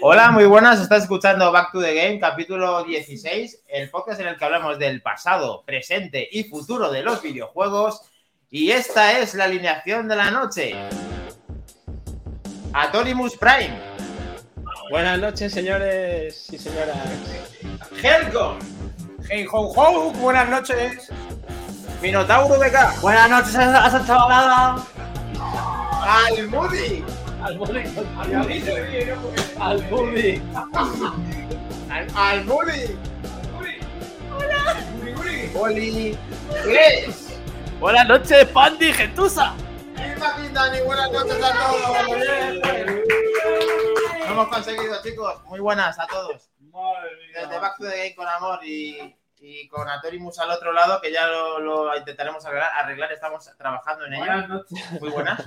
Hola, muy buenas. Estás escuchando Back to the Game, capítulo 16, el podcast en el que hablamos del pasado, presente y futuro de los videojuegos. Y esta es la alineación de la noche. Atonimus Prime, Buenas noches, señores y señoras. Helcom, Hey, ho, ho, buenas noches. Minotauro BK, Buenas noches a esa chavalada. Almudi, Al Budi. Al Budi. Al- Almudi, Oli, Grace. Buenas noches, Pandi, Gentusa. Y Maquin Dani, buenas noches a todos. Lo hemos conseguido, chicos. Muy buenas a todos. Desde Back to the Game con amor y, y con Atorimus al otro lado, que ya lo, lo intentaremos arreglar, arreglar, estamos trabajando en ello. Buenas noches. Muy buenas.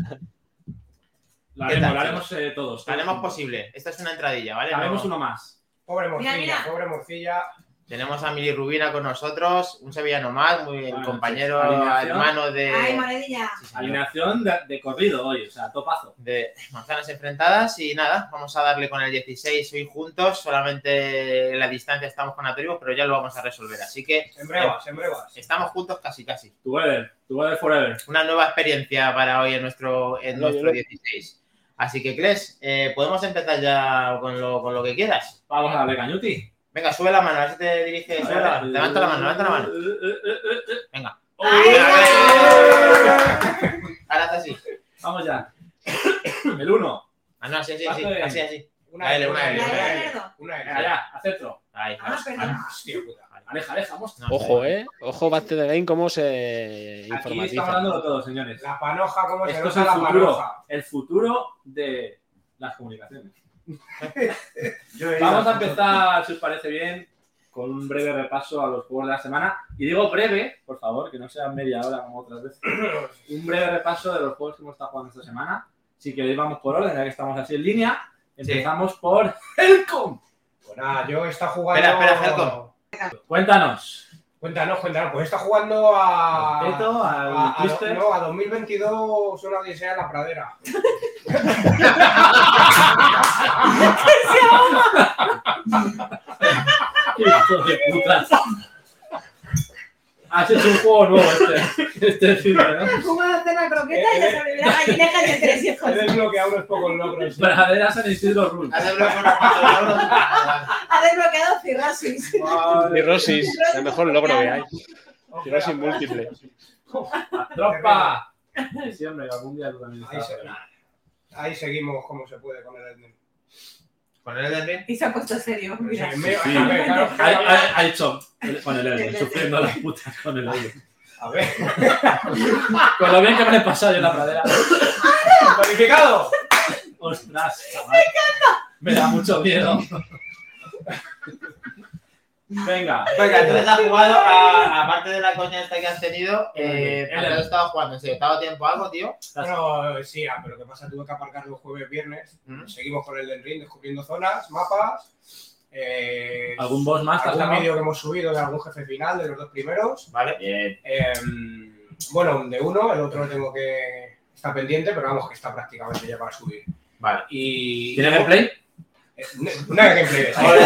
Lo ¿Qué haremos, tal, lo haremos eh, todos. todos. Haremos posible. Esta es una entradilla, ¿vale? Haremos No- uno más. Pobre Mira, mira. pobre morcilla. Tenemos a Mili Rubina con nosotros, un sevillano más, muy el Buenas compañero, noches. Alineación. hermano de, Ay, maravilla. Sí, señor. Alineación de, de corrido hoy, o sea, topazo. de Manzanas Enfrentadas. Y nada, vamos a darle con el 16 hoy juntos. Solamente en la distancia estamos con Atorimus, pero ya lo vamos a resolver. Así que En brevas, en brevas. estamos juntos casi, casi. Together, together forever. una nueva experiencia para hoy en nuestro, en Lo- nuestro lo- 16. Así que, Cles, eh, podemos empezar ya con lo, con lo que quieras. Vamos a darle cañuti. Venga, sube la mano, a ver si te dirige. Sube la mano. Levanta la mano, levanta la mano. Eh, eh, eh, eh, eh. Venga. Ay. Ahora haz así. Vamos ya. El uno. Ah, no, así, así, así, Hazlo bien. así, así. Una Dale, L, una una L, L, La una una de L. Alberto. L. Una L. Venga, ya, acentro. Ahí, Ah, perdón. Aleja, aleja, mosca. No, Ojo, espera. eh. Ojo, Back to the Game, cómo se Aquí estamos informatiza. hablando de todo, señores. La panoja, ¿cómo se Esto es el nota la futuro. panoja? El futuro de las comunicaciones. Yo he ido Vamos a al futuro. empezar, si os parece bien, con un breve repaso a los juegos de la semana. Y digo breve, por favor, que no sea media hora como otras veces. Un breve repaso de los juegos que hemos estado jugando esta semana. Si queréis, vamos por orden, ya que estamos así en línea. Empezamos por Helcom. Pues nada, yo está jugando. Espera, espera, Helcom. Cuéntanos. Cuéntanos, cuéntanos. Pues está jugando a. Al Teto, al a- a- Twister. no, a 2022 una odisea en la pradera. Hijo de puta. Has hecho un juego nuevo este. Este fin, ¿no? Jugo de hacer croqueta y la sobrevivir las gallinejas de tres hijos. He desbloqueado unos pocos logros. Pradera San Isidro Run. Haz el brazo, haz el brazo. Ha desbloqueado cirrosis. Cirrosis, el mejor logro que hay. Espera, Cirrosis múltiple. ¡Tropa! Sí, hombre, algún día tú también Ahí, estarás. se- ahí seguimos como se puede con el Elden. Con el Elden Ring. Y se ha puesto serio. Mira. Sí, me- sí. a ver, claro, Ha, claro. ha- ha hecho el- con el Elden, sufriendo las putas con el Elden. A ver. Con lo bien que me lo he pasado yo en la pradera. ¡Calificado! ¡Ostras, chaval! ¡Me da mucho miedo. Venga. Venga, entonces has jugado, a- aparte de la coña esta que has tenido, eh, El ¿a qué Elden. has estado jugando? ¿En serio? ¿Te ha dado tiempo a algo, tío? Bueno, sí, ah, pero ¿qué pasa? Tuve que aparcar los jueves, viernes. ¿Mm? Seguimos con el Elden Ring, descubriendo zonas, mapas. Eh, ¿Algún boss más? ¿Te has algún dado? vídeo que hemos subido de algún jefe final de los dos primeros. Vale. Bien. Eh, bueno, de uno, el otro lo tengo que. Está pendiente, pero vamos, que está prácticamente ya para subir. Vale. Y. ¿Tienes gameplay? Eh, Una vez gameplay.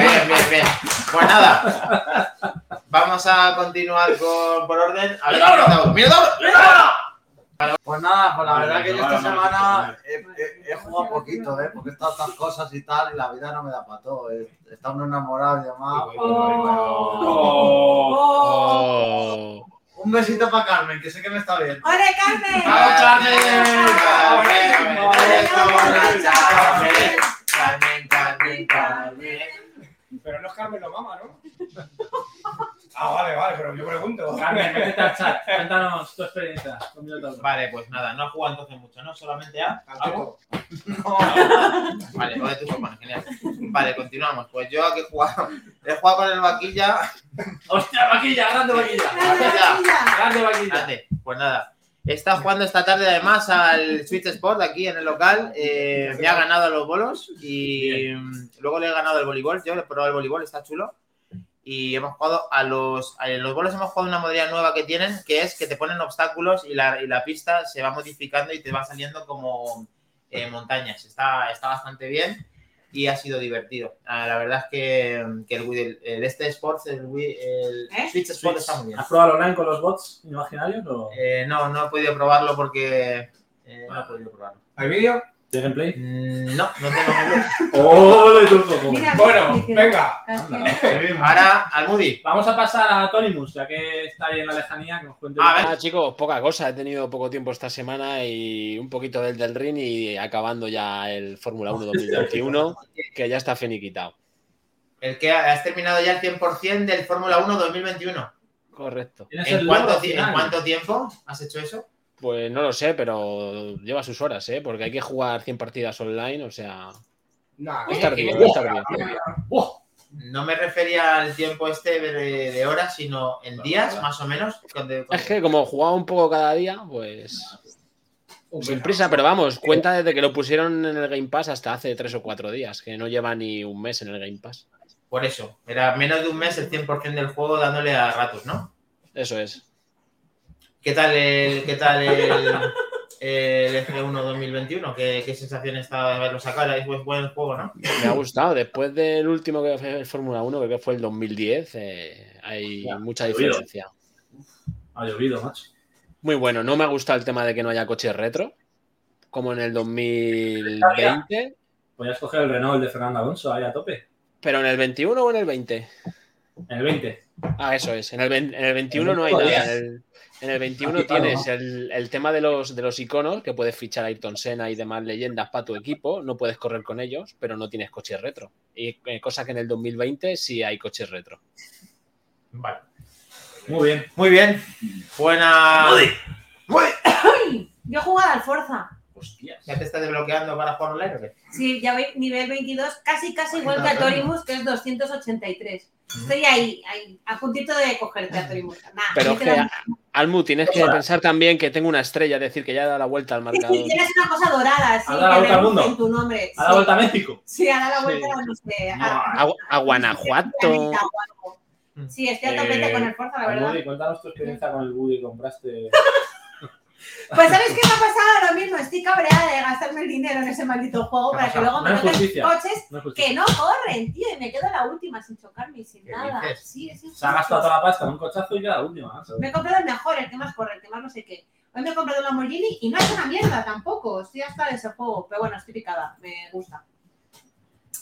Bien, bien, bien. Pues nada, vamos a continuar con, por orden. A ver, Minotauro, Minotauro. Pues nada, pues la Vale, verdad que yo vale, esta vale, semana vale. he, he- he jugado poquito, ¿eh? Porque he estado estas cosas y tal, y la vida no me da para todo. eh. Está uno enamorado y Ah, demás. Oh. ¡Oh! Oh. Oh. Un besito para Carmen, que sé que me está bien. ¡Hola, Carmen! ¡Vamos, Carmen! Carmen, Carmen, Carmen. Pero no es Carmen lo mama, ¿no? ah, vale, vale, pero yo pregunto. Carmen, métete al chat. Cuéntanos tu experiencia con Minotauro. Vale, pues nada, no has jugado entonces mucho, ¿no? Solamente a. Al teto. Vale, lo de tus hermanos, genial. Vale, continuamos. Pues yo aquí he jugado. He jugado con el vaquilla. ¡Hostia, vaquilla! ¡Grande vaquilla! ¡Grande vaquilla! Grande. Pues nada. Está jugando esta tarde además al Switch Sport aquí en el local. Eh, me ha ganado los bolos y mm, luego le he ganado el voleibol. Yo le he probado el voleibol, está chulo. Y hemos jugado a los, a los bolos, hemos jugado una modalidad nueva que tienen, que es que te ponen obstáculos y la, y la pista se va modificando y te va saliendo como eh, montañas. Está, está bastante bien y ha sido divertido. Ah, la verdad es que, que el, Wii- el, el este Sports, el, Wii- el ¿Eh? Switch Sports está muy bien. ¿Has probado el online con los bots imaginarios o Eh, no, no he podido probarlo porque... eh, no he podido probarlo. ¿Hay vídeo? de gameplay? Mm, No, no tengo ¡Oh, le toco! Bueno, venga. Ah, Ahora, al Moody. Vamos a pasar a Tonimus, ya que está ahí en la lejanía, que nos cuente. A ver. Ah, chicos, poca cosa. He tenido poco tiempo esta semana y un poquito del del ring y acabando ya el Fórmula 1 2021, que ya está finiquitado. El que has terminado ya el 100% del Fórmula 1 2021. Correcto. ¿Tienes ¿En el cuánto, logro ti- final? ¿En cuánto tiempo has hecho eso? Pues no lo sé, pero lleva sus horas, ¿eh? Porque hay que jugar 100 partidas online, o sea. Nada, Es que- tardío, es tardío. ¡Oh! No me refería al tiempo este de, de horas, sino en días, más o menos. donde- Es que como jugaba un poco cada día, pues. Sin Bueno, prisa, pero vamos, cuenta desde que lo pusieron en el Game Pass hasta hace tres o cuatro días, que no lleva ni un mes en el Game Pass. Por eso, era menos de un mes el 100% del juego dándole a ratos, ¿no? Eso es. ¿Qué tal el, qué tal el, el F1 2021? ¿Qué, qué sensación está de haberlo sacado? Es buen- buen juego, ¿no? Me ha gustado. Después del último que fue el Fórmula 1, que creo que fue el 2010, eh, hay Ya, mucha oído. diferencia. Ha llovido, macho. Muy bueno. No me ha gustado el tema de que no haya coches retro, como en el 2020, Podías coger el Renault de Fernando Alonso ahí a tope. pero en el 21 o en el 20. En el 20. Ah, eso es. En el, ven- en el 21 no hay nada. En el, en el Ah, 21 tienes el, el tema de los, de los iconos, que puedes fichar a Ayrton Senna y demás leyendas para tu equipo. No puedes correr con ellos, pero no tienes coches retro. Y eh, cosa que en el 2020 sí hay coches retro. Vale. Muy bien. Muy bien. Buena. Yo he jugado al Forza. Hostias. ¿Ya te estás desbloqueando para jugar online o qué? Sí, ya veis, nivel 22, casi casi igual que a Torimus, que es 283. Estoy ahí, ahí, a puntito de cogerte a Torimus. Nah, Pero es vete que, la- Almu, tienes que pensar también que tengo una estrella, es decir, que ya he dado la vuelta al Sí, marcador. sí, tienes una cosa dorada, así, Ha dado la que vuelta al reluce mundo. en tu nombre. A la sí. vuelta a México. Sí, a la vuelta Sí. a no sé, a- No, A, a Guanajuato. Sí, estoy a topete Eh, con el Forza, la Al verdad. Woody, cuéntanos tu experiencia con el Woody. Compraste. Pues ¿sabes qué me ha pasado lo mismo? Estoy cabreada de gastarme el dinero en ese maldito juego ¿Qué ha para que pasado? luego me Una toquen injusticia. coches No escuché. que no corren, tío, y me quedo la última sin chocarme y sin ¿Qué nada. dices? Sí, es Se ha injusto. gastado toda la pasta en un cochazo y queda la última. ¿eh? ¿sabes? Me he comprado el mejor, el que más corre, el que más no sé qué. Hoy me he comprado un Lamborghini y no es una mierda tampoco. Estoy hasta de ese juego, pero bueno, estoy picada, me gusta.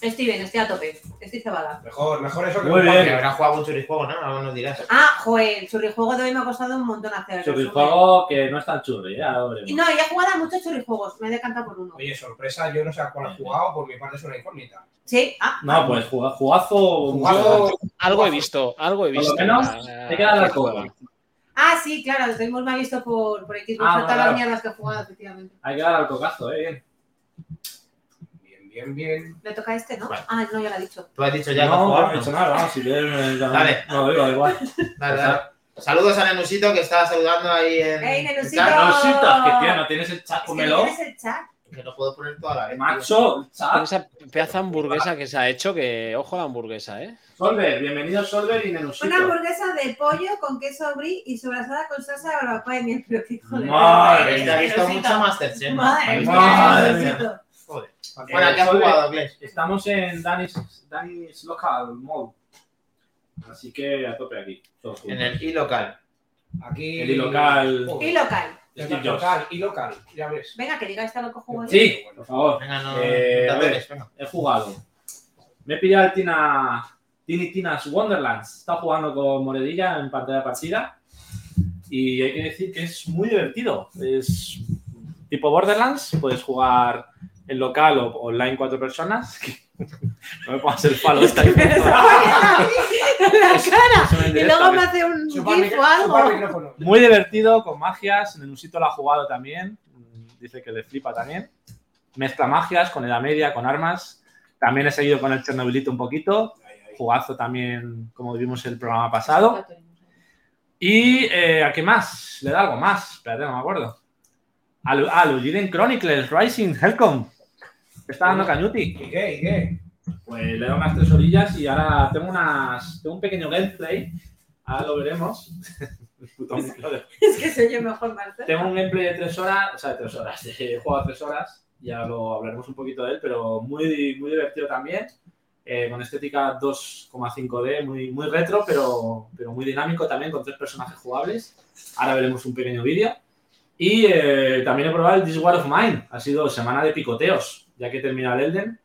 Estoy bien, estoy a tope, estoy cebada. Mejor, mejor eso que Muy un bien. Que parque. habrá jugado un churrijuego, ¿no? Ahora nos dirás. Ah, joder, el churrijuego de hoy me ha costado un montón hacer. el Churri resumen. juego que no es tan churri, ¿eh? Ahora Y veremos. no, ya he jugado a muchos churrijuegos, me he decantado por uno. Oye, sorpresa, yo no sé a cuál has jugado, por mi parte es una incógnita. Sí, ah, No, pues juega- jugazo. Jugado Algo he visto, algo he Por lo visto. menos, Ah, te quedan las qué hueva. cosas. ah, sí, claro, estoy muy mal visto por, por Xbox, Ah, por todas claro. las mierdas que he jugado, efectivamente. Hay que dar al cocazo, ¿eh? Bien. Bien, bien, bien. Le toca a este, ¿no? Vale. Ah, no, ya lo he dicho. Tú has dicho ya que has no, jugado, no he ¿no? hecho nada. Vamos, si quieres, eh, ya no- Dale. No, digo, da igual. Dale, dale. Saludos a Nenusito que estaba saludando ahí en. ¡Ey, el Nenusito! chat. Rosita, que tío, no tienes el chat, Es que no cómelo. tienes el chat. Que no puedo poner toda la vez. tío. Macho, el Con chat. esa pedazo de hamburguesa que se ha hecho, que ojo a la hamburguesa, ¿eh? Solver, bienvenido Solver y Una Nenusito. hamburguesa de pollo con queso brie y sobrasada con salsa de barbacoa de miel, pero qué joder. Madre Este ha visto mucho Masterchef. Madre mía, Madre Diosito. Joder. Eh, Bueno, ¿a ¿qué has Solver, jugado, Gles? Estamos en Dani's, Dani's Local Mode. Así que a tope aquí. Todo junto. En el e-local. Aquí. El ilocal. Joder, Y local. Steve local, Jobs. local, y local, ya ves. Venga, que diga esta lo que juego yo. Sí, por favor. Venga, no. Eh, no a te ver. toques, venga. He jugado. Me he pillado el Tina, Tini Tina's Wonderlands. He estado jugando con Moredilla en pantalla de partida. Y hay que decir que es muy divertido. Es tipo Borderlands. Puedes jugar en local o online cuatro personas. No me pongas el palo. Está ahí. La cara. Eso me Y interesa, luego me- me hace un Chupar gif micro- o chupar algo. micrófono. Muy divertido, con magias. Nenusito lo ha jugado también. mm, Dice que le flipa también. Mezcla magias con edad media, con armas. También he seguido con el Chernobylito un poquito. Ahí, ahí. Jugazo también, como vimos el programa pasado. Y eh, ¿a qué más? Le da algo más. Espérate, no me acuerdo. Al, ah, Lujiden Chronicles Rising Hellcom. Está dando Cañuti. ¿Y qué? ¿Y qué? Pues le da unas tres orillas y ahora tengo unas. Tengo un pequeño gameplay. Ahora lo veremos. El puto micro de Es que soy yo mejor, Marta. tengo un gameplay de tres horas, o sea, de tres horas, de juego de tres horas, ya lo hablaremos un poquito de él, pero muy, muy divertido también. eh, con estética 2,5D, muy, muy retro, pero, pero muy dinámico también, con tres personajes jugables. Ahora veremos un pequeño vídeo. Y eh, también he probado el This War of Mine. Ha sido semana de picoteos, ya que termina el Elden,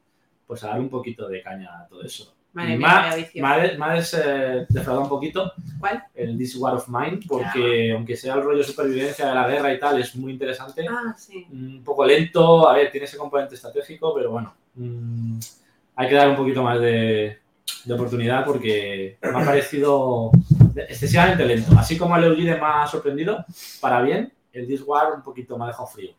pues a dar un poquito de caña a todo eso. Madre mía, Ma- vaya vicio. me ha de- me ha des- eh, defraudado un poquito ¿Cuál? el This War of Mine, porque aunque sea el rollo supervivencia de la guerra y tal, es muy interesante Ah, sí. un poco lento, a ver, tiene ese componente estratégico, pero bueno, mm, hay que dar un poquito más de, de oportunidad porque me ha parecido excesivamente lento. Así como el Eugene me ha sorprendido, para bien, el Disguard un poquito me ha dejado frío.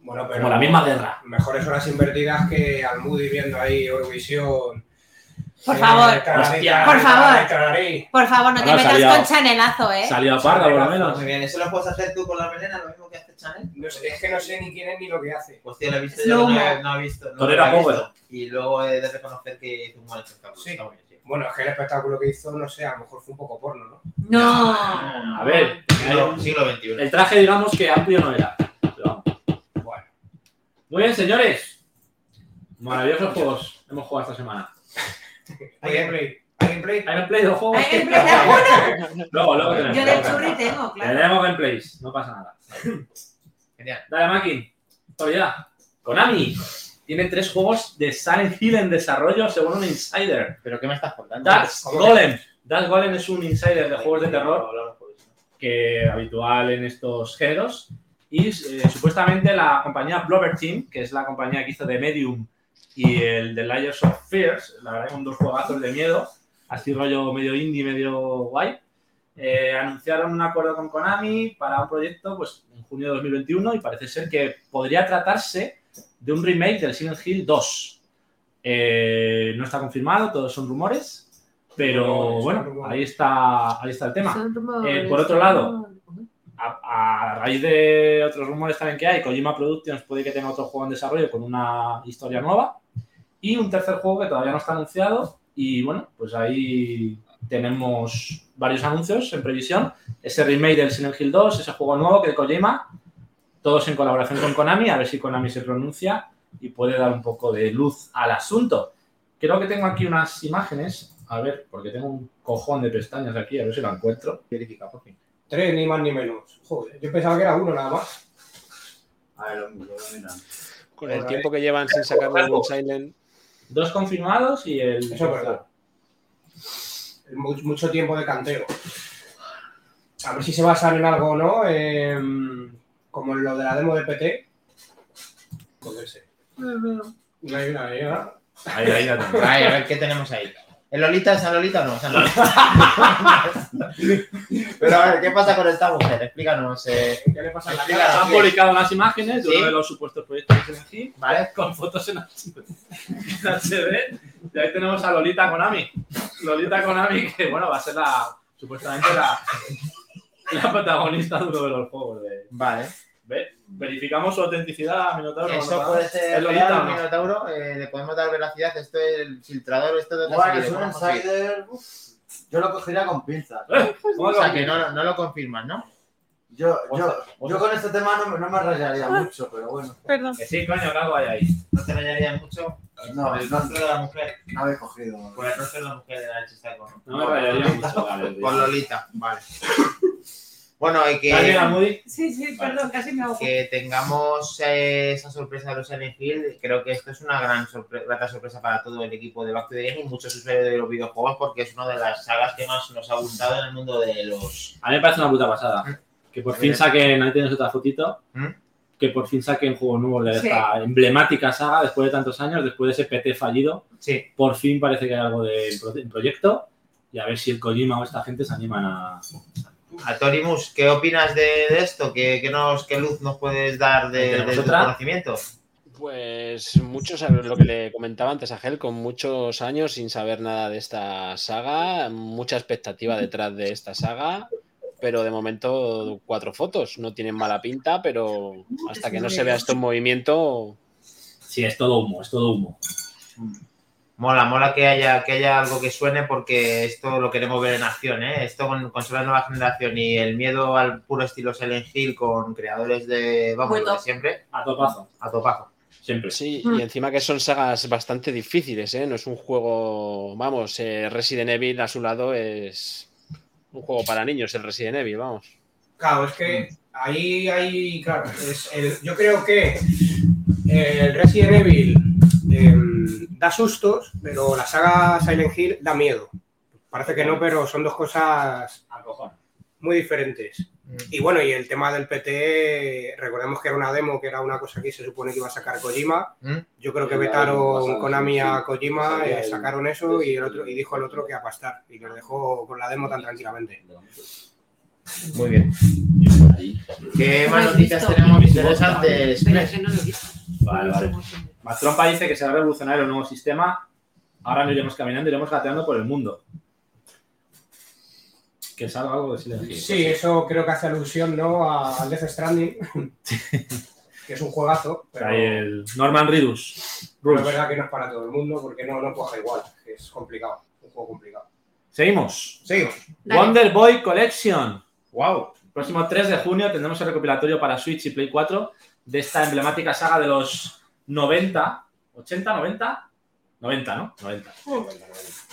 Bueno, pero Como la misma guerra. mejores horas invertidas que al Moody viendo ahí Eurovisión. Eh, Por favor. Canadita, Por favor. Canarí. Por favor, no te Ahora metas salía- con chanelazo, ¿eh? Salió a parda, por lo Muy menos. bien, ¿eso lo puedes hacer tú con la melena, lo mismo que hace Chanel? No sé, es que no sé ni quién es ni lo que hace. Hostia, lo he visto yo, Slow-mo. no, no he visto. No Torero lo he Power. visto. Y luego he de reconocer que hizo un buen espectáculo. Sí. Está muy bien, sí. Bueno, es que el espectáculo que hizo, no sé, a lo mejor fue un poco porno, ¿no? No. A ver, Siglo, siglo XXI. el traje, digamos que amplio no era. pero vamos. Bueno. Muy bien, señores. Maravillosos juegos hemos jugado esta semana. Hay gameplay. Hay gameplay. Hay gameplay de los juegos. Hay gameplay de alguno. Luego, luego tenemos. Yo del churri tengo, claro. Tenemos gameplays, no pasa nada. Genial. Dale, Maki. Actualidad. Konami tiene tres juegos de Silent Hill en desarrollo, según un insider. ¿Pero qué me estás contando? Dark ¿Cómo que? Golem. Dark Golem es un insider de juegos de terror que habitual en estos géneros. Y eh, supuestamente la compañía Blobber Team, que es la compañía que hizo de Medium y el de Layers of Fears, la verdad que son dos juegazos de miedo, así rollo medio indie, medio guay, eh, anunciaron un acuerdo con Konami para un proyecto pues, en junio de 2021 y parece ser que podría tratarse de un remake del Silent Hill 2. Eh, no está confirmado, todos son rumores, pero Rumores, bueno, rumores. ahí está, ahí está el tema. Son Eh, rumores, por otro son lado, rumores. A, a raíz de otros rumores también que hay, Kojima Productions puede que tenga otro juego en desarrollo con una historia nueva. Y un tercer juego que todavía no está anunciado. Y bueno, pues ahí tenemos varios anuncios en previsión. Ese remake del Silent Hill 2, ese juego nuevo que de Kojima, todos en colaboración con Konami, a ver si Konami se pronuncia y puede dar un poco de luz al asunto. Creo que tengo aquí unas imágenes, a ver, porque tengo un cojón de pestañas aquí, a ver si la encuentro. Verifica, por fin. Tres, ni más ni menos. Joder, yo pensaba que era uno nada más. A ver, lo lo miran. Con el tiempo que llevan sin sacar ningún Silent. Dos confirmados y el. Eso es verdad. Mu- mucho tiempo de canteo. A ver si se basan en algo o no, em, como en lo de la demo de PT. Joderse. Pues No hay una, hay una. Ahí, ahí la tengo. Ay, a ver qué tenemos ahí. ¿El Lolita es San Lolita o no? San Lolita. Pero a ver, ¿qué pasa con esta mujer? Explícanos. eh, ¿Qué le pasa a la cara? Han publicado las imágenes de Sí. uno de los supuestos proyectos de aquí, ¿Vale? con fotos en HD. en HD. Y ahí tenemos a Lolita Konami. Lolita Konami, que bueno, va a ser la. supuestamente la. la protagonista de uno de los juegos. De... Vale. ¿Ve? Verificamos su autenticidad, Minotauro. Eso Minotauro. puede ser ¿Es Lolita real, o no? Minotauro. eh, le podemos dar veracidad. Esto es el filtrador. Esto de Buah, que es un insider. uf, Yo lo cogería con pinzas. Eh, ¿Cómo O lo- sea, que no, no lo confirmas, ¿no? Yo, yo, yo con este tema no, me- no me rayaría mucho, pero bueno. Perdón. Que sí, coño, que algo hay ahí. No te rayaría mucho No, no, de la mujer. no habéis cogido. Por el rostro de la mujer de la chista con, No me rayaría mucho, vale. con Lolita. Vale. Bueno, y ¿Alguien que, a Moody? Sí, sí, perdón, casi me ahogo. que tengamos eh, esa sorpresa de los Silent Hill, creo que esto es una gran sorpre- grata sorpresa para todo el equipo de Back to the Game y muchos usuarios de los videojuegos porque es una de las sagas que más nos ha gustado en el mundo de los... A mí me parece una puta pasada. Que por fin Bien. saquen, ahí tienes otra fotito, ¿Mm? que por fin saquen juegos nuevos de Sí. esta emblemática saga después de tantos años, después de ese PT fallido. Sí. Por fin parece que hay algo del pro- del proyecto y a ver si el Kojima o esta gente se animan a... A Torimus, ¿qué opinas de, de esto? ¿Qué, qué nos, ¿Qué luz nos puedes dar de, ¿Tenemos de tu otra? conocimiento? Pues muchos, lo que le comentaba antes a Gel, con muchos años sin saber nada de esta saga, mucha expectativa detrás de esta saga, pero de momento cuatro fotos, no tienen mala pinta, pero hasta que no se vea esto en movimiento, Sí, es todo humo, es todo humo. Mola, mola que haya, que haya algo que suene porque esto lo queremos ver en acción, ¿eh? Esto con consolas nueva generación y el miedo al puro estilo Silent Hill con creadores de, vamos, Muy lo de top. siempre, A topazo. a topazo. Siempre. Sí, y encima que son sagas bastante difíciles, ¿eh? No es un juego, vamos, eh, Resident Evil a su lado es un juego para niños, el Resident Evil, vamos. Claro, es que ahí hay, claro, es el- yo creo que eh, el Resident Evil em, da sustos, pero la saga Silent Hill da miedo. Parece que no, pero son dos cosas Al cojón. muy diferentes. Y bueno, y el tema del PT, recordemos que era una demo, que era una cosa que se supone que iba a sacar Kojima. ¿Mm? Yo creo que Ya, vetaron pasado, Konami sí, a sí. Kojima, Sabía eh, el- sacaron eso y el otro y dijo el otro que a pastar y lo dejó con la demo tan tranquilamente. Muy bien. Ahí. ¿Qué más No lo he noticias visto. tenemos interesantes? Pero es que no lo he visto. Vale, vale. Más Trompa dice que se va a revolucionar el nuevo sistema. Ahora no iremos caminando, iremos gateando por el mundo. Que salga algo de silencio. Sí, eso creo que hace alusión, ¿no? A al Death Stranding, que es un juegazo, pero Ahí el Norman Ridus. pero es Rus. verdad que no es para todo el mundo porque no, no coja igual, que es complicado, un juego complicado. Seguimos. Sí, Dale. Wonder Boy Collection. ¡Wow! El próximo 3 de junio tendremos el recopilatorio para Switch y Play 4 de esta emblemática saga de los 90, 80, 90, 90, ¿no? 90.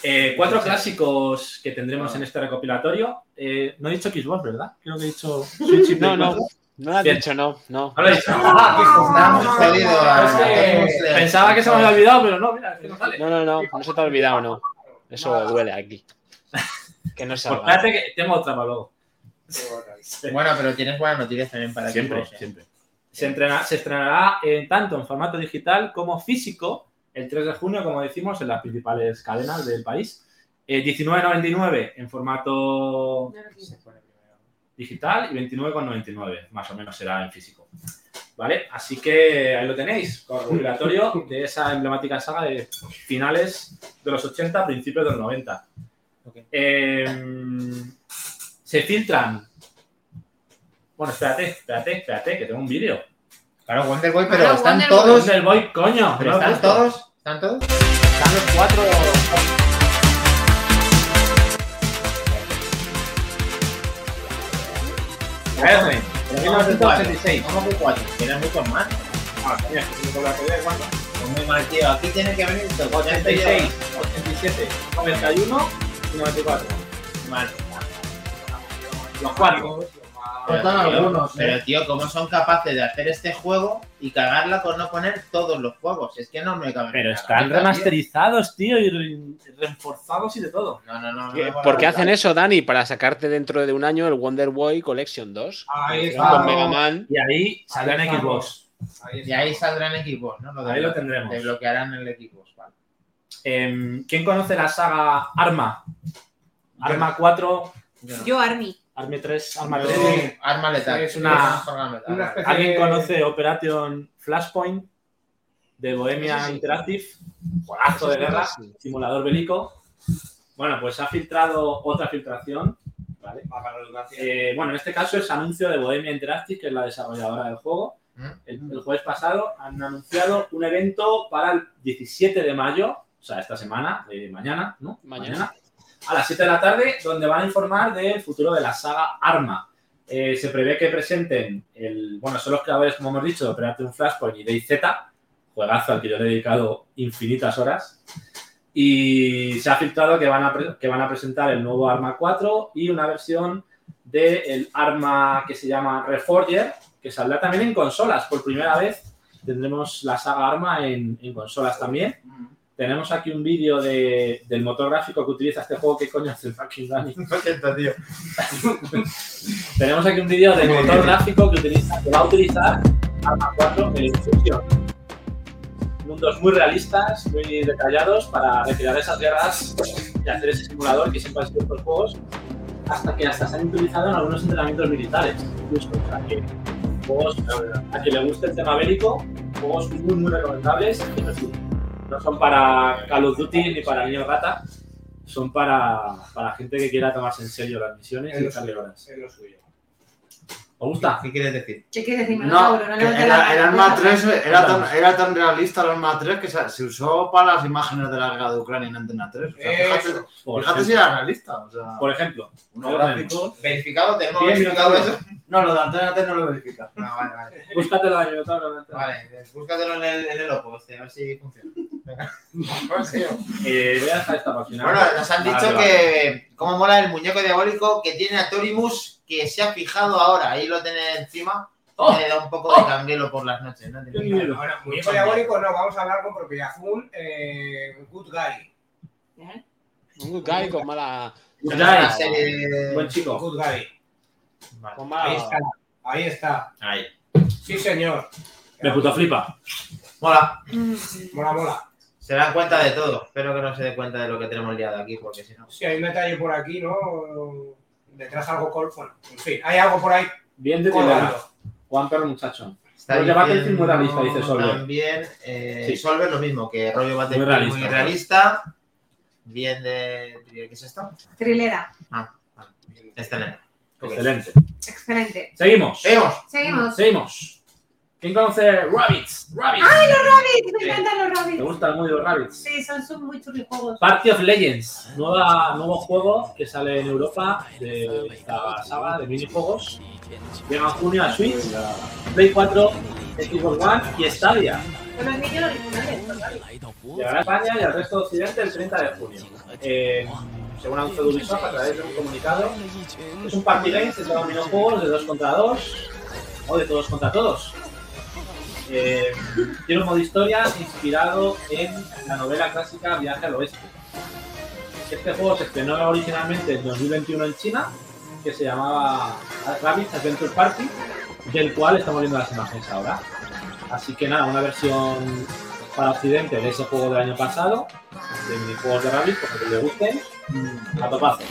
Eh, cuatro clásicos que tendremos en este recopilatorio. Eh, no he dicho Xbox, ¿verdad? Creo que he dicho Switch y No, Play 4. no, no lo has Bien. dicho, no, no. No lo he dicho. Estamos jodidos. Ah, Es que pensaba que se me había olvidado, pero no, mira, es que no sale. No, no, no, no se te ha olvidado, no. Eso huele aquí. Que no Pues salga. espérate que tengo otra para luego. Bueno, pero tienes buenas noticias también para Siempre, Xbox, ¿eh? siempre. Se, entrena- se estrenará en tanto en formato digital como físico el 3 de junio, como decimos, en las principales cadenas del país. Eh, 19.99 en formato digital y 29,99 más o menos será en físico. ¿Vale? Así que ahí lo tenéis, con el recopilatorio de esa emblemática saga de finales de los 80, principios de los 90. Eh, se filtran. Bueno, espérate, espérate, espérate, que tengo un vídeo. Claro, Wonder Boy, pero Claro, están Wonder Boy. todos. Del Boy, coño. pero ¿no lo ¿Están has visto? todos? ¿Están todos? Están los cuatro. Espérate, Pero ¿Qué más de cuatro? 86? ¿Cómo que cuatro? Tienen muchos más. Ah, coño, tengo la teoría de cuatro. Pues muy mal, tío. Aquí tiene que venir todo. 86, 87, 91 y 94. Mal. Los cuatro. Pero, Faltan tío, algunos, pero, ¿eh? tío, ¿cómo son capaces de hacer este juego y cagarla con no poner todos los juegos? Es que no me cabe. en la cabeza, remasterizados, tío, y re- reforzados y de todo. tío. No, no, no. no me ¿Qué- mola ¿Por qué nada. hacen eso, Dani? Para sacarte dentro de un año el Wonder Boy Collection 2 Ah, ahí con está. Mega Man. Y ahí saldrá en Xbox. Ahí Y está. ahí saldrán equipos, ¿no? Lo de- Ahí lo tendremos. Desbloquearán el equipo. Vale. Em, ¿Quién conoce la saga Arma? Arma 4, Yo no. Yo, Army. Arma 3, Arma Yo- 3. arma letal. Es una- Es arma letal, una vale. especie- ¿Alguien conoce Operation Flashpoint de Bohemia Eso sí. Interactive? Juegazo de guerra, simulador bélico. Bueno, pues ha filtrado otra filtración, ¿vale? Eh, bueno, en este caso es anuncio de Bohemia Interactive, que es la desarrolladora del juego. Mm. El, el jueves pasado han anunciado un evento para el 17 de mayo, o sea, esta semana, eh, mañana, ¿no? Mañana. a las 7 de la tarde, donde van a informar del futuro de la saga Arma. Eh, se prevé que presenten, el, bueno, son los creadores, como hemos dicho, de Operation Flashpoint y DayZ, juegazo al que yo le he dedicado infinitas horas. Y se ha filtrado que van a, pre- que van a presentar el nuevo Arma 4 y una versión del arma que se llama Reforger, que saldrá también en consolas. Por primera vez tendremos la saga Arma en, en consolas también. Tenemos aquí un vídeo de- del motor gráfico que utiliza este juego. ¿Qué coño hace el fucking Dani? Lo siento, tío. Tenemos aquí un vídeo del motor gráfico que, utiliza, que va a utilizar Arma 4 en Fusion. Mundos muy realistas, muy detallados para retirar esas guerras y hacer ese simulador que siempre han sido estos juegos, hasta que hasta se han utilizado en algunos entrenamientos militares. Incluso, o sea, que juegos, eh, a quien le guste el tema bélico, juegos muy, muy recomendables. que no son- No son para Call of Duty ni para niños rata, son para, para gente que quiera tomarse en serio las misiones y echarle horas. Es lo suyo. ¿Os gusta? ¿Qué quieres decir? ¿Qué quieres decir? No, Mauro? que levantes el, la el mano. arma 3 era tan, era tan realista el arma 3 que se, se usó para las imágenes de la guerra de Ucrania en Antena 3. O Eh, sea, fíjate, Eso. Por fíjate si ejemplo, era realista. O sea, por ejemplo, unos gráficos. Verificado, tenemos Bien, verificado bien, eso. No, lo de Antena 3 no lo verifica. No, vale, vale. Búscatelo a Minotauro. Vale, búscatelo en el, en el Oppo, este, a ver si funciona. Venga. Eh, voy a dejar esta página. Bueno, nos han Vale, dicho vale. que cómo mola el muñeco diabólico que tiene a Torimus que se ha fijado ahora. Ahí lo tiene encima. ¡Oh! Le da un poco de canguelo por las noches. ¿no? Qué miedo. Bueno, muñeco diabólico no, vamos a hablar con propiedad. Un eh, good guy. ¿Eh? Un good guy con mala. Es Good una guy. serie de- Buen chico. Good guy. Vale. Con Ahí mala. está. Ahí está. Ahí. Sí, señor. Me puto flipa. Mola. Mm. Mola, mola. Se dan cuenta de todo. Espero que no se dé cuenta de lo que tenemos liado aquí, porque si no. Sí, hay un detalle por aquí, ¿no? Detrás algo col... Bueno, en fin, hay algo por ahí Bien de colgando. Juan Perro Muchacho. Está Los de Battlefield diciendo muy realista, dice Solver. También eh, Sí. Solver lo mismo, que rollo Battlefield muy realista. realista. Bien de. ¿Qué es esto? Trilera. Excelente. Ok. Eh. Excelente. Excelente. Seguimos. Seguimos. Seguimos. Seguimos. ¿Quién conoce Rabbits? Rabbits. Rabbits, me encantan los ¿Te rabbits. gusta el mundo de Rabbits? Sí, son, son muy chulos juegos. Party of Legends, nueva, nuevo juego que sale en Europa de esta saga de minijuegos. Llega en junio a Switch, Play 4, Xbox One y Stadia. Con los niños originales, los rabbits. Llegará a España y al resto de Occidente el 30 de junio. Eh, según anunció Ubisoft a través de un comunicado, es un party game que lleva minijuegos de 2 contra 2 o de todos contra todos. Eh, tiene un modo historia inspirado en la novela clásica Viaje al Oeste. Este juego se estrenó originalmente en 2021 en China, que se llamaba Rabbit's Adventure Party, del cual estamos viendo las imágenes ahora. Así que nada, una versión para Occidente de ese juego del año pasado, de minijuegos de Rabbit, para que le gusten, a topazo.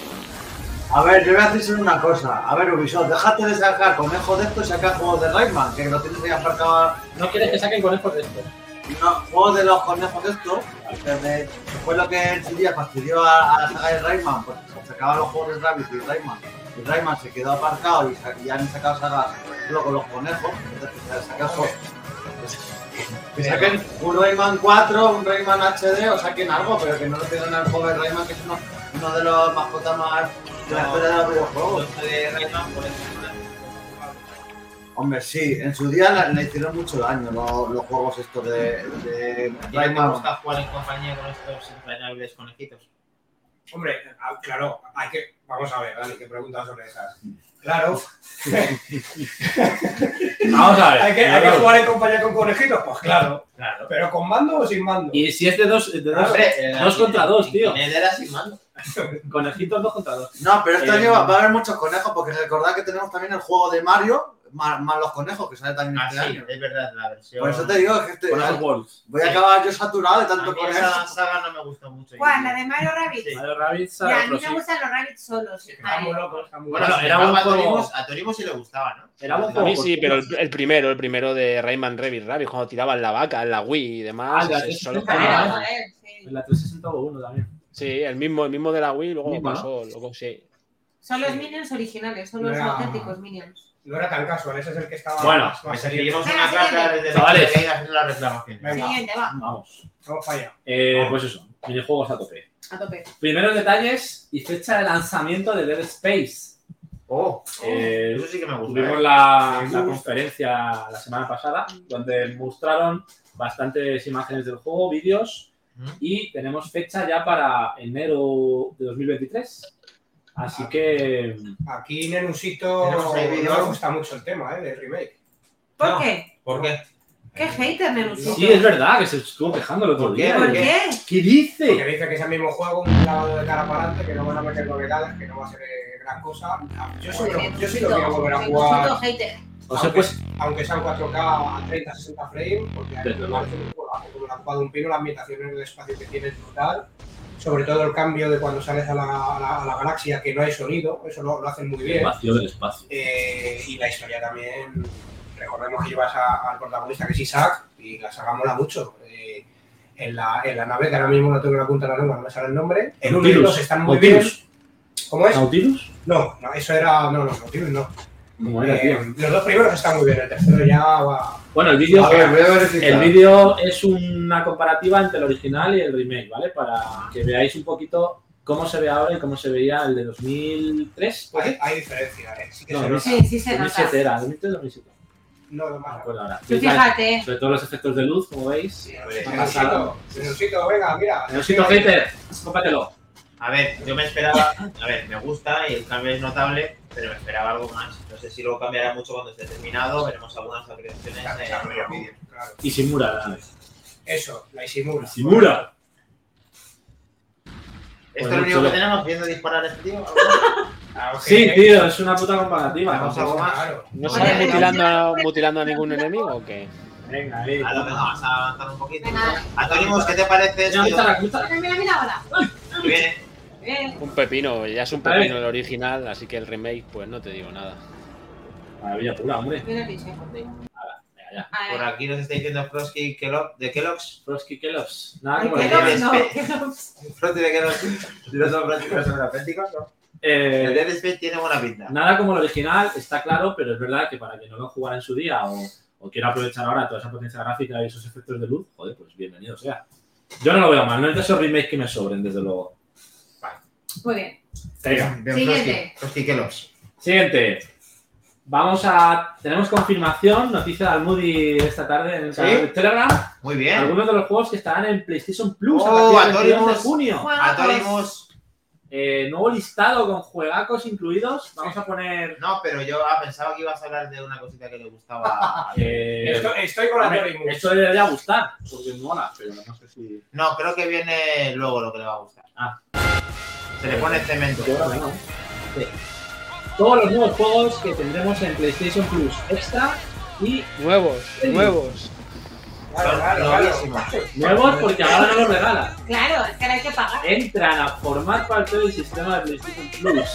A ver, yo voy a decir solo una cosa. A ver, Ubisoft, déjate de sacar conejos de esto y saca juegos de Rayman, que lo tienes ahí aparcado. ¿No quieres que saquen conejos de esto? No, juegos de los conejos de esto, que me- fue lo que en su día fastidió a, a la saga de Rayman, porque se sacaban los juegos de Rabbit y Rayman. Y Rayman se quedó aparcado y, sa- y han sacado sagas solo con los conejos. Entonces, saca juegos. Que saquen un Rayman 4, un Rayman HD o saquen algo, pero que no lo tengan al joven Rayman, que es uno, uno de los mascotas más de la historia de los videojuegos. Hombre, sí, en su día la- le hicieron mucho daño lo- los juegos estos de, de ¿Y te Rayman. gusta jugar en compañía con estos entrañables conejitos? Hombre, ah, claro, hay que. Vamos a ver, ¿vale? Que preguntas sobre esas. Claro, Vamos a ver. hay que, hay que jugar en compañía con conejitos, pues claro. Claro. Pero con mando o sin mando. Y si es de dos, de dos Hombre, dos contra dos, tío. Él era sin mando. conejitos dos contra dos. No, pero este Eh, año va, va a haber muchos conejos, porque recordad que tenemos también el juego de Mario, más, más los conejos, que sale también Ah, este sí, año. es verdad, la versión. Por eso te digo que este- Conejos Wolves. voy a acabar yo saturado de A tanto mí conejo. esa saga no me gustó mucho. ¿Cuál? ¿La de Mario Rabbit? Sí. Mario Rabbids, Ya, a mí otro me sí. gustan los rabbits solos. Está muy loco, está muy Bueno, Bueno, loco. si era me un va a juego- Torimus, a Torimus sí le gustaba, ¿no? Era un A juego mí sí, cortito. pero el, el primero, el primero de Rayman Rabbit Rabbit, cuando tiraban la vaca en la Wii y demás. Ah, ya, ese sí, solo- sí, Ah, Ah, joder, sí. En la 360 hubo uno también. sí, el mismo, el mismo de la Wii, luego Mismo, ¿no? pasó, luego sí. Son los minions originales, son los No. auténticos minions. No era tan casual, ese es el que estaba. Bueno, más- más Me serio. seguimos Venga, una carta siguiente. desde Chavales. que haciendo la reclamación. Venga, Siguiente, va, Vamos. vamos para allá. Eh, pues eso, minijuegos a tope. a tope. Primeros detalles y fecha de lanzamiento de Dead Space. Oh, Eh, eso sí que me gusta. Tuvimos ¿eh? la, Sí, la uf. conferencia la semana pasada, donde mostraron bastantes imágenes del juego, vídeos, Mm. y tenemos fecha ya para enero de 2023. Así que Aquí Nenusito Tenemos ahí no vídeo. le gusta mucho el tema, ¿eh? Del remake. ¿Por No. qué? ¿Por qué? ¿Qué hater, Menusito? sí, es verdad que se estuvo quejando el otro ¿Por día. ¿Por ¿Qué? qué? ¿Qué Porque dice? dice que es el mismo juego, un lavado de cara para adelante, que no van a meter novedades, que no va a ser eh, gran cosa. Yo sí, lo- yo sí lo quiero volver a jugar. Menusito hater. O sea, pues aunque sea en 4K a 30, 60 frames, porque a mí Desde me luego. parece un juegazo, como la jugado un pino, la ambientación en el espacio que tiene es brutal, sobre todo el cambio de cuando sales a la, a la- a la galaxia que no hay sonido, eso lo, lo hacen muy bien, vacío del espacio. Eh, y la historia también, recordemos que llevas a- al protagonista que es Isaac, y la saga mola mucho. Eh, en la, en la nave, que ahora mismo no tengo la punta de la lengua, no me sale el nombre. El 1 y el Nautilus. 2 están muy bien. pues, Nautilus. ¿Cómo es? ¿Nautilus? No, no, eso era. No, no, Nautilus no. Como era, tío. Eh, los dos primeros están muy bien, el tercero ya va. Bueno, el vídeo A ver, voy a verificar. El vídeo es una comparativa entre el original y el remake, ¿vale? Para que veáis un poquito cómo se ve ahora y cómo se veía el de 2003. ¿por Pues Hay, qué? hay diferencia, ¿eh? Sí que No, se no. nota. Sí, sí se nota. 2007 era, 2003 2007. No, lo No me más. acuerdo ahora. Tú fíjate. Sobre todo los efectos de luz, como veis. Neusito, Neusito, venga, mira. Neusito Hater, cómpratelo. A ver, yo me esperaba, a ver, me gusta y el cambio es notable, pero me esperaba algo más. No sé si lo cambiará mucho cuando esté terminado, veremos algunas actualizaciones. Claro, eh, claro, en Pues claro, claro. Y Simura, la vez. Eso, la Isimura. Simura. ¿Esto es lo único que tenemos viendo disparar a este tío? Claro que- Sí, tío, es una puta comparativa. Vamos a- Vamos Claro. ¿No Oye, sales venga, mutilando, a- ya. mutilando a ningún enemigo o qué? a- Venga, ahí. A lo mejor vamos a avanzar un poquito. Venga. Antónimos, ¿qué te parece esto? Mira, mira, mira. Mira, mira, mira ahora. Que viene. Eh, Un pepino, ya es un A ver. pepino el original, así que el remake, pues no te digo nada. Maravilla pura, hombre. mira el bicho. Venga, ya. A Por ver. aquí nos está diciendo Frosky Kellogg, de Kellogg's. Frosky Kellogg's. Nada Ay, como que el Kellogg. ¿eh? Dead no, Space. que no, Frosky de Kellogg's. Los dos Frosky no son auténticos, ¿no? Space. Eh, El Dead Space tiene buena pinta. Nada como el original, está claro, pero es verdad que para que no lo jugara en su día o, o quiera aprovechar ahora toda esa potencia gráfica y esos efectos de luz, joder, pues bienvenido sea. Yo no lo veo mal, no es de esos remakes que me sobren, desde luego. Muy bien. Venga, Bien, Siguiente. Frosky, Frosky Kellogg's. siguiente. Vamos a. Tenemos confirmación, noticia del Moody esta tarde en el canal de Telegram. Muy bien. Algunos de los juegos que estarán en PlayStation Plus Oh, a partir del 22 de Atorimus. junio. Antónimos. Eh, nuevo listado con juegacos incluidos. Vamos a poner. No, pero yo ah, pensaba que ibas a hablar de una cosita que le gustaba. a- eh, Esto- Estoy con la Torimus. esto le debería gustar, porque mola, pero no sé si. No, creo que viene luego lo que le va a gustar. Ah. Se le pone cemento. Yo creo que no. Todos los nuevos juegos que tendremos en PlayStation Plus Extra y Nuevos, Sí. nuevos. Claro, claro, Lo- claro. lovísimo. nuevos porque ahora no los regalan. Claro, es que ahora hay que pagar. Entran a formar parte del sistema de PlayStation Plus.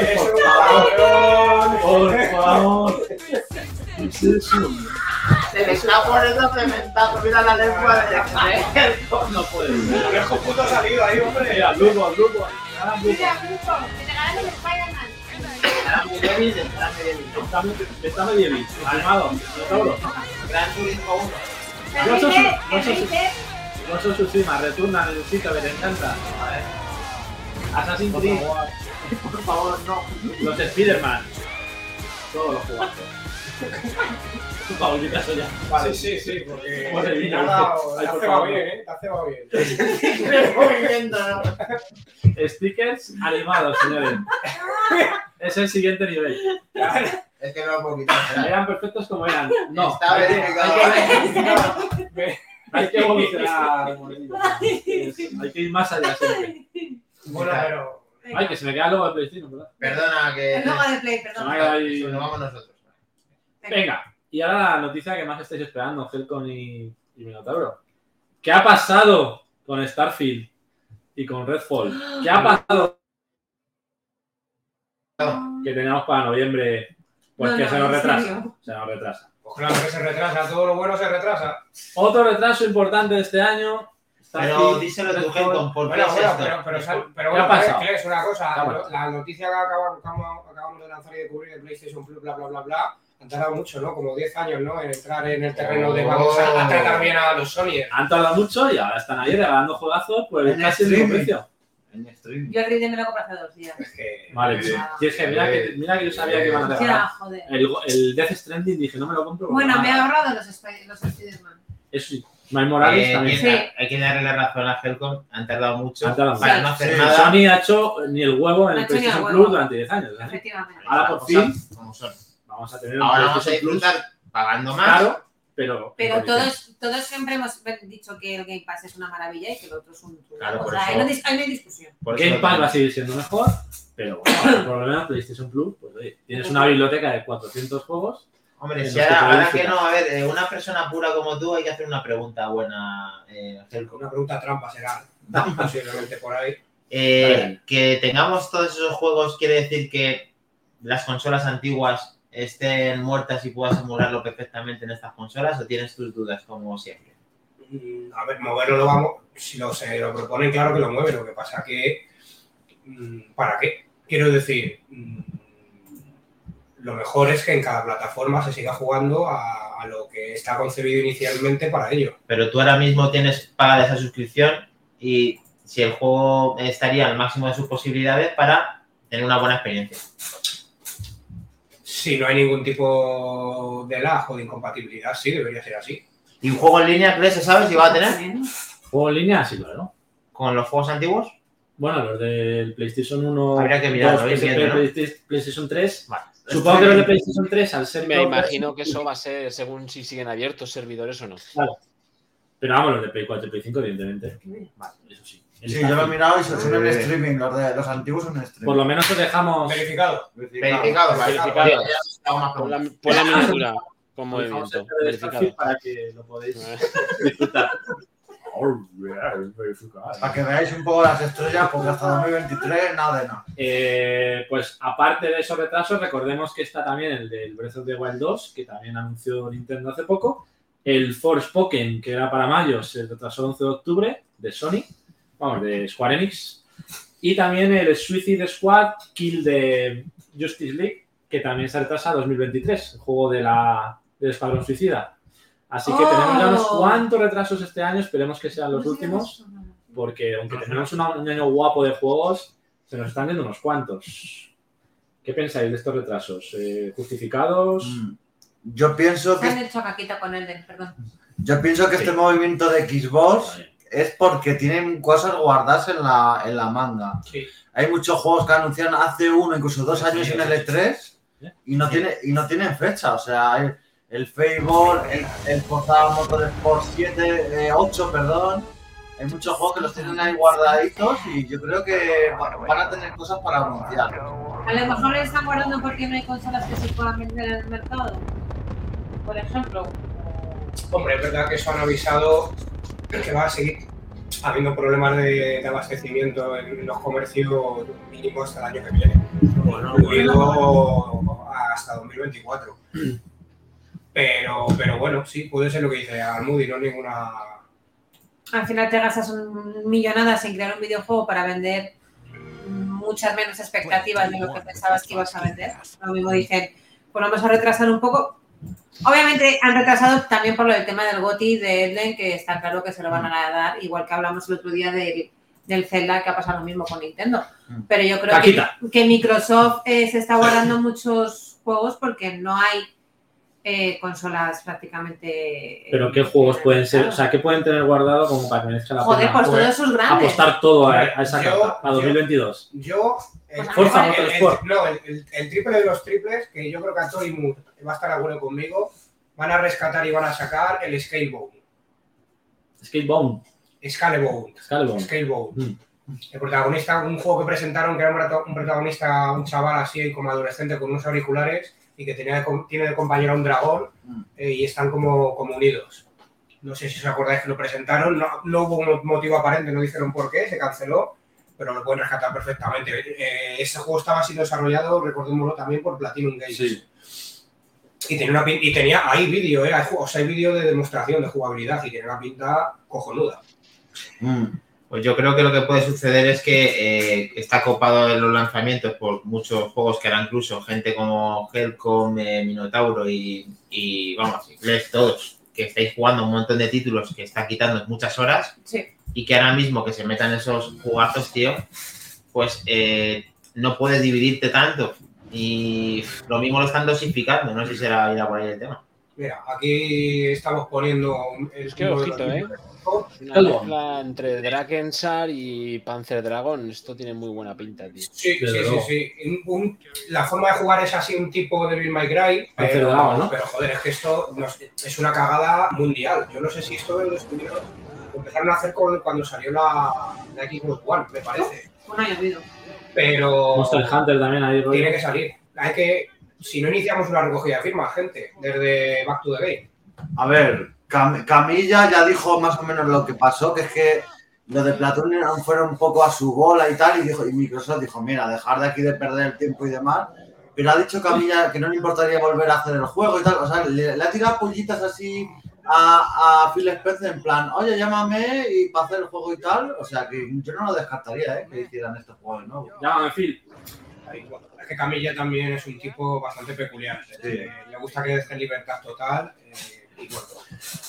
Es un cabrón. Por favor. ¿Qué es eso? Se le está poniendo cementazo. Mira la lengua de No puede ser. El viejo puto ha salido ahí, hombre. Mira, Lugo, Lugo. Ah, Lugo. Mira, Grupo, que te ganan el Spider-Man. Estará muy débil, estará muy débil. Está medio- Está medio bien, confirmado. seguro. Gran Turismo 1. No sos- Enrique, no sos- Enrique, Ghost of Tsushima, retorna, necesito, me te encanta. Assassin's Creed, Por favor, no. los Spider-Man. Todos los jugadores. Tu favorita soy ya. Sí, sí, sí, porque Madre te mía, ha dado- ay, Eh, te ha por cebado favor. bien, ¿eh? Te ha cebado bien. Stickers animados, señores. Es el siguiente nivel. Es que no lo puedo quitar. espera. Eran perfectos como eran. No, Está hay que- verificado. hay que- hay que evolucionar. Morenillo. Eso, Hay que ir más allá siempre. Bueno, pero... venga. Ay, que se me queda luego el PlayStation, ¿verdad? Perdona que. El logo de Play, Se me ha perdón. quedado ahí- Nos vamos nosotros. Venga, y ahora la noticia que más estáis esperando, Helcon y, y Minotauro. ¿Qué ha pasado con Starfield y con Redfall? ¿Qué ha pasado que teníamos para noviembre? Pues No, que no, se nos en retrasa. serio. Se nos retrasa. Pues claro que se retrasa, todo lo bueno se retrasa. Otro retraso importante de este año. Pero Starfield, díselo tu Redfall. Genton, ¿por qué Bueno, es bueno, esto? pero, pero, sal- pero ¿Qué bueno, ha pasado? Flex, una cosa, ¿Qué ha pasado? la noticia que acabamos, acabamos- acabamos de lanzar y de cubrir de PlayStation Plus, bla, bla, bla, bla, han tardado mucho, ¿no? Como 10 años, ¿no? En entrar en el terreno de Oh. vamos a, a tratar bien a los Sony. Han tardado mucho y ahora están ahí regalando juegazos por En el casi el mismo streaming. precio. En streaming. Yo el Riden me lo compré hace dos días. Es que... Vale, pues, y es que mira, que mira que yo sabía que iban a regalar. Ya, joder. El, el Death Stranding dije, no me lo compro. porque Bueno, nada. me he ahorrado los, Sp- los Spider-Man. Eso sí. Miles Morales Eh, también. hay que- Sí. Hay que darle la razón a Helcom, han tardado mucho Han tardado para mucho. no hacer Sí. nada. Sony ha hecho ni el huevo en No el ha hecho ni el PlayStation huevo. Plus durante 10 años. ¿eh? Efectivamente. Ahora Las por cosas fin como son. vamos a tener un Ahora vamos a PlayStation Plus disfrutar pagando más. caro, pero. Pero en condiciones. todos, todos siempre hemos dicho que el Game Pass es una maravilla y que el otro es un truco. Claro, o por sea, eso- ahí no, dis- ahí no hay discusión. Por Game eso- Pass va a seguir siendo mejor, pero bueno, ahora por lo menos PlayStation Plus, pues oye, tienes una biblioteca de 400 juegos. Hombre, en si los ahora, que ahora puedes que no, a disfrutar. ver, eh, una persona pura como tú hay que hacer una pregunta buena, eh, Helcom. Una pregunta trampa será, posiblemente por ahí. Eh, Vale. que tengamos todos esos juegos quiere decir que las consolas antiguas estén muertas y puedas emularlo perfectamente en estas consolas o tienes tus dudas como siempre. Mm, A ver, moverlo lo vamos. Si lo, se lo proponen, claro que lo mueven. Lo que pasa que. mm, ¿Para qué? Quiero decir, mm, lo mejor es que en cada plataforma se siga jugando a- al a lo que está concebido inicialmente para ello. Pero tú ahora mismo tienes pagada esa suscripción y si el juego estaría al máximo de sus posibilidades para tener una buena experiencia. Si no hay ningún tipo de lag o de incompatibilidad, sí, debería ser así. ¿Y un juego en línea crees que sabes si va a tener? ¿Juego en línea? Sí, claro. ¿Con los juegos antiguos? Bueno, los del PlayStation 1. Habría que mirarlo, dos, ir viendo, ¿no? PlayStation- PlayStation 3. Vale. Supongo que los de PlayStation 3, al ser. Me todos- imagino que eso va a ser según si siguen abiertos servidores o no. Pero vamos, los de Play 4 y Play 5, evidentemente. Vale, eso sí. El Sí, espacio. yo lo he mirado y se son en Eh. streaming, los, de, los antiguos son en streaming. Por lo menos os dejamos. Verificado. Verificado, vale. Verificado. Ya, ya, ya, más Pon preguntas. la, pon la miniatura con os dejamos movimiento. el perfil Verificado. Para que lo podáis Eh, disfrutar. Oh, yeah, es verificado. Para que veáis un poco las estrellas, porque hasta 2023 nada de nada. Eh, pues aparte de esos retrasos, recordemos que está también el del Breath of the Wild 2, que también anunció Nintendo hace poco. El Force Pokémon, que era para mayo, se retrasó el 11 de octubre, de Sony, vamos, de Square Enix. Y también el Suicide Squad Kill de Justice League, que también se retrasa a 2023, el juego de la, del Escuadrón Suicida. Así que Oh. tenemos ya unos cuantos retrasos este año, esperemos que sean los Pues No sé, últimos no sé. porque aunque tenemos una- un año guapo de juegos, se nos están yendo unos cuantos. ¿Qué pensáis de estos retrasos? Eh, ¿Justificados? Mm. Yo pienso Se han que, este, hecho caquita con Elden, perdón. yo pienso que este movimiento de Xbox es porque tienen cosas guardadas en la, en la manga. Sí. Hay muchos juegos que anuncian hace uno, incluso dos años Sí, en sí, el E3 ¿Eh? y no, tiene, y no tienen fecha. O sea, hay el Fable, el, el Forza Motorsport 7, eh, 8, perdón. Hay muchos juegos que los tienen ahí guardaditos y yo creo que va- van a tener cosas para anunciar. A lo mejor le están guardando porque no hay consolas que se puedan vender en el mercado. Por ejemplo. Hombre, es verdad que eso han avisado que va a seguir habiendo problemas de, de abastecimiento en los comercios mínimos hasta el año que viene. Incluido hasta 2024. Pero, pero bueno, sí, puede ser lo que dice Almudi, no ninguna. Al final te gastas un millonadas en crear un videojuego para vender muchas menos expectativas de lo que pensabas que ibas a vender. Lo mismo dicen, pues vamos a retrasar un poco. Obviamente han retrasado también por lo del tema del GOTI de Elden, que está claro que se lo van a dar, igual que hablamos el otro día del, del Zelda, que ha pasado lo mismo con Nintendo. Mm. Pero yo creo que Paquita. que Microsoft eh, se está guardando muchos juegos porque no hay eh, consolas prácticamente. eh, ¿Pero qué juegos pueden ser? O sea, ¿qué pueden tener guardado como para que merezca la Joder, pena pues Joder, todos sus grandes. apostar todo a, a esa Yo- carta, a yo- 2022? Yo. el- Forza el- el- Motorsport. No, el, el- el triple de los triples, que yo creo que a Tori Moore va a estar abuelo conmigo, van a rescatar y van a sacar el Scalebound. Skatebound, Scalebound. Scalebound. Scalebound. Mm. El protagonista, un juego que presentaron que era un prota- un protagonista, un chaval así como adolescente con unos auriculares y que tenía de com- tiene de compañero a un dragón Mm. eh, y están como, como unidos. No sé si os acordáis que lo presentaron, no, no hubo un motivo aparente, no dijeron por qué, se canceló, pero lo pueden rescatar perfectamente. Eh, este juego estaba siendo desarrollado, recordémoslo también, por Platinum Games. Y tenía, una pin- y tenía ahí vídeo, eh, hay ju- o sea, hay vídeo de demostración de jugabilidad y tiene una pinta cojonuda. Mm. Pues yo creo que lo que puede suceder es que eh, está copado en los lanzamientos por muchos juegos que harán incluso gente como Helcom, eh, Minotauro y, y, vamos, les todos, que estáis jugando un montón de títulos que está quitando muchas horas Sí. y que ahora mismo que se metan esos jugazos, tío, pues eh, no puedes dividirte tanto. Y lo mismo lo están dosificando, no sé si será ir a por ahí el tema. Mira, aquí estamos poniendo un- el Es que símbolo de ojito, los ¿eh? números. Una Calvo. mezcla entre Drakensar y Panzer Dragon. Esto tiene muy buena pinta, tío. Sí, Desde sí, sí, luego. sí. Un- un- la forma de jugar es así un tipo de Bill My Cry, Hace pero, dragón, ¿no? pero, joder, es que esto no sé, es una cagada mundial. Yo no sé si esto lo estuvieron- lo empezaron a hacer con- cuando salió la, la Xbox One, me parece. Bueno, ha llovido. Pero Monster Hunter también ahí, rollo. tiene que salir. Hay que, si no iniciamos una recogida de firmas, gente, desde Back to the Game. A ver, Cam- Camilla ya dijo más o menos lo que pasó, que es que lo de Platón fueron un poco a su bola y tal, y dijo, y Microsoft dijo, mira, dejar de aquí de perder el tiempo y demás. Pero ha dicho Camilla que no le importaría volver a hacer el juego y tal. O sea, le, le ha tirado pullitas así a, a Phil Spencer en plan, oye, llámame y para hacer el este juego y tal. O sea, que yo no lo descartaría, ¿eh? Que hicieran estos juegos, ¿no? Llámame Phil. Ahí, bueno, es que Camilla también es un tipo bastante peculiar. eh, le gusta que deje libertad total. eh, y bueno,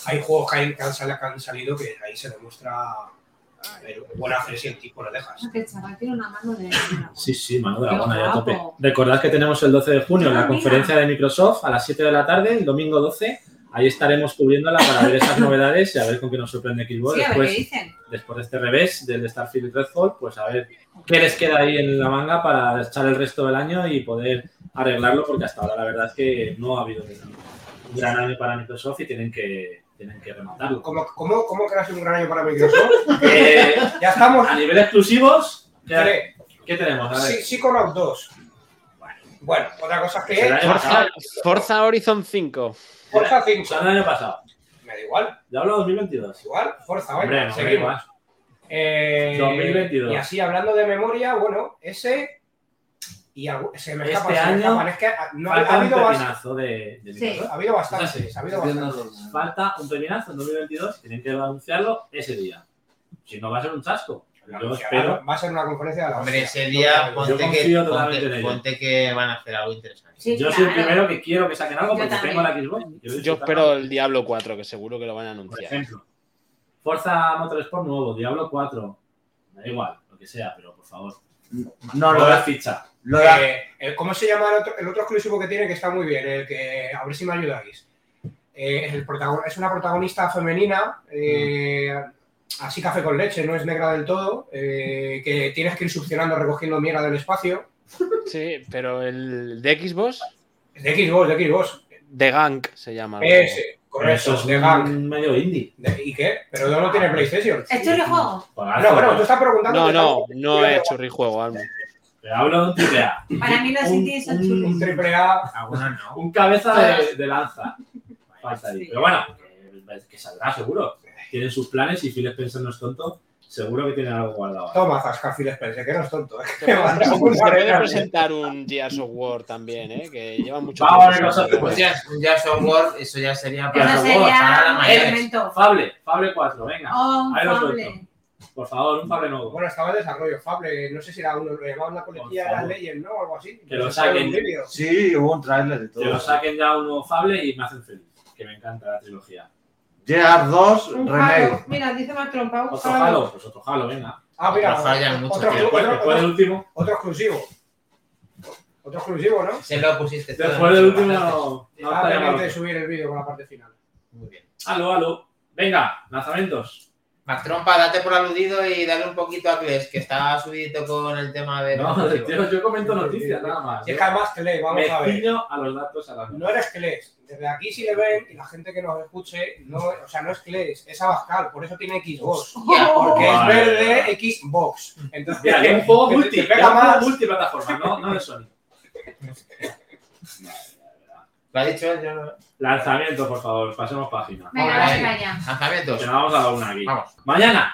hay juegos que, hay- que han, sal- que han salido que ahí se demuestra el buen hacer si el tipo lo dejas. Este chaval tiene una mano de. Sí, sí, mano de la Qué buena, ya a tope. guapo. Recordad que tenemos el 12 de junio Ah, la mira. conferencia de Microsoft a las 7 de la tarde, el domingo 12. Ahí estaremos cubriéndola para ver esas novedades y a ver con qué nos sorprende Xbox Sí, a ver qué después, dicen. después de este revés del Starfield Redfall, pues a ver qué les queda ahí en la manga para echar el resto del año y poder arreglarlo, porque hasta ahora la verdad es que no ha habido un gran año para Microsoft y tienen que, tienen que rematarlo. ¿Cómo, cómo, cómo creas un gran año para Microsoft? Eh, ya estamos. a nivel exclusivos, ¿qué, Tres. qué tenemos? A ver. Sí, Psychonauts 2. Bueno, otra cosa es El que año pasado. Forza, Forza Horizon 5. Forza 5. Salió el año pasado. Me da igual, Ya hablo de 2022. igual, Forza, Hombre, vaya, no, hombre, seguimos. más. Eh, 2022. Y así, hablando de memoria, bueno, ese. Y algo- se me Este escapa, se me año escapan. Es que ah, no, ha, Falta un habido bast- pepinazo de, de Sí. Microsoft. ha habido bastantes. Ha habido bastantes. Falta un pepinazo en 2022. Tienen que anunciarlo ese día. Si no, va a ser un chasco. Yo espero. Va a ser una conferencia de la Hombre, hostia. ese día pues, Yo Yo ponte que, confío totalmente en ponte, ello. ponte que van a hacer algo interesante. Sí, yo soy el claro. primero que quiero que saquen algo Yo porque también. tengo la Xbox. y quiero Yo disfrutarla. espero el Diablo 4, que seguro que lo van a Por anunciar. ejemplo, Forza Motorsport nuevo, Diablo 4. Me da igual, lo que sea, pero por favor. No, No lo la de, ficha. lo de- Eh, el- ¿Cómo se llama el otro, el otro exclusivo que tiene que está muy bien? El que, a ver si me ayudáis. Eh, es, el protagon- es una protagonista femenina, eh, así café con leche, no es negra del todo, eh, que tienes que ir succionando recogiendo mierda del espacio. Sí, pero el de Xbox, Es de Xbox, de Xbox. The Gank se llama. Ese, correcto, Eso es de Gang. un medio indie. De- ¿Y qué? Pero no, no tiene PlayStation. Ah, Esto es el juego. No, bueno, tú estás preguntando. No, que no, tal- no he hecho rejuego, Almo. Te hablo de un triple A. Para mí los Un- indies son un- Un chulos. triple A. Ah, Algunas no. Un cabeza de, de lanza. Falta ahí. Pues- Sí. Pero bueno, eh, que, que saldrá seguro. Tienen sus planes y Phil Spencer no es tonto. Seguro que tienen algo guardado. ahí. Toma, Zasca, Phil Spencer, que no es tonto. ¿eh? Se puede, se Un par de puede años. presentar un Gears of War también, ¿eh? que lleva mucho Vamos a ver tiempo. los sin- otros. Un Jazz, un Jazz of War, eso ya sería para, Eso Por favor, para sería la un mayor. elemento. Fable, Fable 4, venga. Oh, Ahí lo Fable. suelto. Por favor, un Fable nuevo. Bueno, estaba en desarrollo, Fable, no sé si era uno, lo llamaban la policía de Por las favor. leyes, ¿no? O algo así. Que lo No sé, era un saquen. vídeo. Sí, hubo un trailer de todo. Que lo saquen ya un nuevo Fable y me hacen feliz. Que me encanta la trilogía. Gears 2 Un Remake. Halo. Mira, dice Martrón, Pau. Otro Halo, pues otro Halo, venga. Ah, mira, Lo fallan mucho, otro, tío. otro- Después, después del otro- último. otro exclusivo. Otro exclusivo, ¿no? Se lo pusiste todo. Después del último. Bastante. No, no Estaba estaría pendiente de mal. subir el vídeo con la parte final. Muy bien. Halo, Halo. Venga, lanzamientos. Mac Trompa, date por aludido y dale un poquito a Kles, que está subidito con el tema Eh, de. No, tío, yo comento noticias nada más. Y es que además te lee, vamos me a ver. ciño a los datos a las No eres Kles. Desde aquí si le ven y la gente que nos escuche, no, o sea, no es Kles, es Abascal, por eso tiene Xbox. Oh. Ya, Porque es Vale. verde Xbox. Entonces, Mira, que es un juego que te- multi, te pega es un juego más. multiplataforma, no, no de Sony. Lo ha dicho él, yo no. Lanzamiento, por favor, pasemos página. Venga, Vale. vas allá. Que Lanzamientos. nos vamos a la una aquí. Vamos. Mañana,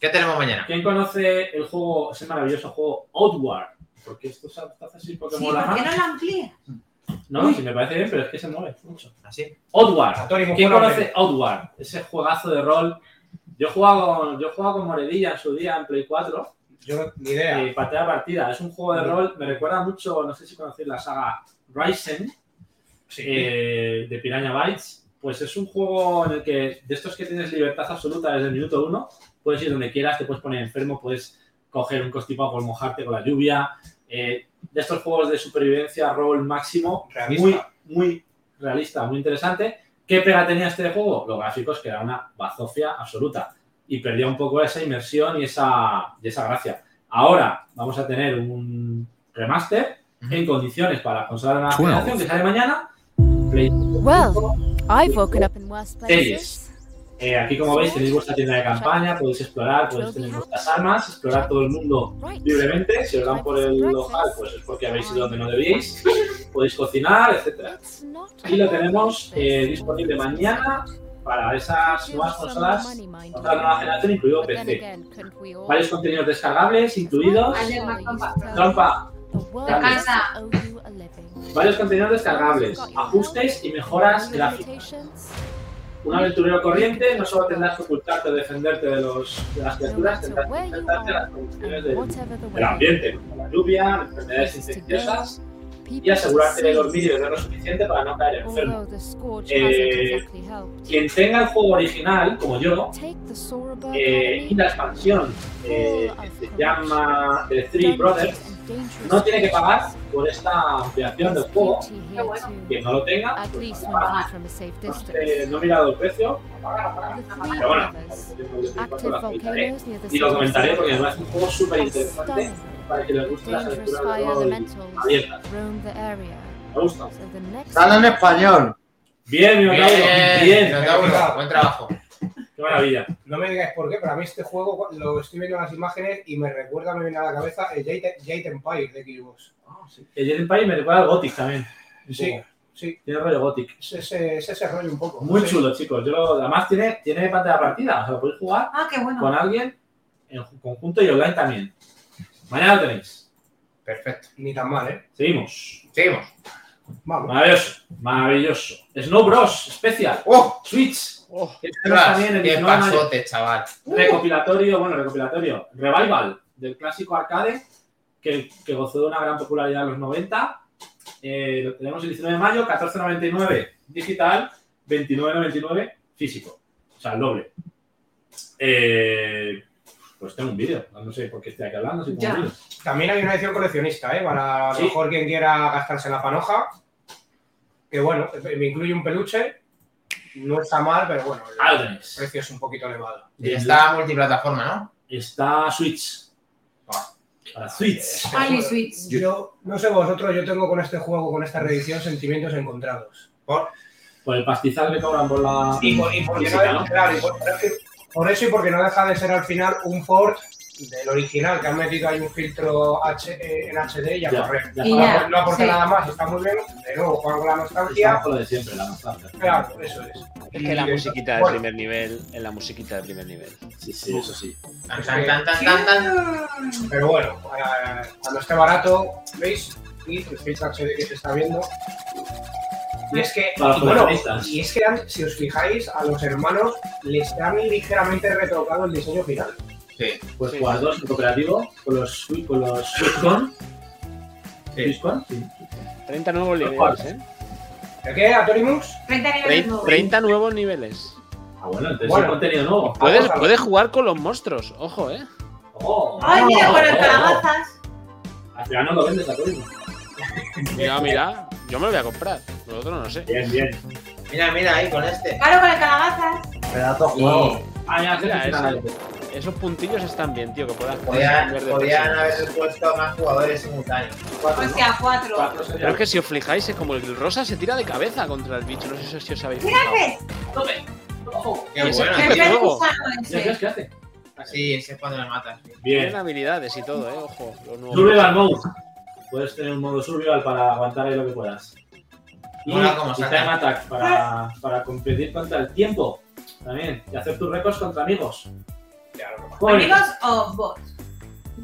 ¿Qué tenemos mañana? ¿quién conoce el juego, ese maravilloso juego Outward? Porque esto se hace así porque Sí, mola ¿por qué más. no lo amplía? No, no, si me parece bien, pero es que se mueve mucho. ¿Ah, Así. Outward. Satori ¿Quién Mujura, conoce Outward? Ese juegazo de rol. Yo jugaba con, yo jugaba con Moredilla en su día en Play 4. Yo ni idea. Eh, patea partida. Es un juego de rol, me recuerda mucho, no sé si conocéis la saga Ryzen Sí. eh, de Piranha Bytes. Pues es un juego en el que, de estos que tienes libertad absoluta desde el minuto uno, puedes ir donde quieras, te puedes poner enfermo, puedes coger un constipado por mojarte con la lluvia. eh, de estos juegos de supervivencia, rol máximo, Realista. muy, muy realista, muy interesante. ¿Qué pega tenía este juego? Los gráficos, que era una bazofia absoluta. Y perdía un poco esa inmersión y esa, y esa gracia. Ahora vamos a tener un remaster en condiciones para la consola de nueva Twelve. generación que sale mañana. Play Well, I've woken up in worse places. Eh, aquí, como veis, tenéis vuestra tienda de campaña, podéis explorar, podéis tener vuestras armas, explorar todo el mundo Right. libremente. Si os dan por el local, pues es porque habéis ido donde no debíais. Podéis cocinar, etcétera. It's not Y lo tenemos eh, disponible mañana para esas nuevas consolas, consolas de nueva generación, incluido But then PC. again, couldn't we all- Varios contenidos descargables, incluidos. Ayer más compa. Trompa, The world Dale. doesn't owe you a living. varios contenidos descargables, ajustes y mejoras gráficas. Un aventurero corriente no solo tendrás que ocultarte o defenderte de, los, de las criaturas, tendrás que enfrentarte a las condiciones del, del ambiente, como la lluvia, enfermedades infecciosas y asegurarte de dormir y beber lo suficiente para no caer enfermo. Eh, quien tenga el juego original, como yo, eh, y la expansión eh, que se llama The Three Brothers, no tiene que pagar por esta ampliación del juego. Quien no lo tenga, pues no paga. Eh, no he mirado el precio, no paga, no paga. pero bueno, Pues, lo comentaré. ¿eh? y lo comentaré porque además es un juego súper interesante para que les guste las aventuras de rol abiertas. Me gusta. Sale en español. Bien, mi Otauro, Bien, bien. Minotauro, buen trabajo. Qué maravilla. No me digáis por qué, pero a mí este juego lo estoy viendo en las imágenes y me recuerda, me viene a la cabeza el Jade, Jade Empire de Xbox. El Jedi Empire me recuerda al Gothic también. Un Sí, poco. sí, Tiene rollo Gothic. es ese, es ese rollo un poco. Muy Sí. chulo, chicos. Yo lo- además tiene, tiene pantalla partida. O sea, lo podéis jugar Ah, qué bueno. con alguien en ju- conjunto y online también. Mañana lo tenéis. Perfecto. Ni tan mal, ¿eh? Seguimos. Seguimos. Vamos. Maravilloso. Maravilloso. Snow Bros. Especial. ¡Oh! Switch. Oh, Que tenemos ostras, también el ¡Qué Snow Mario. pasote, chaval! recopilatorio, bueno, recopilatorio, revival del clásico arcade que, que gozó de una gran popularidad en los 90. Eh, lo tenemos el 19 de mayo, 14.99 digital, 29.99 físico, o sea, el doble. Eh, pues tengo un vídeo, no sé por qué estoy aquí hablando, si tengo Ya. un vídeo. También hay una edición coleccionista, ¿eh? Para a lo Sí. mejor quien quiera gastarse la panoja. Que bueno, me incluye un peluche. No está mal, pero bueno, Ahí Ah, lo el tenéis. precio es un poquito elevado. Y está multiplataforma, ¿no? Está Switch. Para Switch. Ali Switch. Yo, no sé vosotros, yo tengo con este juego, con esta reedición, sentimientos encontrados. Por el pastizal que cobran por la. Y por, y porque no- física, ¿no? claro, y por- pero es que por eso y porque no deja de ser al final un port del original, que han metido ahí un filtro H, eh, en HD y a Ya, correr. ya Y No, está. no aporta sí. nada más, está muy bien. De nuevo, juegan con la nostalgia. Estamos con lo de siempre, la nostalgia. Claro, eso es. Es que la Y- musiquita de bueno, primer nivel, en la musiquita de primer nivel. Sí, sí, eso sí. Tan, tan, tan, tan, tan, tan. Pero bueno, eh, cuando esté barato, ¿veis? Y el filtro HD que se está viendo. Y es que, Para los y bueno, coleccionistas. y es que han- si os fijáis, a los hermanos les han ligeramente retocado el diseño final. Sí, Pues Sí. jugar dos en cooperativo con los Swi- con los Swisscon. Sí. Swisscon, sí. 30 nuevos niveles, ¿eh? ¿El qué, Atorimus? 30 niveles Trein- nuevos. 30 nuevos niveles. Ah, bueno, entonces Bueno. hay contenido nuevo. Puedes, Vamos a ver. puedes jugar con los monstruos, ojo, ¿eh? Oh, Ay, mira, oh, con el oh, calabazas. oh. Al final no lo vendes a todo. Mira, mira, yo me lo voy a comprar. Nosotros no lo sé. Bien, bien. Mira, mira, ahí con este. Claro, con el calabazas. Pedazo juego. Ah, ya, Mira, sí, sí, nada. Esos puntillos están bien, tío, que puedas Podían, cambiar de podían personaje. haber puesto más jugadores simultáneos. Cuatro, ¿no? Hostia, cuatro. Cuatro sería- Pero es que si os fijáis, es como el rosa se tira de cabeza contra el bicho. No sé si os habéis ¿Qué fijado. haces? Tome. Ojo. Qué Ese- bueno. En plan Luego. gusano ¿Ya sabes ese. qué hace? Sí, ese es cuando le matas. sí. Tienen Bien. habilidades y todo, ¿eh? Ojo. Los nuevos. Survival mode. Puedes tener un modo survival para aguantar ahí lo que puedas. Y Mola como y saca. time attack para, para competir contra el tiempo. También. Y hacer tus récords contra amigos. Joder. ¿Amigos o bots?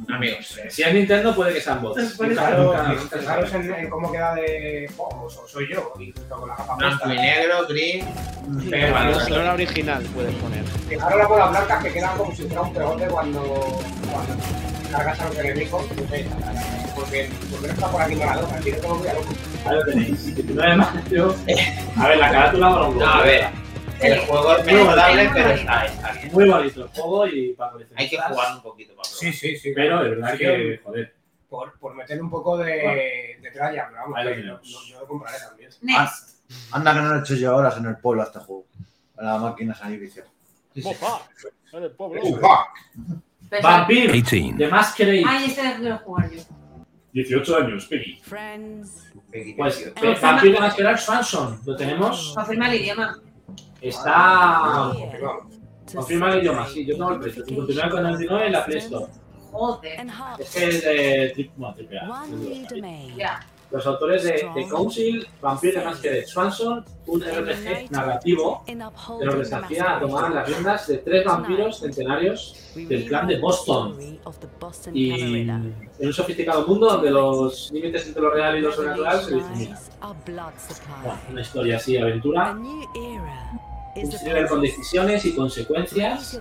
Amigos. Si es Nintendo, puede que sean Pues bots. Pues Por eso. Fijaros, fijaros en, en cómo queda de. Oh, so- soy yo, incluso con la Ah, capa Blanco y puesta. negro, green. Pero Pero, la versión original puedes poner. Fijaros las bolas blancas que quedan como si fuera un pegote cuando, cuando cargas a los enemigos. no sé, Porque, porque no está por aquí para loca, tiene todo muy a loco. Ahí lo tenéis. 19 de mayo. A ver, la carátula para un Eh. A ver. El juego es Pero memorable, está pero bien. está, está bien. Muy bonito el juego y para coleccionistas. Hay que jugar un poquito para probar. Sí, sí, sí. Pero de verdad Sí, que, joder, Por, por meter un poco de, de tralla, pero vamos, Ahí lo que tenemos. yo- yo lo compraré también. Next. Anda que no lo he hecho yo horas en el pueblo a este juego. A la máquina San Ibicio. ¡Bofa! ¡Eres pueblo! Ah, Pero- Vampir 18. de Masquerade. Ay, este lo quiero jugar yo. 18 años, Piggy. Friends. Pues Pequeño. eh, Vampir de Masquerade Expansion. Lo tenemos. Confirma el idioma. Está. Confirmado. Confirma el idioma, sí, yo tengo el precio. 59,99 en la Play Store. Joder. Es que es de tri- bueno, triple A. One new domain. Ya. Los autores de, de Council, Vampir de Masquerade Expansion, un RPG narrativo In que nos upholding the desafía a tomar las massive riendas de tres vampiros centenarios We del clan de rewrite the Boston. story of the Boston y Camarilla. en un sofisticado mundo donde los límites entre lo real y lo sobrenatural se Revolutionise difuminan. our blood supply. Bueno, una historia así, A aventura, new era Un thriller con decisiones y consecuencias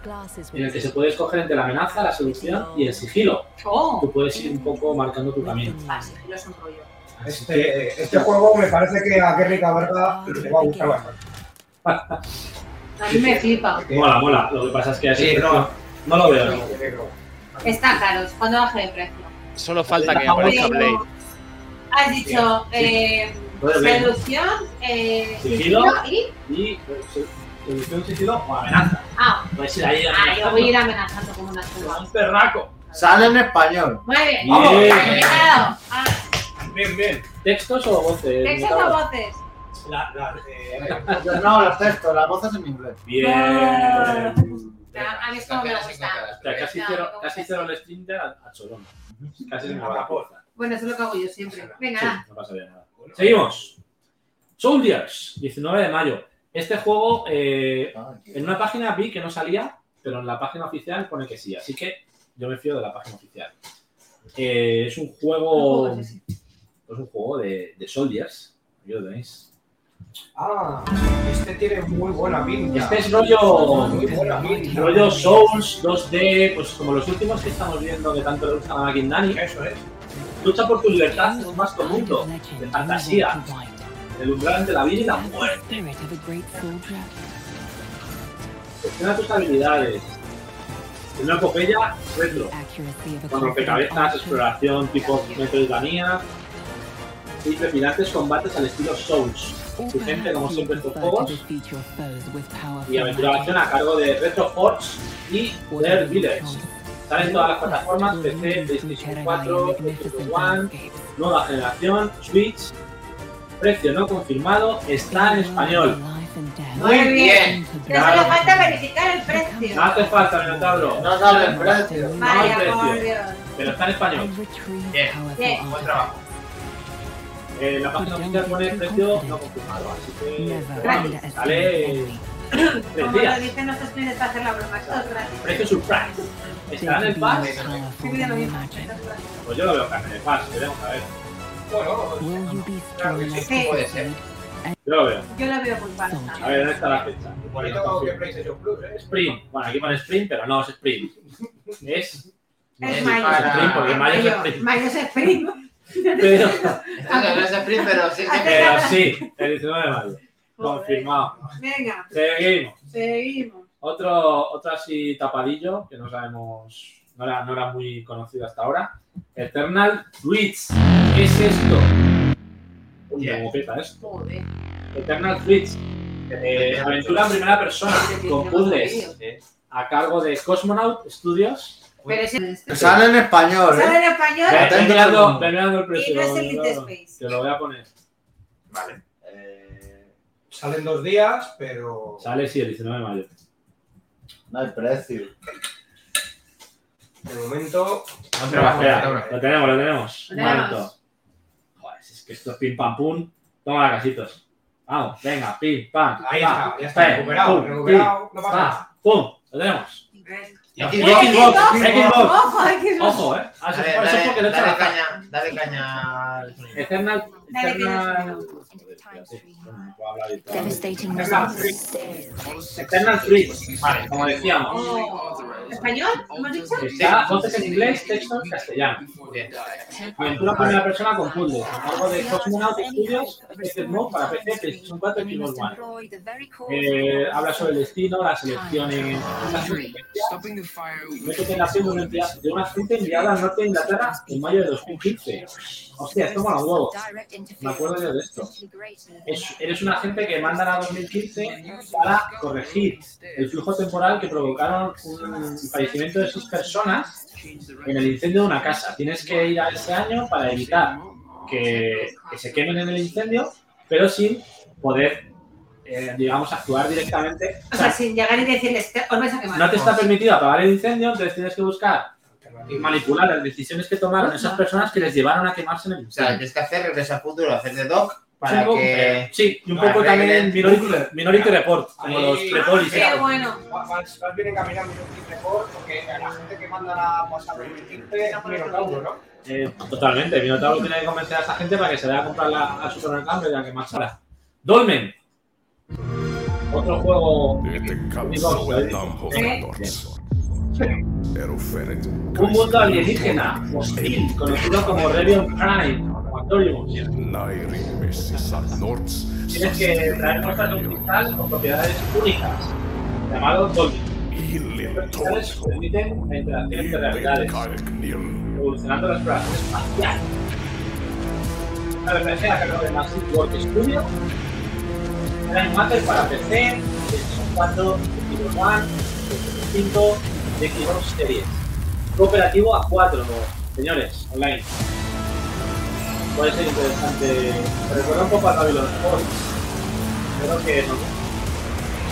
en el que se puede escoger entre la amenaza, la seducción y el sigilo. Oh, Tú puedes ir un poco marcando tu camino. ah, sí, no es un rollo. Así que, Este, este juego me parece que a Kerry Caberga le va a gustar bastante. A mí me flipa. mola, mola. Lo que pasa es que así Sí, no, no lo veo. ¿no? Están caros. ¿Cuándo baja de precio? Solo falta que Pero- aparezca Blade. Has dicho eh, Puede ver. seducción, eh, Sigilo. sigilo y. Y eh, se- seducción, sigilo o amenaza. Ah, Puedes ir ahí ah, yo amenazando. voy a ir amenazando como una suba. Un perraco. Sale en español. Muy bien. Vamos. Claro. Ah, Bien, bien. ¿Textos o voces? ¿Textos o voces? La- eh, la- Yo no, los textos, las voces en inglés. Ah. Bien. A a mí es como me gusta. O sea, casi No, hicieron, no, casi no. hicieron el Splinter a, a Cholón. Casi se me va la puerta. Bueno, eso es lo que hago yo siempre. Venga, Sí, va. no pasaría nada. Seguimos. Soldiers, 19 de mayo. Este juego, eh, en una página vi que no salía, pero en la página oficial pone que sí. Así que yo me fío de la página oficial. Eh, es un juego. Sí, sí. Es un juego de, de Soldiers. Aquí lo tenéis. Ah, este tiene muy buena pinta. Este es rollo. muy buena pinta. Rollo Souls 2D, pues como los últimos que estamos viendo que tanto le gustan a Makin Dani. Eso es. Lucha por tu libertad en un vasto mundo de fantasía, el umbral entre la vida y la muerte. Gestiona tus habilidades. En una epopeya retro, con rompecabezas, exploración tipo Metroidvania y trepidantes combates al estilo Souls. Urgente, como siempre, estos juegos. Y aventura de acción a cargo de Retro Forge y Their Village. Están en todas las plataformas: PC, PlayStation 4, PlayStation One, nueva generación, Switch. Precio no confirmado, está en español. Muy bien. Pero solo falta verificar el precio. No hace falta, Minotauro. No sabe el precio. Ah, no el Vaya, precio. por Dios. pero está en español. Bien, Bien. buen trabajo. Eh, la página oficial pone precio no confirmado, así que bueno, sale tres Como lo días. dicen nuestros clientes para hacer la broma, esto es gratis. Precio surprise. ¿Estará en el pass? Sí, mira lo mismo, esto es gratis. Pues yo lo veo que está en el pass, veremos a ver. Bueno, pues, claro que sí. Sí, Puede ser. Yo lo veo. yo lo veo muy falsa. A ver, ¿dónde está la fecha? Bueno, no Bonito que confirmo. PlayStation Plus, ¿eh? Sprint. Bueno, aquí pone sprint, pero no es sprint. Es. no Es es mayo. Ah, sprint, porque mayo es Mayo, sprint. mayo es sprint. Pero, Esto no es sprint, pero sí que. pero sí, el 19 de mayo. Joder. Confirmado. Venga, Seguimos. seguimos. Otro, otro así tapadillo que no sabemos, no era, no era muy conocido hasta ahora. Eternal Threats. ¿Qué es esto? Uy, Yeah. ¿Cómo peta esto? Joder. Eternal Threats. Eh, aventura en primera persona con puzzles eh, a cargo de Cosmonaut Studios. Pero es en este. Sale en español, Sale ¿eh? en español Ve- ve Atento mirando- segundo. ve mirando el precio. y no es el no, Elite no, Space. Te lo voy a poner. Vale. Eh, Salen dos días, pero. Sale sí el 19 de mayo. no hay precio. De momento. Buen trabajo, buen Espera, trabajo. lo tenemos, lo tenemos. Lo Un tenemos. momento. Joder, si es que esto es pim pam pum. Toma la casitos. Vamos, venga, pim pam. Ahí pam, está, ya está, pam, recuperado, pum, recuperado, no pim, pasa nada. pam, pum, lo tenemos. Xbox, Xbox, Xbox. Xbox. Ojo, es que Ojo, eh. Ah, Eso Dale, eso es dale, porque lo dale he hecho la caja. caña, dale caña al sonido. Eternal. Dale, que no Eternal. se Joder, espérate, no puedo hablar de todo. Devastating loss. Eternal Freeze. Vale, como decíamos. Oh. ¿Español? ¿Hemos dicho? Está voces en inglés, texto en castellano. Aventura primera persona con puzzles. A cargo de Cosmonaut Studios, este nuevo para PC, PlayStation 4 y Xbox One. Eh, habla sobre el destino, las elecciones, las consecuencias. Métete en la sede de una entidad- de una gente enviada al norte de Inglaterra en mayo de 2015. Hostia, esto mola un huevo. Me acuerdo yo de esto. Es- eres un agente que mandan a 2015 para corregir el flujo temporal que provocaron un fallecimiento de sus personas en el incendio de una casa. Tienes que ir a ese año para evitar que, que se quemen en el incendio, pero sin poder, eh, digamos, actuar directamente. O sea, sin llegar y decirles, "Te- os vais a quemar. No te está permitido apagar el incendio, entonces tienes que buscar y Alternativa. manipular las decisiones que tomaron esas personas que les llevaron a quemarse en el O sea, incendio. tienes que hacer regresar al futuro, hacer de doc para Sí, un que. poco- Sí, y un no poco arreglen también el Minority, bucle. Minority Report, como Ahí- los Prepolis. Qué bueno. Va- Vas, vas bien encaminado un mejor porque a la gente que manda a pasar un cliente es minotauro, ¿no? Eh, totalmente, Minotauro tiene que convencer a esa gente para que se vaya a comprar la, al supermercado y la que más sala. Dolmen. Otro juego. Este Digo, cabezo lo he é dicho. tão ¿Eh? rosador. Era o Ferenc. Un mundo alienígena, hostil, conocido como Rebellion Prime, o Atorium. Nairimesi Sadnorts. Tienes que traer fuerzas de un cristal con propiedades únicas, llamado Dolby. Los cristales Ilentor. permiten la interacción entre realidades, Ilenkarknil. evolucionando la exploración espacial. La referencia a la carrera de Massive Work Studio. Era un master para PC, PlayStation 4, Xbox One, PlayStation 5, y Xbox Series. Cooperativo a 4, señores, online. Puede ser interesante. Me Recuerda un poco a Babylon Fall. Creo que no.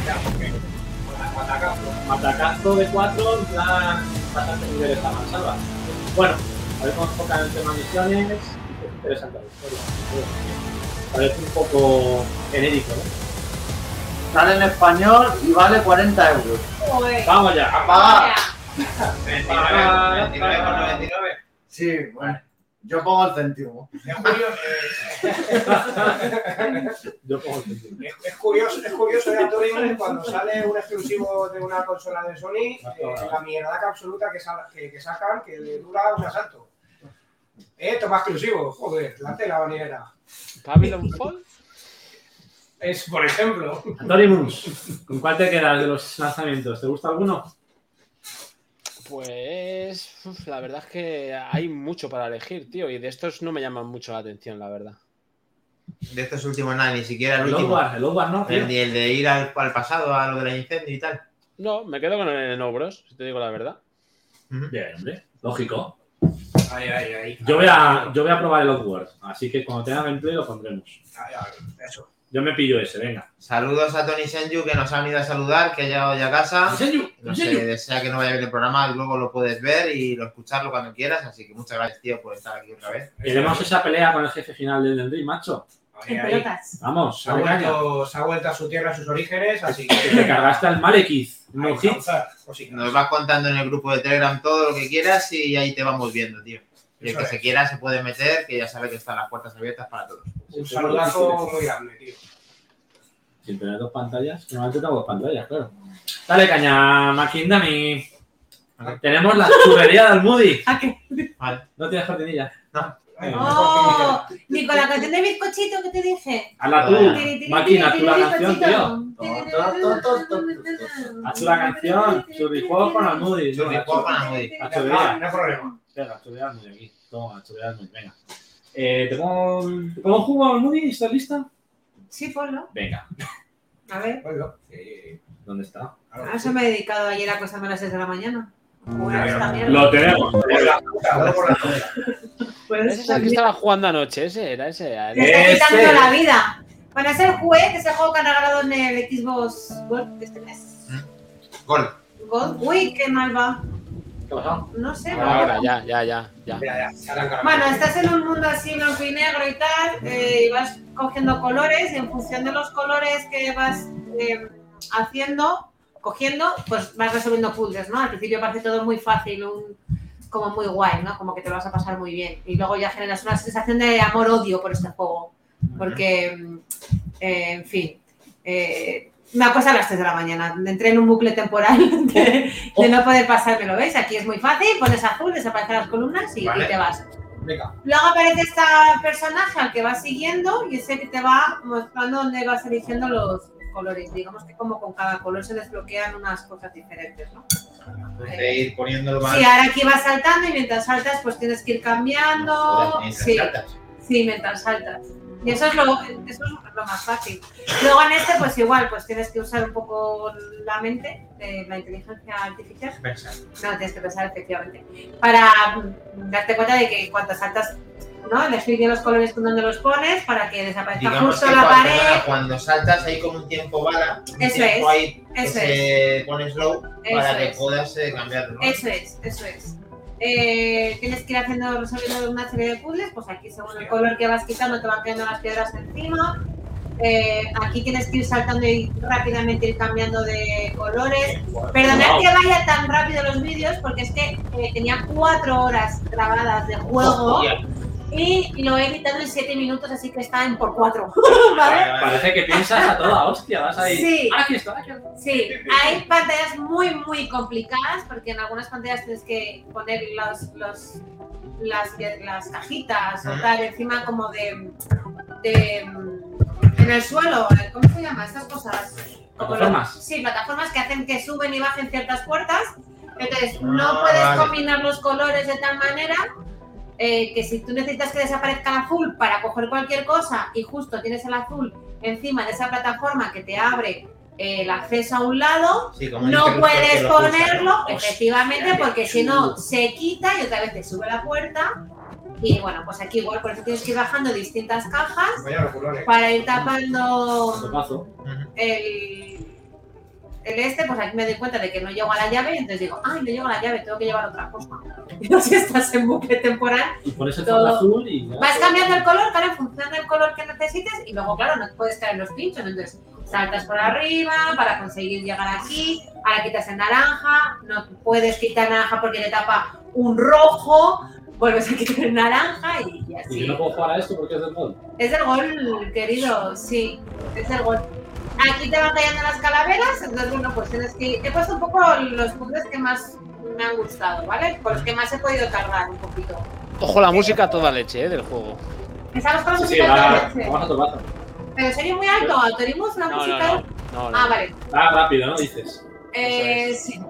Ya, porque. Matacazo. Matacazo de 4, en plan, bastante niveles avanzados. Bueno, a ver cómo se enfocan el tema misiones. Es interesante la historia. Parece un poco genérico, ¿no? Sale en español y vale 40 euros. Joder. Vamos ya. ¡Paga! 29, 29,99. Sí, bueno. Yo pongo el céntimo. Es curioso, eh, Yo pongo el sentido. es, es curioso, es curioso de Atorium cuando sale un exclusivo de una consola de Sony, eh, la mierdaca absoluta que, sal- que, que sacan, que dura un asalto. Eh, toma exclusivo, joder, la tela banera. Babylon Fall. Es, por ejemplo, Antonio Muns, ¿con cuál te quedas de los lanzamientos? ¿Te gusta alguno? Pues uf, la verdad es que hay mucho para elegir, tío, y de estos no me llaman mucho la atención, la verdad. De estos últimos nada, ni siquiera El el último. Outward, el Outward no, tío. El, de- el de ir al, al pasado, a lo del incendio y tal. No, me quedo con el No Bros, si te digo la verdad. Ujú. Bien, hombre. Lógico. ay, ay, ay. Yo voy, a, yo voy a probar el Outward, así que cuando tenga gameplay lo pondremos. Ay, ay, eso. Yo me pillo ese, venga. Saludos a Tony Senju que nos ha venido a saludar, que ha llegado ya a ¿Ah, casa. No sé, desea que no vaya a ver el programa, luego lo puedes ver y lo escucharlo cuando quieras. Así que muchas gracias, tío, por estar aquí otra vez. Queremos esa pelea con el jefe final del Endry, macho. Ay, En ay. pelotas. Vamos, Se ha, dame caña. vuelto, se ha vuelto a su tierra, a sus orígenes, así que... Que te cargaste al Malekith. No Ay, pues hits. lanzar cositas. Nos vas contando en el grupo de Telegram todo lo que quieras y ahí te vamos viendo, tío. Y el Eso que es. se quiera se puede meter, que ya sabe que están las puertas abiertas para todos. Un saludazo muy grande, tío. Sin tener dos pantallas. Normalmente tengo dos pantallas, claro. Dale caña, Makindami. Tenemos la chubería del Moody. ¿A qué? Vale. No tienes jardinilla. Ay, ¡Oh! Ni con la canción de bizcochito que te dije. Hazla Vale. tú. Máquina, tú Ah, la canción, tío. Haz tú la canción. Churrijuego con el Moody. Churrijuego con el Moody. La no, chubería. Ah, no hay problema. Venga, chulear muy aquí. Toma, chulear muy, venga. Eh, ¿Te pongo, un- ¿te pongo un jugo al Moody? ¿Estás lista? Sí, ponlo. Venga. A ver. Bueno, eh, ¿Dónde está? A Ah, eso me he dedicado ayer a acostarme a las 6 de la mañana. Bueno, Lo esta mierda. Lo tenemos. Claro, por la noche. Pues, Ese es el que estaba jugando anoche, ese era ese. era- Me está quitando Ese. la vida. Van a ser juez, ese juego que han regalado en el Xbox Gold de este mes. Gol. Gold. Uy, qué mal va. ¿Qué ha pasado? No sé. no. Ahora, ya, ya, ya, ya. Mira, ya, se arranca la Bueno, noche. estás en un mundo así blanco y negro y tal, eh, y vas cogiendo colores, y en función de los colores que vas eh, haciendo, cogiendo, pues vas resolviendo puzzles, ¿no? Al principio parece todo muy fácil, un- como muy guay, ¿no? Como que te lo vas a pasar muy bien. Y luego ya generas una sensación de amor-odio por este juego, porque, mm, eh, en fin. eh, me acuesto a las 3 de la mañana, entré en un bucle temporal de, de no poder pasármelo, ¿veis? Aquí es muy fácil, pones azul, desaparecen las columnas y- Vale. y te vas. Venga, Luego aparece este personaje al que vas siguiendo y ese que te va mostrando dónde vas eligiendo los colores. Digamos que como con cada color se desbloquean unas cosas diferentes, ¿no? De ir poniéndolo más. Sí, ahora aquí vas saltando y mientras saltas pues tienes que ir cambiando. Mientras Sí, saltas. sí, mientras saltas. Y eso es, lo, eso es lo más fácil. Luego en este pues igual, pues tienes que usar un poco la mente, eh, la inteligencia artificial. Pensar. No, tienes que pensar efectivamente. Para mm, darte cuenta de que cuando saltas, ¿no? Elegir bien los colores con donde los pones para que desaparezca Digamos justo que la cuando, pared. nada, cuando saltas hay como un tiempo bala, un Eso tiempo es, ahí que eso se pone slow para Eso que es. puedas eh, cambiarlo. ¿no? Eso es, eso es. Eh, tienes que ir haciendo, resolviendo una serie de puzzles, pues aquí según el color que vas quitando te van cayendo las piedras encima. Eh, aquí tienes que ir saltando y rápidamente ir cambiando de colores. Perdonad que vaya tan rápido los vídeos porque es que eh, tenía cuatro horas grabadas de juego. Hostia, Y lo he editado en 7 minutos, así que está en por 4. ¿Vale? Parece que piensas a toda hostia, vas ahí. Sí. "Ah, Aquí está, aquí está". Sí, hay pantallas muy, muy complicadas porque en algunas pantallas tienes que poner los, los- las, las cajitas o tal encima como de, de, mm, En el suelo, ¿cómo se llama? Estas cosas. Como lo- Plataformas. sí, plataformas que hacen que suben y bajen ciertas puertas. Entonces, Ah, no puedes vale. combinar los colores de tal manera eh, que si tú necesitas que desaparezca el azul para coger cualquier cosa y justo tienes el azul encima de esa plataforma que te abre eh, el acceso a un lado, Sí, como dice no Luz, porque puedes lo pulsa, ponerlo, ¿no? efectivamente, porque si no se quita y otra vez te sube la puerta. Y bueno, pues aquí igual, por eso tienes que ir bajando distintas cajas Vaya locurón, eh. para ir tapando Topazo. Ujú. el, el este, pues aquí me doy cuenta de que no llego a la llave y entonces digo, ay, no llego a la llave, tengo que llevar otra cosa. Y así estás en bucle temporal. Y pones el Todo. fondo azul y ya. Vas cambiando el color, claro, en función del color que necesites y luego, claro, no te puedes caer en los pinchos. Entonces, saltas por arriba para conseguir llegar aquí, ahora quitas el naranja, no puedes quitar naranja porque le tapa un rojo, vuelves a quitar el naranja y, y así. Y yo no puedo jugar a esto porque es del gol. Es el gol, querido, sí, es el gol. Aquí te van cayendo las calaveras, entonces, bueno, pues tienes que. He puesto un poco los puzzles que más me han gustado, ¿vale? Con los que más he podido tardar un poquito. Ojo, la música a toda leche eh, del juego. Empezamos con la Sí, sí, música va, de leche. vamos a topazo. Pero sería muy alto, autorimos la No, no, música. no. no, no. Ah, vale. Va rápido, ¿no? Dices. Eh, Eso sí.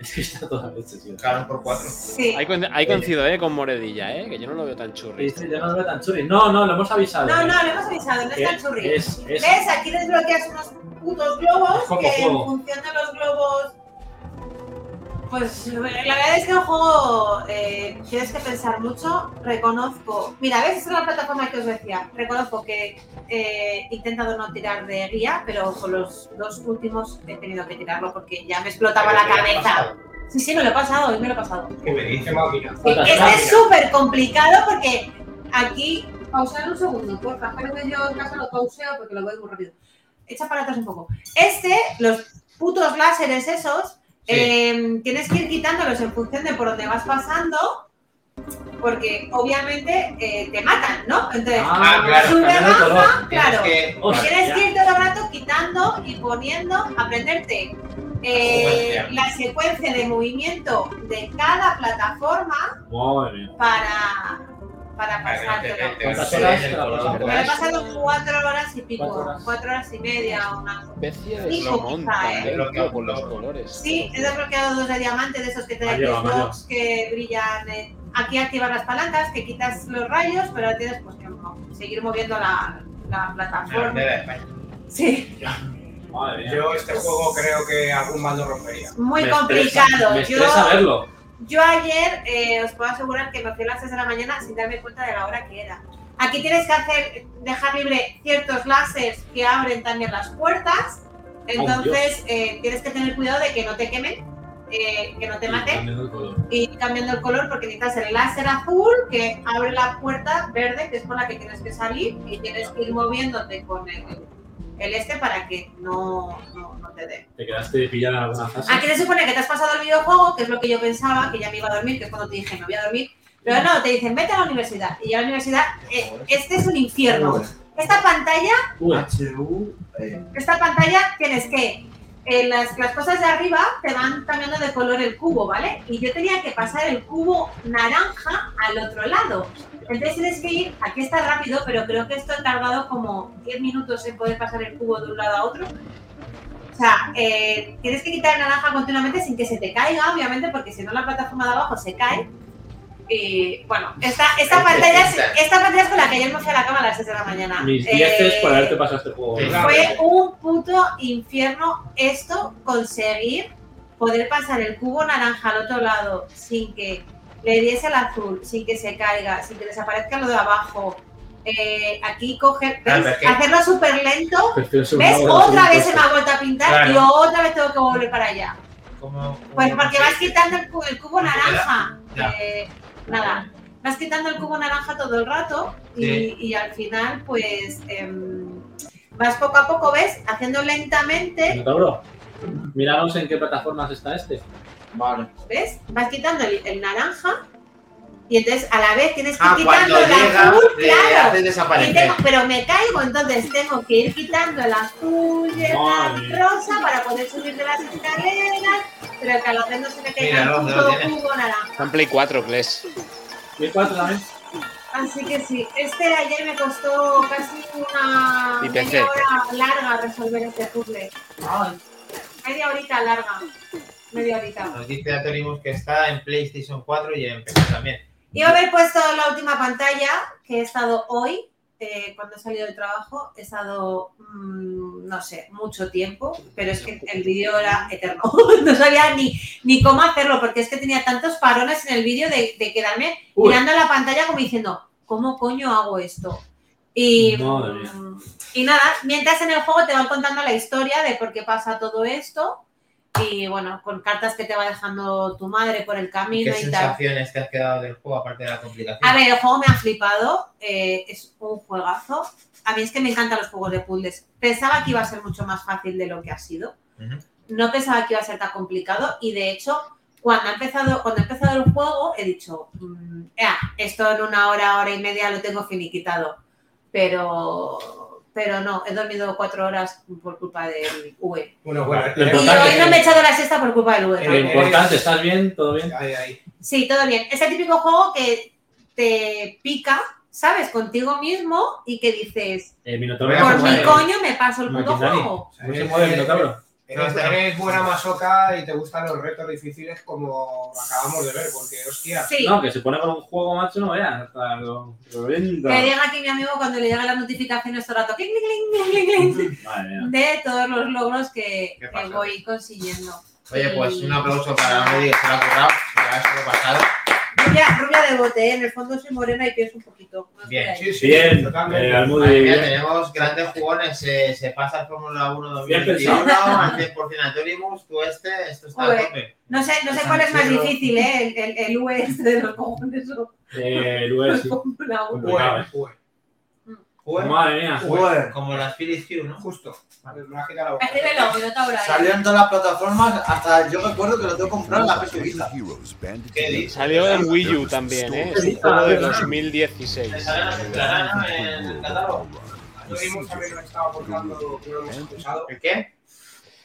Es que está toda leche, tío. Claro, por cuatro. sí. Ahí, con- ahí coincido, eh, con Moredilla, eh, que yo no lo veo tan churri. Este ya no lo veo tan churri. No, no, lo hemos avisado. No, ¿eh? no, lo hemos avisado, no Que Eh, está el churri. Es, es, ¿Ves? Aquí desbloqueas unos putos globos Es como que juego. en función de los globos. Pues la verdad es que el juego eh, tienes que pensar mucho. Reconozco. Mira, ¿ves? Esa es la plataforma que os decía. Reconozco que eh, he intentado no tirar de guía, pero con los dos últimos he tenido que tirarlo porque ya me explotaba la cabeza. Sí, sí, me lo he pasado, hoy me lo he pasado. Que me dice máquina. Sí, Este es súper complicado porque aquí. Pausar un segundo, por favor, que yo en casa lo pauseo porque lo voy muy rápido. Echa para atrás un poco. Este, los putos láseres esos, eh, tienes que ir quitándolos en función de por dónde vas pasando, porque obviamente eh, te matan, ¿no? Entonces, Ah, claro, sube, cambiando el color. baja, claro. Tienes que- Hostia. Tienes que ir todo el rato quitando y poniendo, aprenderte eh, Hostia. la secuencia de movimiento de cada plataforma Madre mía. para, para Para que no te- pasártelo. te- te- ¿Cuántas te- horas? te- te- ¿Cuántas Me lo he horas? pasado cuatro horas y pico, Cuatro horas. cuatro, horas y media o una cosa. especie de Hijo, slow quizá, eh. con los colores. Sí, he desbloqueado dos de diamante de esos que te dan Mayor, Xbox, mayor. que brillan. eh. Aquí activas las palancas, que quitas los rayos, pero ahora tienes pues, que mo- seguir moviendo la, la La plataforma. bandera de España. Sí, Madre mía. Yo este juego creo que algún mal lo rompería. muy Me estresa- complicado. Me Yo- estresa verlo. Yo ayer eh, os puedo asegurar que me fui a las 6 de la mañana sin darme cuenta de la hora que era. Aquí tienes que hacer, dejar libre ciertos láseres que abren también las puertas. Entonces eh, tienes que tener cuidado de que no te quemen, eh, que no te Y maten. cambiando el color. Y cambiando el color porque necesitas el láser azul que abre la puerta verde, que es por la que tienes que salir. Y tienes que ir moviéndote con el, el este para que no, no, no te dé. Te quedaste pillada en alguna fase. Aquí se supone Ah, que te has pasado el videojuego, que es lo que yo pensaba, que ya me iba a dormir, que es cuando te dije me voy a dormir. Pero no, te dicen vete a la universidad. Y yo a la universidad, eh, este es un infierno. Esta pantalla, Uy, ah, HU. eh, esta pantalla tienes que. eh, las, las cosas de arriba te van cambiando de color el cubo, ¿vale? Y yo tenía que pasar el cubo naranja al otro lado. Entonces tienes que ir, aquí está rápido, pero creo que esto ha tardado como 10 minutos en poder pasar el cubo de un lado a otro. O sea, eh, tienes que quitar el naranja continuamente sin que se te caiga, obviamente, porque si no la plataforma de abajo se cae. Y bueno, esta, esta, Hay que pantalla, es, pensar. esta pantalla es con la que ayer me fui a la cama a las 6 de la mañana. mis Eh, dieces por haberte pasado este juego. Sí. Fue un puto infierno esto, conseguir poder pasar el cubo naranja al otro lado sin que le diese el azul, sin que se caiga, sin que desaparezca lo de abajo. Eh, aquí coger, Ah, ¿ves? pero es que- hacerlo súper lento Prefiero ser un ¿Ves? mago de Otra los vez se me opuestos. ha vuelto a pintar y Claro. otra vez tengo que volver para allá. ¿Cómo- Pues cómo porque vas quitando el, cu- el cubo Ya, naranja. ya. Eh, nada, vas quitando el cubo naranja todo el rato y, Sí. y al final, pues em, vas poco a poco, ¿ves? Haciendo lentamente, Minotauro, Míranos en qué plataformas está este. Vale. ¿ves? Vas quitando el, el naranja Y entonces a la vez tienes que Ah, ir cuando quitando el llega, azul, le claro. haces Y desaparecer. tengo- pero me caigo, entonces tengo que ir quitando el azul y el Madre. rosa para poder subir de las escaleras, pero que a la vez no se me caiga Mira, el no, no puto lo tiene. jugo naranja. Está en Play 4, Kles. ¿Y cuatro también? Así que sí, este ayer me costó casi una Y PC. media hora larga resolver este puzzle. Media horita larga. Media horita. Nos dice Atorimus que está en PlayStation 4 y en PC también. Iba a haber puesto la última pantalla que he estado hoy, eh, cuando he salido del trabajo. He estado, mm, no sé, mucho tiempo, pero es que el vídeo era eterno. no sabía ni, ni cómo hacerlo, porque es que tenía tantos parones en el vídeo de, de quedarme Uy. mirando a la pantalla como diciendo, ¿cómo coño hago esto? Y, Madre mía. mm, y nada, mientras en el juego te van contando la historia de por qué pasa todo esto. Y bueno, con cartas que te va dejando tu madre por el camino ¿Qué y tal. sensaciones te has quedado del juego aparte de la complicación? A ver, el juego me ha flipado. eh, es un juegazo. A mí es que me encantan los juegos de puzzles. Pensaba que iba a ser mucho más fácil de lo que ha sido. Ujú. No pensaba que iba a ser tan complicado. Y de hecho, cuando ha empezado, cuando ha empezado el juego, he dicho, mm, ah, esto en una hora, hora y media lo tengo finiquitado. Pero, pero no, he dormido cuatro horas por culpa del UE. Bueno, bueno, Lo Y importante hoy no me he echado la siesta por culpa del UE. Lo importante, ¿estás bien? ¿Todo bien? Ahí, ahí. Sí, todo bien. Es el típico juego que te pica, ¿sabes? Contigo mismo y que dices, El Eh, Minotauro. Voy a por jugar mi el- coño me paso el puto Maquinari. juego. ¿Cómo se mueve el Minotauro? Eres, eres buena masoca y te gustan los retos difíciles como acabamos de ver, porque hostia. Sí. No, que se pone con un juego, macho, no veas. Hasta lo, lo vendo. Me llega aquí mi amigo cuando le llegan las notificaciones todo el rato, cling, cling, cling, cling, cling, Madre mía. de todos los logros que, Qué que pasada. voy consiguiendo. Oye, pues un una aplauso para Medi que se lo ha currado, que lo ha hecho pasado. Rubia, rubia de bote, ¿eh? en el fondo soy morena y pienso un poquito. No Bien. esperáis. Bien, totalmente. eh, Almudi, Madre mía, bien. tenemos grandes jugones, se, se pasa el Fórmula 1 Bien 2021 pensado. al 100% Atorimus, tú este, esto está a Joder. tope. No sé, no sé cuál es más difícil, ¿eh? el, el, el UE este de los cojones o Eh, el Uber, sí. la U. Complicado, eh. Ué, Jugué Madre mía. Joder. como las Phillies Hue, ué, ¿no? justo. Me ha quitado la boca. Escríbelo, que no te habrá, ¿eh? Salió en todas las plataformas, hasta yo recuerdo que lo tengo comprado en la PS Vita. ¿Qué dices? Salió en Wii U también, ¿eh? Es un juego de 2016. Me salen las esclaranas en el catálogo. Lo vimos también lo estaba aportando, que lo hemos escuchado. ¿El qué?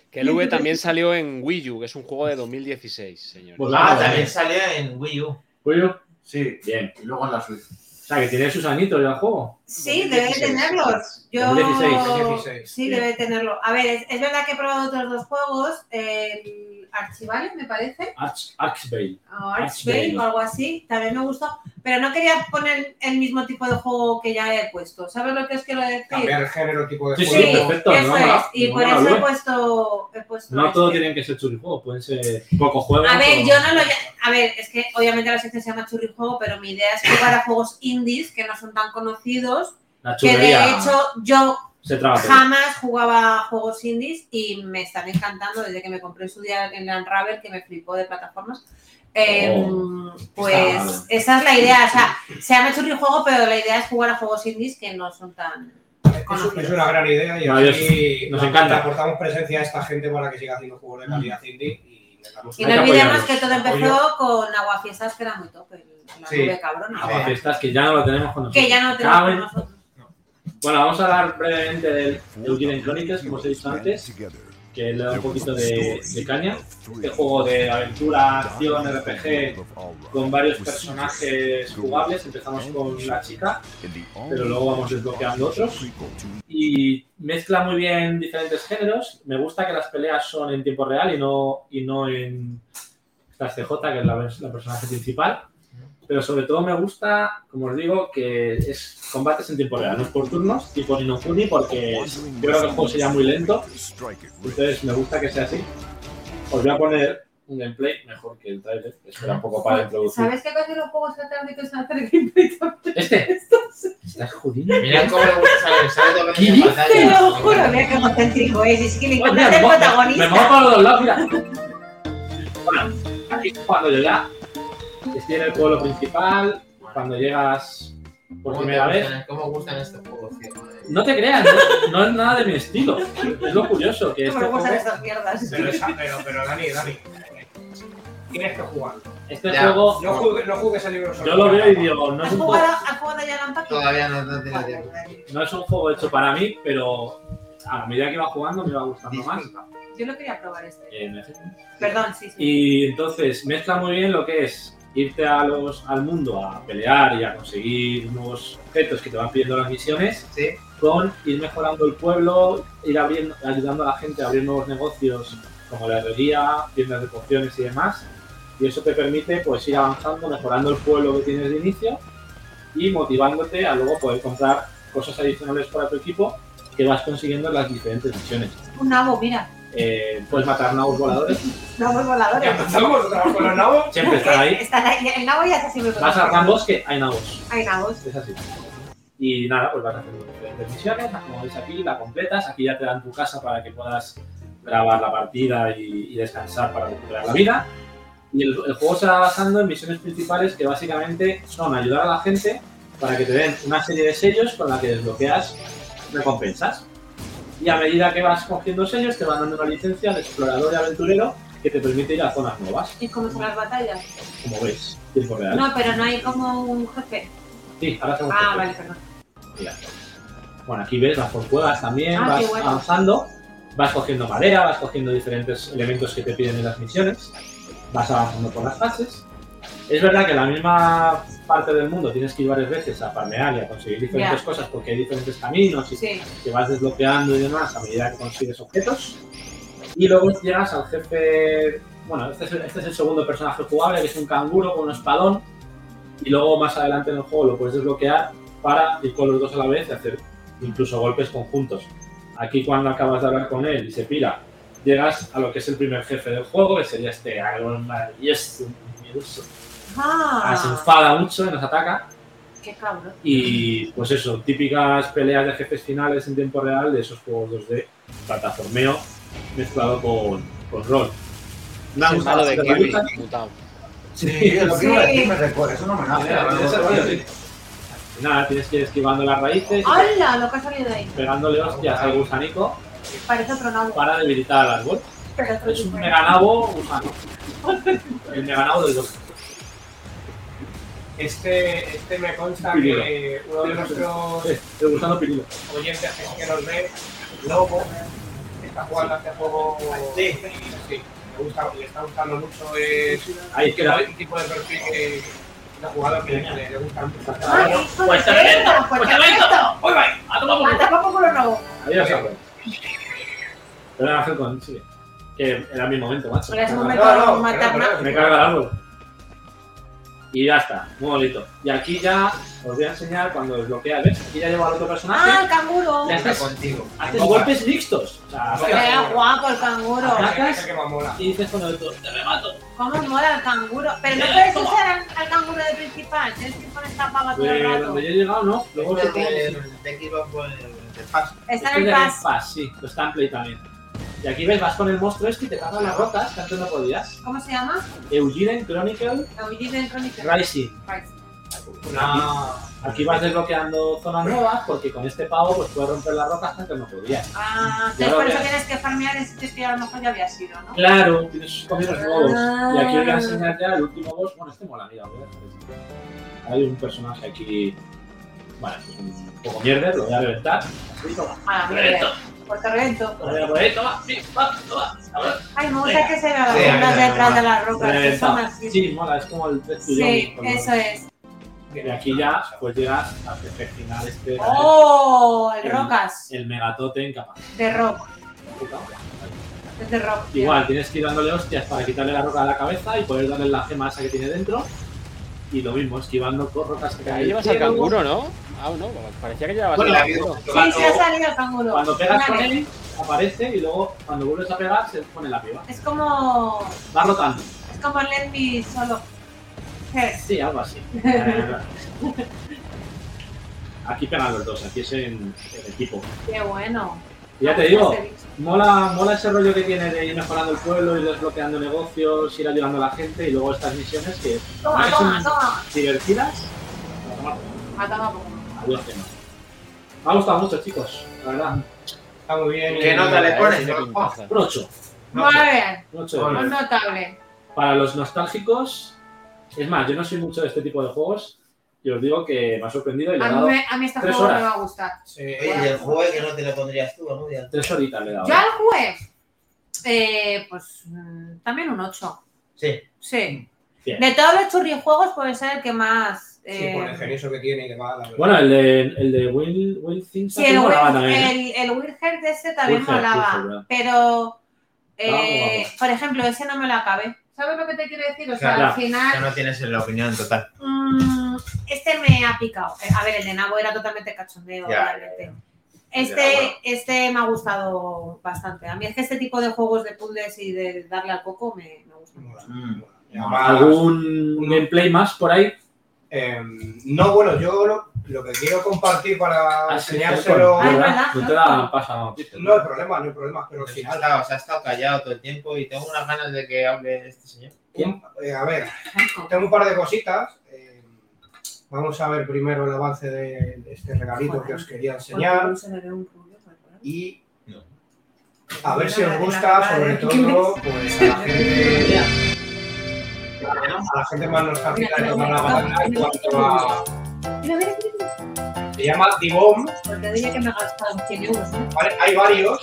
Que el V también salió en Wii U, que es un juego de 2016, señores. Pues Ah, vamos, también bien. salió en Wii U. Uy, Sí, Bien. y luego en la Switch. O sea, que tiene sus anitos ya el juego. Sí, debe tenerlos. Yo... 2016, 2016. Pues Sí, debe tenerlo. A ver, es, es verdad que he probado otros dos juegos, el Archivale, me parece, Arch, Archbane. o Archvale Archvale. o algo así, también me gustó, pero no quería poner el mismo tipo de juego que ya he puesto. ¿Sabes lo que os quiero decir? Cambiar el género, tipo de Sí, juego. sí, perfecto. eso no, es. mola, y no por mola, eso he Uber. puesto... He puesto No este. todos tienen que ser churrijuegos, pueden ser pocos juegos. A ver, o- yo no lo... A ver, es que obviamente la sección se llama Churri Juego, pero mi idea es jugar a juegos indies que no son tan conocidos, La que de churrería hecho yo se traba. todo. Jamás jugaba a juegos indies y me están encantando desde que me compré su día en Unravel, que me flipó de plataformas. Eh, Oh, pues está mal. esa es la idea. O sea, se han hecho un juego, pero la idea es jugar a juegos indies que no son tan. Es un- Es una gran idea y Maravilloso. aquí Nos encanta. Mm. le aportamos presencia a esta gente para que siga haciendo juegos de calidad indie y le damos Y Hay no que olvidemos apoyarlos. que todo empezó con Aguafiestas, que era muy top, la Sí. nube cabrona. Aguafiestas que ya no lo tenemos con nosotros. Que ya no Cago tenemos con en- nosotros. Bueno, vamos a hablar brevemente del Eugene Chronicles, como os he dicho antes, que le da un poquito de, de caña. Este juego de aventura, acción, RPG, con varios personajes jugables. Empezamos con la chica pero luego vamos desbloqueando otros. y mezcla muy bien diferentes géneros. Me gusta que las peleas son en tiempo real y no, y no en esta es CJ, que es la, vers- la personaje principal. Pero sobre todo me gusta, como os digo, que es combates en tiempo real, no es por turnos, tipo Ni no Kuni, porque yo creo que el juego sería muy lento. Entonces me gusta que sea así. Os voy a poner un gameplay mejor que el trailer, que espera un poco para introducir. ¿Sabes qué cosa los juegos que tarde que se hacer gameplay? Este. Estás jodido. Mirad cómo le gusta salir, sale dos veces ¿Qué en dices? pantalla. Te lo juro, ¿eh? mira qué auténtico es. Y es que le Oye, encontraste el me mo- Me protagonista. muevo para los dos lados, mira. Bueno, aquí cuando llegas, estoy en el pueblo principal, cuando llegas ¿Cómo por te primera vez. gustan- ¿Cómo gustan estos juegos, tío? Madre mía. No te creas, no, no es nada de mi estilo. Es lo curioso que ¿Cómo este me gustan juego- estas mierdas? Pero, esa- pero, pero Dani, Dani, tienes que jugarlo. Este Ya. juego No jugues, no jugues el libro solo. yo lo veo y digo, no es ¿Has un juego, jugado, ¿Has jugado ya al Unpacked? Todavía no, no tengo tiempo. no es un juego hecho para mí, pero a la medida que iba jugando me iba gustando más. Yo lo quería probar este. Eh, me- Perdón, sí, sí. Y entonces mezcla muy bien lo que es irte a los, al mundo a pelear y a conseguir nuevos objetos que te van pidiendo las misiones Sí. con ir mejorando el pueblo, ir abriendo, ayudando a la gente a abrir nuevos negocios como la herrería, tiendas de pociones y demás. Y eso te permite pues ir avanzando, mejorando el pueblo que tienes de inicio y motivándote a luego poder comprar cosas adicionales para tu equipo que vas consiguiendo en las diferentes misiones. Un nabo, mira. Eh, puedes matar nabos voladores, Nabos voladores. Eh, Empezamos otra vez con los nabos. siempre pues, están ahí. Están ahí. El nabo ya es así muy Vas a Rambos que hay nabos, Hay nabos. es así. Y nada, pues vas haciendo diferentes misiones, las como veis aquí, la completas, aquí ya te dan tu casa para que puedas grabar la partida y, y descansar para recuperar la vida. Y el, el juego se va basando en misiones principales que básicamente son ayudar a la gente para que te den una serie de sellos con la que desbloqueas recompensas. Y a medida que vas cogiendo sellos te van dando una licencia de explorador y aventurero que te permite ir a zonas nuevas, ¿Y cómo son las batallas? como veis, tiempo real. No, pero no hay como un jefe. Sí, ahora hacemos Ah, esto. vale, perdón. Mira. Bueno, aquí ves las forcuelas también, Ah, vas qué bueno. avanzando, vas cogiendo madera, vas cogiendo diferentes elementos que te piden en las misiones, vas avanzando por las fases. Es verdad que en la misma parte del mundo tienes que ir varias veces a farmear y a conseguir diferentes Ya. cosas porque hay diferentes caminos y Sí. que vas desbloqueando y demás a medida que consigues objetos. Y luego llegas al jefe. Bueno, este es, el- este es el segundo personaje jugable, que es un canguro con un espadón. Y luego más adelante en el juego lo puedes desbloquear para ir con los dos a la vez y hacer incluso golpes conjuntos. Aquí, cuando acabas de hablar con él y se pira, llegas a lo que es el primer jefe del juego, que sería este Iron Man. Yes, miedoso. Ah, se Ah, enfada mucho y nos ataca. qué cabrón. Y pues eso, típicas peleas de jefes finales en tiempo real de esos juegos 2D, plataformeo mezclado con, con rol. Me ha Es el gustado malo de bastante, Kirby, me gusta. mutado. Sí, es lo que Sí. iba a decir, me recuerda, es un homenaje. Mira, ¿no? tiene ese rollo, sí. Y Nada, tienes que ir esquivando las raíces, y ¡Hala! Lo que ha salido de ahí. pegándole hostias al gusanico Parece otro nabo. para debilitar al árbol. Pero otro Es un tipo. meganabo gusano. El meganabo del dos. Este, este me consta que uno de nuestros El gusano pirilo. oyentes que sí que nos ve, Lobo, está jugando a este juego. Sí, sí, le, gusta, le está gustando mucho. Es Ahí que no espera. hay un tipo de perfil que que ha jugado que le, le gusta mucho. ¡Ay, Ah, hijo de perro! ¡Pues te meto! ¡Hoy va! ¡A tomar por culo! ¡Anda, vamos con los nabos! Adiós, Álvaro. Pero era hacer con sí. Que era mi momento, macho. Pero es un Me momento No, no, de matar pero- nabos. carga- Me carga el árbol. Y ya está, muy bonito. Y aquí ya os voy a enseñar cuando desbloquea, ¿ves? Aquí ya llevo al otro ¡Ah, personaje. el canguro! Ya Está haces, contigo. Ah, haces golpes mixtos. O sea, Vaya. haces- ¡Qué guapo el Ah, canguro! Es el que más mola. y dices con el otro, te me mato. ¿Cómo mola el canguro? Pero no puedes usar al, al canguro de principal, tienes que poner esta pava todo el Pues, rato. donde yo he llegado, no. Luego Este se de, de Xbox fue el de Fast. Está en Estoy el en pass. Pass, sí. Lo está en Play también. Y aquí ves, vas con el monstruo este y te cargan las rocas, que antes no podías. ¿Cómo se llama? Eugene Chronicle Eugene del Chronicle. Rising. Una- Aquí vas desbloqueando zonas nuevas porque con este pavo pues puedes romper las rocas que antes no podías. Ah, Ya entonces lo por eso ves. tienes que farmear en sitios que a lo mejor ya había sido, ¿no? Claro, tienes comienzos nuevos. Y aquí os voy a Ah. enseñar ya el último boss. Bueno, este mola, mira, voy a dejar este. Hay un personaje aquí. Bueno, es un poco mierder, lo voy a reventar. Sí, toma. Ah, mira. Por torrento. Lo voy a poner, toma, sí, va, toma. ahora. Ay, me gusta que se vean las Sí, a mí sombras también me detrás mola. de las rocas, que son Reventado. así. Sí, mola, es como el texto Sí, eso es. Y aquí ya pues llegas al jefe final este. ¡Oh! El El- rocas. El megatote incapaz. De rock. Es de rock. tío. Igual, tienes que ir dándole hostias para quitarle la roca de la cabeza y poder darle la gema esa que tiene dentro. Y lo mismo, esquivando por rocas que caen. Ahí del llevas al cielo. canguro, ¿no? Ah, no, parecía que llevabas Bueno, al la canguro. Sí, se ha salido el canguro. Cuando pegas con Vale. él, aparece y luego cuando vuelves a pegar, se pone la piba. Es como. Va rotando. Es como Let Me Solo. Yes. Sí, algo así. Eh, aquí pegan los dos, aquí es en, en equipo. Qué bueno. Y ya te digo, Este bicho. mola, mola ese rollo que tiene de ir mejorando el pueblo, ir desbloqueando negocios, ir ayudando a la gente y luego estas misiones que Toma, es Ah, toma, un- toma. divertidas. a tomar Ah, toma, poco. Adiós, que no. Me ha gustado mucho, chicos, la verdad. Está muy bien. ¿Qué eh, nota le Eh, pones? tiene ¿no? pintaza. Un 8. No, Muy bien. Un 8 Muy notable. Para los nostálgicos, es más, yo no soy mucho de este tipo de juegos y os digo que me ha sorprendido y le he A mí, dado me- a mí este tres juego me horas. va a gustar. eh, Sí. Oye, y y el el juego que no te lo pondrías tú, ¿no? tres horitas le he dado. Yo al juez, eh, pues mm, también un 8. Sí. Sí. Bien. De todos los churrijuegos puede ser el que más. Sí, eh, por el genioso que tiene y demás. la verdad. Bueno, el de, el de Will, Will Things Sí, el, también molaba Weird- también. el, el Weird Heart ese también Weird Heart, molaba, Weird Heart, pero Bravo, eh, por ejemplo, ese no me lo acabé. ¿Sabes lo que te quiero decir? O sea, Claro. al final no tienes la opinión total. mm, este me ha picado. A ver, el de Nabo era totalmente cachondeo, Ya, realmente. Ya, Este, bueno. este me ha gustado bastante. A mí es que este tipo de juegos de puzzles y de darle al coco me, me gusta mucho. Mola, mola. Y Mm. además, ¿Algún gameplay más por ahí? Ah, eh, no, bueno, yo lo, lo que quiero compartir para Así que, enseñárselo. Ah, es ¿verdad? verdad, No ¿no? te la pasa. No hay problema, no hay problema, pero Pero al si final. nada, o sea, ha estado callado todo el tiempo y tengo unas ganas de que hable este señor. un- eh, a ver, tengo un par de cositas. eh, vamos a ver primero el avance de este regalito que os quería enseñar. Y No. a ver si os gusta, sobre todo, pues a la gente. A la gente más nostálgica de tomar la banana en cuanto a. Se llama Tibom, Porque diría que me ha gastado 100 euros, ¿no? ¿vale? Hay varios,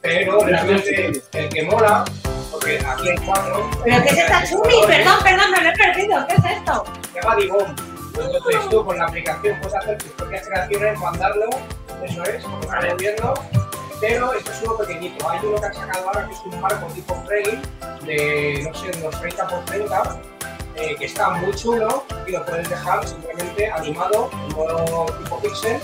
pero realmente el que mola, porque aquí hay cuatro. Pero que es esta chumi, perdón, perdón, me lo he perdido. ¿Qué es esto? Se llama Digom. Entonces tú con la aplicación puedes hacer tus propias creaciones, mandarlo, eso es, como estamos viendo. Pero este es uno pequeñito. Hay uno que han sacado ahora que es un barco tipo trail de, no sé, unos 30 por 30, eh, que está muy chulo y lo puedes dejar simplemente animado, en modo tipo pixel.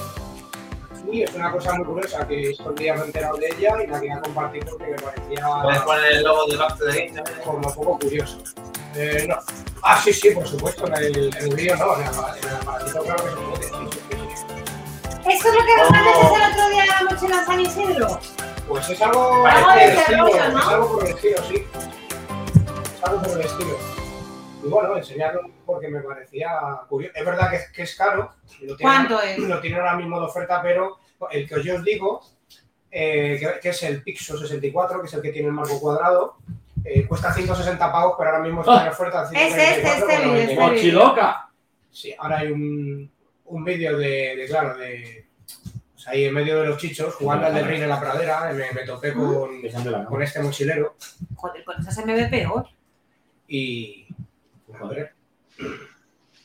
Y es una cosa muy curiosa que estos días me he enterado de ella y la quería compartir porque me parecía Puedes poner el logo de Back to the Game también. como un poco curioso. Eh, no. Ah, sí, sí, por supuesto, en el, en el vídeo no, en el, apara- en el aparatito claro que se puede. sí, sí, sí. ¿Esto es lo Oh. que nos mandaste el otro día a la mochila San Isidro? Pues es algo por Algo el de estilo, cerrojo, ¿no? es algo por el estilo, sí. Es algo por el estilo. Y bueno, enseñarlo porque me parecía curioso. Es verdad que, que es caro. Lo tiene- ¿Cuánto es? Lo tiene ahora mismo de oferta, pero el que yo os digo, eh, que, que es el Pixo 64, que es el que tiene el marco cuadrado, eh, cuesta 160 pavos, pero ahora mismo está en oferta. a Este, este, este, 144,99. este, este. ¡Mochiloca! Sí, ahora hay un, un vídeo de, de, claro, de. pues ahí en medio de los chichos, jugando al del rey de la pradera, me, me topé con, con este mochilero Joder, con esa se me ve peor. y. a ver,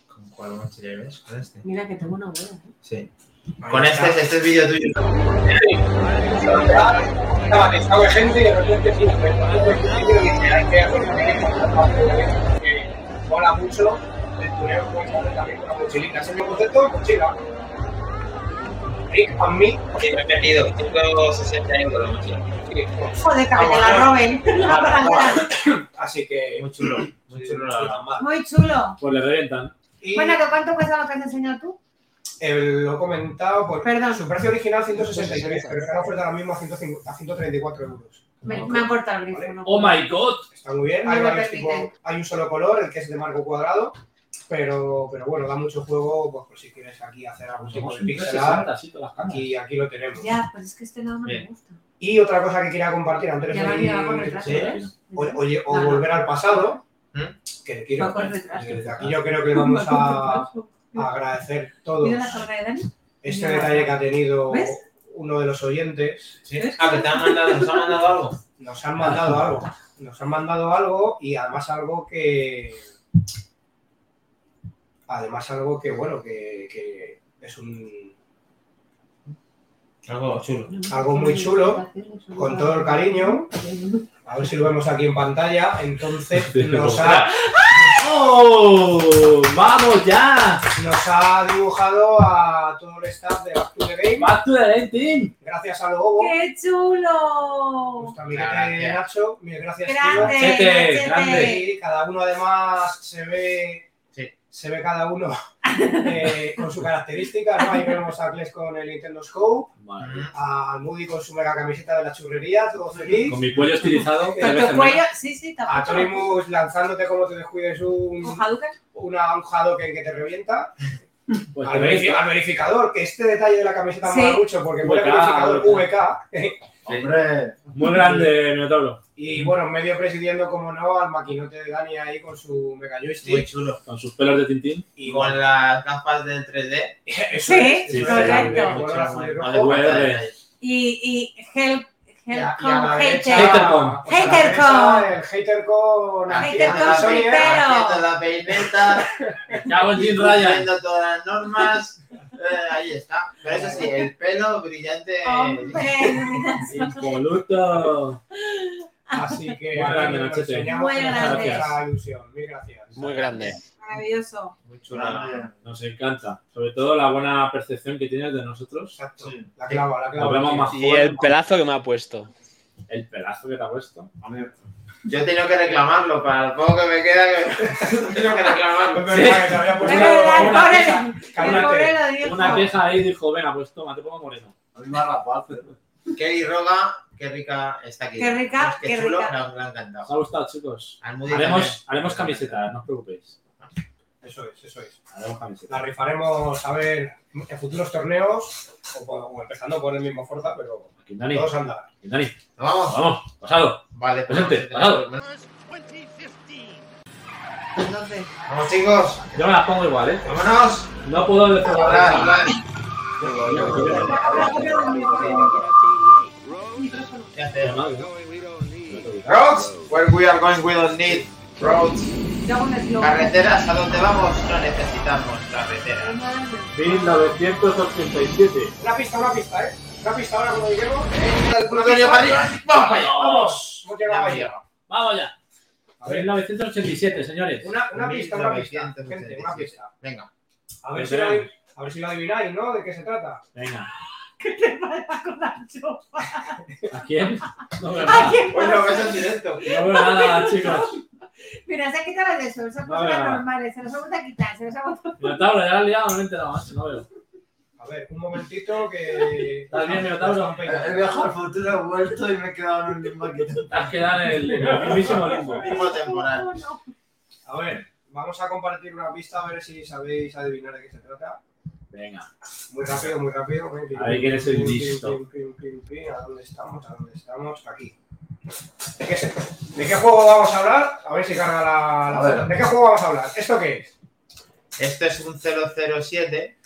¿Con cuál mochilero es? ¿Con este? Mira que tengo una buena. ¿eh? Sí. ahí Con está. este, este es vídeo tuyo. Estaba atascado de gente y de repente sí, me encontré con este vídeo y dije, hay que hacer un vídeo con esta parte de esto, porque mola mucho el tuneo que puedes hacer también con la mochilita. Ese es mi concepto de mochila. Rick and me, Sí, me he perdido. 160 euros la mochila. sí, pues, Joder, que me te la roben. La verdad. Así que. Muy chulo. Muy chulo la verdad. Muy chulo. Pues le reventan. Y- Bueno, ¿que ¿cuánto cuesta lo que has enseñado tú? El- lo he comentado, pues Perdón. su precio original 163, pero está en oferta ahora mismo a, 150 a 134 euros. Me, me han cortado el grifo. no. ¡Oh my god! Está muy bien, No hay, me varios permiten. tipos- hay un solo color, el que es de marco cuadrado, pero, pero bueno, da mucho juego pues, por si quieres aquí hacer algún tipo Somos de un pixel art, 360, así, todas las cámaras. aquí, aquí lo tenemos. Ya, pues es que este no me Bien. gusta. Y otra cosa que quería compartir antes Ya de me han llegado con ir- ¿eh? retraso. sí. ¿ves? o, oye, o No, no. volver al pasado, ¿eh? ¿Mm? que le quiero, Va con retraso. desde aquí yo creo que le vamos a, a agradecer todos Mira la carga de Dani. este Mira. detalle que ha tenido ¿Ves? uno de los oyentes. ¿Sí? ¿eh? Ah, que te han mandado, nos han mandado algo. Nos han mandado algo. Nos han mandado algo y además algo que. Además, algo que, bueno, que, que es un. Algo chulo. Algo muy chulo, con todo el cariño. A ver si lo vemos aquí en pantalla. Entonces, nos pues, ha, ¡Oh! ¡Vamos ya! nos ha dibujado a todo el staff de Back to the Game. ¡Back to the Game Team! Gracias a Lobo. ¡Qué chulo! Nuestra amiguete Gracias. Nacho. Mil gracias, tío. Grande, Machete, machete. grande. Y cada uno además se ve Sí. se ve cada uno eh, con su característica. ¿no? Ahí vemos a Kles con el Nintendo Scope, Vale. a Moody con su mega camiseta de la churrería, todo feliz. Con mi cuello estilizado. Con tres Con veces tu más. cuello, sí, sí, A tampoco. Torimus lanzándote como te descuides un, Con Hadouken. una, un Hadouken que te revienta. Pues Al, te ves, verifi- al verificador, que este detalle de la camiseta Sí. mola mucho porque pone VK, verificador VK. VK. Hombre, Muy grande, Minotauro. Y bueno, medio presidiendo, como no, al maquinote de Dani ahí con su mega muy joystick. chulo. Con sus pelos de tintín. Y con las gafas del 3D. Eso Sí, es, eso es, correcto. el color azul y No rojo. le puedo Joder. dar ahí. Y, y help, Y a- y help a la con derecha, hater. Hatercon. pues a la Hatercon. derecha, El Hatercon hatercon. haciendo Haciendo Sony, la sí, ¿eh? pero- peineta, Haciendo la peineta, Cago en Jim Ryan. cumpliendo todas las normas. Eh, ahí está. Pero eso sí, el pelo brillante. Hombre, Impoluto. Así que Muy grande, nos Nachete. enseñamos Muy que nos grande. hace esa ilusión. Mil gracias. Muy grande. maravilloso. Muy chula. Nos encanta. Sobre todo la buena percepción que tienes de nosotros. Exacto. Sí. La clava, la Nos clava. vemos más Y el jóvenes. pelazo que me ha puesto. El pelazo que te ha puesto. Yo he tenido que reclamarlo para el poco que me queda. Que... he tenido que reclamarlo. Es verdad que te había pues Es puesto verdad, una- pobre- una- el pobre Cálmate. lo dijo. Una queja ahí dijo, venga, pues toma, te pongo moreno. A mí me ha rapado, pero- Kelly Roga, qué rica está aquí. Qué rica, Es que qué chulo, rica. nos- nos ha ¿Os encantado. ha gustado, chicos? Almudia Haremos, también. haremos camisetas, no os preocupéis. Eso es, eso es. Haremos La camisetas. rifaremos, a ver, en futuros torneos, o, por- o empezando por el mismo Forza, pero Aquí, Dani, todos andarán. aquí, Dani. Nos vamos. Vamos, pasado. Vale, pues Presente, vamos. Vamos, chicos. Yo me las pongo igual, ¿eh? Vámonos. No puedo Ahora, defraudar. ahora. Ya está. Roads, where we are going, we don't need roads. Yo hago un eslogan. Carreteras, ¿a dónde vamos? No necesitamos carreteras. 1987. Una pista, una pista, ¿eh? Una pista ahora, como Guillermo. Uno que venía para arriba. ¡Vamos para allá! ¡Vamos! Hemos Ya llegado me ahí. llega. ¡Vamos ya! A ver, 1987, señores. una, una pista, una pista, gente, una pista. Venga. A ver, si lo, adiv- a ver si lo adivináis, ¿no? ¿De qué se trata? Venga. Con la chopa. ¿A quién? No veo Ay, nada. qué Bueno, guapo. eso en directo. No veo nada, chicos. Mira, se ha quitado el de sol, se ha puesto Vale, las vale. normales, se los ha vuelto a quitar, se los ha vuelto Minotauro, ya la has liado, no me he enterado, macho. No veo. A ver, un momentito que... ¿Estás bien, Minotauro? He viajado al futuro, he vuelto y me he quedado en un limbo aquí. Te has quedado en el en el mismísimo limbo. Mismo temporal. No, no. A ver, vamos a compartir una pista, a ver si sabéis adivinar de qué se trata. Venga. Muy rápido, muy rápido. A ver quién es el listo. pim, pim, pim, pim. ¿A dónde estamos? ¿A dónde estamos? Aquí. ¿De qué, se- de qué juego vamos a hablar? A ver si carga la... la A ver. ¿De qué juego vamos a hablar? ¿Esto qué es? Esto es un 007.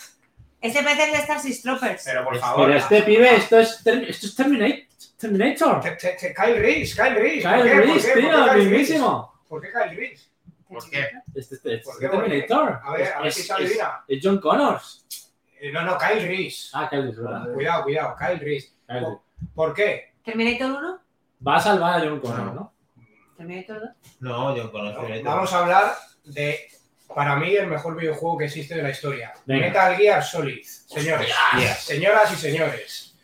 Ese parece el de Starship Troopers. Pero por favor... Pero este pibe, esto es, Termi- esto es Terminate- Terminator. Te- te- te- Kyle Reese, Kyle Reese. ¿por Kyle qué? Reese, ¿Por qué? ¿Por qué tío, Kyle Reese? mismísimo. ¿Por qué Kyle Reese? ¿Por qué? Este, este, este ¿Por es qué? Terminator. A ver, a ver si Es- se es- adivina. es John Connors. Eh, no, no, Kyle Reese. Ah, Kyle Reese, ¿verdad? Cuidado, cuidado, Kyle Reese. Kyle Reese. ¿Por qué? ¿Terminator 1? Va a salvar a John Connor, ¿no? ¿Terminator 2? No, yo conozco el Vamos a hablar de, para mí, el mejor videojuego que existe de la historia. Venga. Metal Gear Solid. Señores, señoras y señores,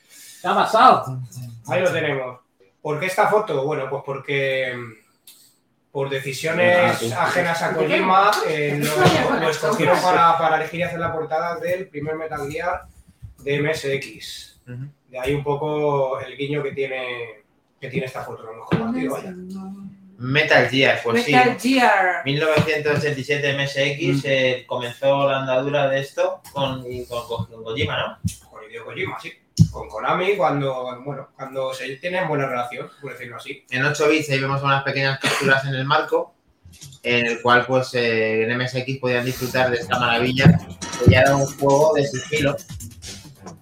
¿Qué ha pasado? ahí lo tenemos. ¿Por qué esta foto? Bueno, pues porque mm, por decisiones ajenas a Kojima eh, lo, lo escogieron para, para elegir y hacer la portada del primer Metal Gear de MSX. Ujú. De ahí un poco el guiño que tiene, que tiene esta foto, lo hemos compartido. vaya. Metal Gear, pues sí. Metal Gear. 1987 MSX eh, comenzó la andadura de esto con, y con, con- con Kojima, ¿no? con Hideo Kojima, sí. Con Konami, cuando, bueno, cuando se tienen buena relación, por decirlo así. En 8 bits ahí vemos unas pequeñas capturas en el marco, en el cual pues eh, en MSX podían disfrutar de esta maravilla, que ya era un juego de sigilo.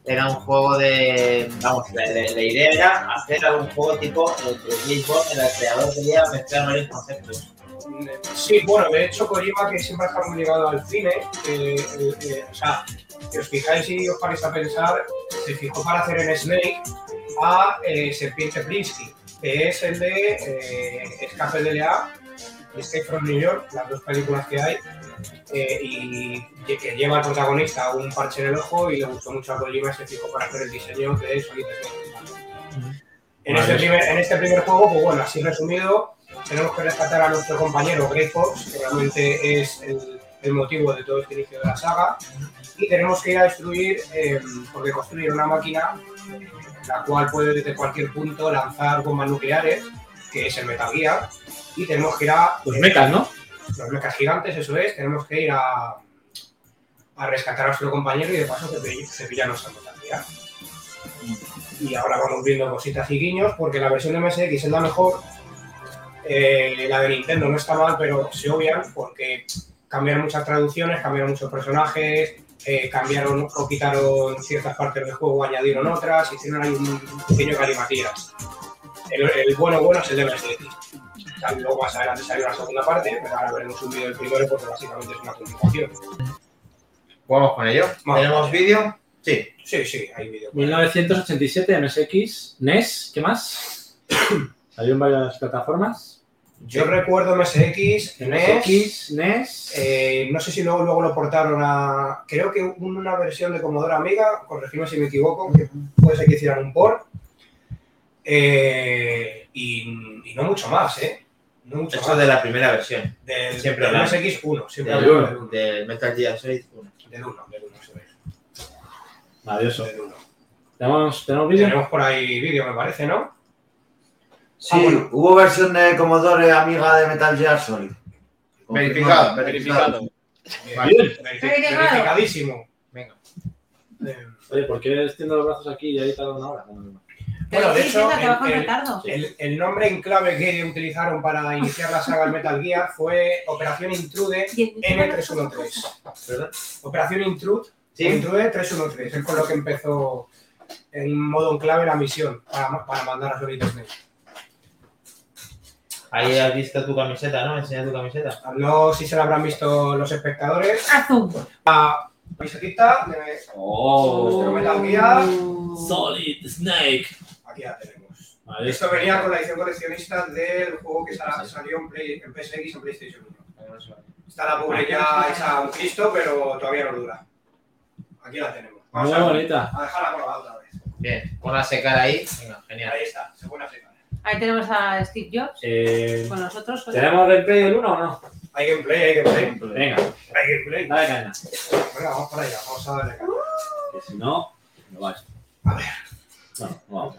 Era un juego de, vamos, la, la- la idea era hacer algún juego tipo el James Bond, en el creador quería mezclar varios conceptos. Sí, bueno, de hecho, Kojima, que siempre está muy ligado al cine, eh, eh, eh, o sea, si os fijáis y os paráis a pensar, se fijó para hacer en Snake a eh, Serpiente Plinsky, que es el de eh, Escape de Lea, Escape from New York, las dos películas que hay, eh, y que- que lleva al protagonista un parche en el ojo y le gustó mucho a Kojima y se fijó para hacer el diseño de Solid Snake. En este, primer, en este primer juego, pues bueno, así resumido, tenemos que rescatar a nuestro compañero Grey Fox, que realmente es el, el motivo de todo este inicio de la saga, y tenemos que ir a destruir, eh, porque construir una máquina la cual puede desde cualquier punto lanzar bombas nucleares, que es el Metal Gear, y tenemos que ir a Los mecas, Pues ¿no? los mechas gigantes, eso es, tenemos que ir a, a rescatar a nuestro compañero y de paso cepillarnos a Metal Gear. y ahora vamos viendo cositas y guiños, porque la versión de MSX es la mejor. Eh, la de Nintendo no está mal, pero se obvian porque cambiaron muchas traducciones, cambiaron muchos personajes, eh, cambiaron o quitaron ciertas partes del juego, añadieron otras, hicieron ahí un pequeño calimatías. El, el bueno bueno es el de MSX. O sea, Luego más adelante salió la segunda parte, pero ahora veremos un vídeo del primero porque básicamente es una continuación. Jugamos con ello. Vamos. ¿Tenemos vídeo? Sí. Sí, sí, hay vídeo. 1987, MSX, NES, E ¿qué más? Salió en varias plataformas. Yo recuerdo MSX, NES, MSX, NES. E eh, no sé si luego, luego lo portaron a... Creo que hubo una versión de Commodore Amiga, corregime si me equivoco, que puede ser que hicieran un port. Eh, y, y no mucho más, ¿eh? No mucho Eso más. de la primera versión. Del, siempre del la- MSX 1, siempre Del, hablamos del 1. del Metal Gear Solid 1. Del 1, del 1, eso es, Maravilloso. del 1. ¿Tenemos, tenemos vídeo? Tenemos por ahí vídeo, me parece, ¿no? Sí, Ah, bueno. hubo versión de Commodore amiga de Metal Gear Solid. Verificado, Verificado. Eh, Bien. verifi- Verificado. Verificadísimo. Venga. Eh, Oye, ¿por qué extiendo los brazos aquí y ahí tarda una hora? No, no, no. Bueno, de Sí, hecho, sí, no, que va con el- el- retardo. El, el nombre en clave que utilizaron para iniciar la saga del Metal Gear fue Operación Intrude Y el- M313. Operación Intrude, Sí. Intrude 313. Es con lo que empezó en modo en clave la misión para, para mandar a Solid Snake. Ahí has visto tu camiseta, ¿no? Enseña tu camiseta. No sé si se la habrán visto los espectadores. Azul. Camiseta de Oh. Oh. nuestro Metal Gear. Solid Snake. Aquí la tenemos. Maravilloso. Esto venía con la edición coleccionista del juego que sal- salió en, Play, en PSX y en PlayStation 1. Está la pobre ya hecha un Cristo, pero todavía no dura. Aquí la tenemos. Vamos Muy a, bonita. a dejarla colgada otra vez. Bien, ponla a secar ahí. Venga, genial. Ahí está, se pone a secar. Ahí tenemos a Steve Jobs Eh, con nosotros. oye. ¿Tenemos replay del 1 o no? Hay gameplay, hay gameplay. Venga, Hay gameplay. dale caña. Venga, vamos para allá, vamos a darle. Que si no, no va esto. A ver. No, no vamos.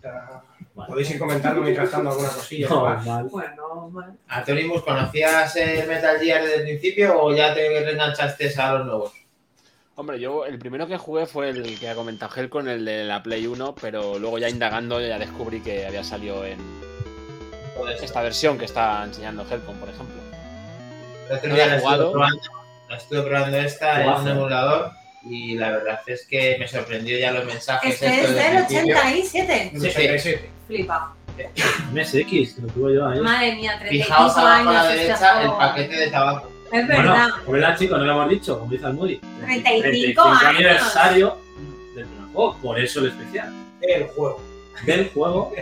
carta. Vale. Podéis ir comentando mientras tanto alguna cosilla. No, ¿vale? mal. Bueno, mal. Antonimus, ¿conocías el Metal Gear desde el principio o ya te reenganchaste a los nuevos? Hombre, yo el primero que jugué fue el que ha comentado Gel con el de la Play 1, pero luego ya indagando ya descubrí que había salido en Joder, esta versión que está enseñando Helcon, por ejemplo. El otro No día la he la estuve, jugado. probando, la estuve probando esta en Juegazo. un emulador y la verdad es que me sorprendió ya los mensajes. Este estos es del del principio. 87. Sí, sí. 87. Flipa. MSX, que lo tuve yo ahí. Madre mía, 35 Fijaos abajo a años. la este derecha el juego. paquete de tabaco. Es Bueno, verdad. pues ¿verdad, chicos? No lo hemos dicho, como dice el Moody. 35 años. aniversario del primer juego, por eso el especial. El juego. Del juego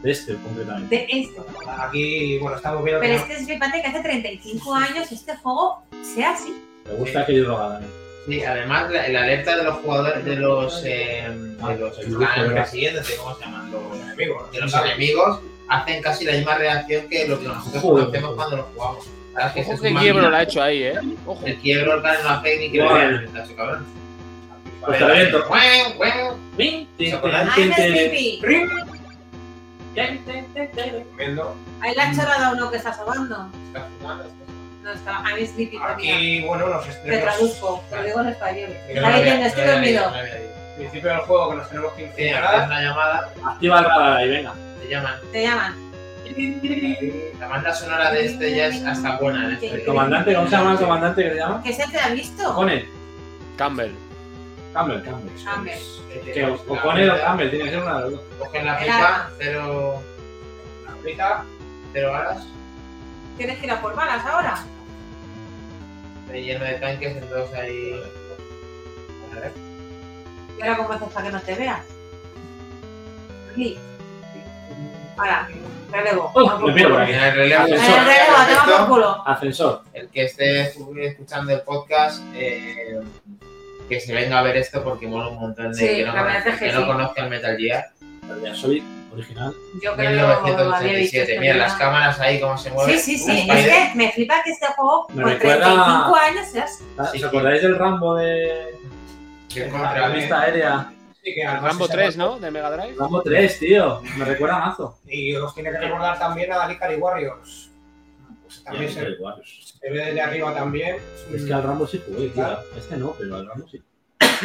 de este, concretamente. De este. Aquí, bueno, estamos viendo Pero que es que es flipante que hace 35 años este juego sea así. Me gusta que yo lo haga, Sí, además la, el alerta de los jugadores, de los, eh, de los que el grupo, están ¿verdad? persiguiéndote, ¿cómo se llaman? Los, los enemigos. de los enemigos hacen casi la misma reacción que lo que nosotros Joder. pues. conocemos cuando lo jugamos. La verdad es que Ojo es que un quiebro máquina. la ha hecho ahí, ¿eh? Ojo. El quiebro claro, no hace ni que lo Joder. vean en el tacho, cabrón. Pues te reviento. Guau, guau. ¡Ay, no es creepy! Viendo. Ahí la has chorado a uno que está sobando. Está fumando, está fumando. No, está. A mí es creepy. ponía. Aquí, bueno, nos Te estrenos. traduzco, te lo digo en español. Yo Está no lo había- diciendo, estoy no lo había dormido. leído, no lo había leído. Principio del juego que nos tenemos que Tiene integrar. una llamada, Activa el radar y venga. te llaman. Te llaman. La banda sonora de este ya es hasta buena. en este. El comandante, ¿cómo se llama el comandante que se llama? ¿Que se te ha visto? Conel. Campbell. Campbell, Campbell. Hombre, Que, o o Conel o Campbell, tiene que ser una de las dos. Cogen la El pipa, arma. cero, Ahorita, cero balas, ¿Tienes que ir a por balas ahora? relleno de tanques, entonces ahí. A ver, ¿Y ahora cómo haces para que no te vea? Clic. Ahora, relevo. Uy, Vamos. Oh, me piro por al aquí. final el relevo. Eh, Eso, relevo, toma por Perfecto. culo. Ascensor. El que esté escuchando el podcast, eh, que se venga a ver esto porque mola un montón de Sí, que no, la verdad es que que no sí. conozca el Metal Gear. El de Solid, original. Yo creo que lo había visto. 1987. este Mira día. las cámaras ahí, cómo se mueven. Sí, sí, sí. Un Es spider. que me flipa que este juego Me con recuerda- 35 años seas. ¿Os Sí, sí. acordáis del Rambo de Que la contra mí. vista aérea? sí que además Rambo esa- 3, ¿no? De Mega Drive. Rambo 3, tío. Me recuerda a Mazo. Y os tiene que recordar también a Alicari Warriors. Pues también se, se ve desde arriba también. Es que al Rambo sí jugué, tío. Este no, pero al Rambo sí.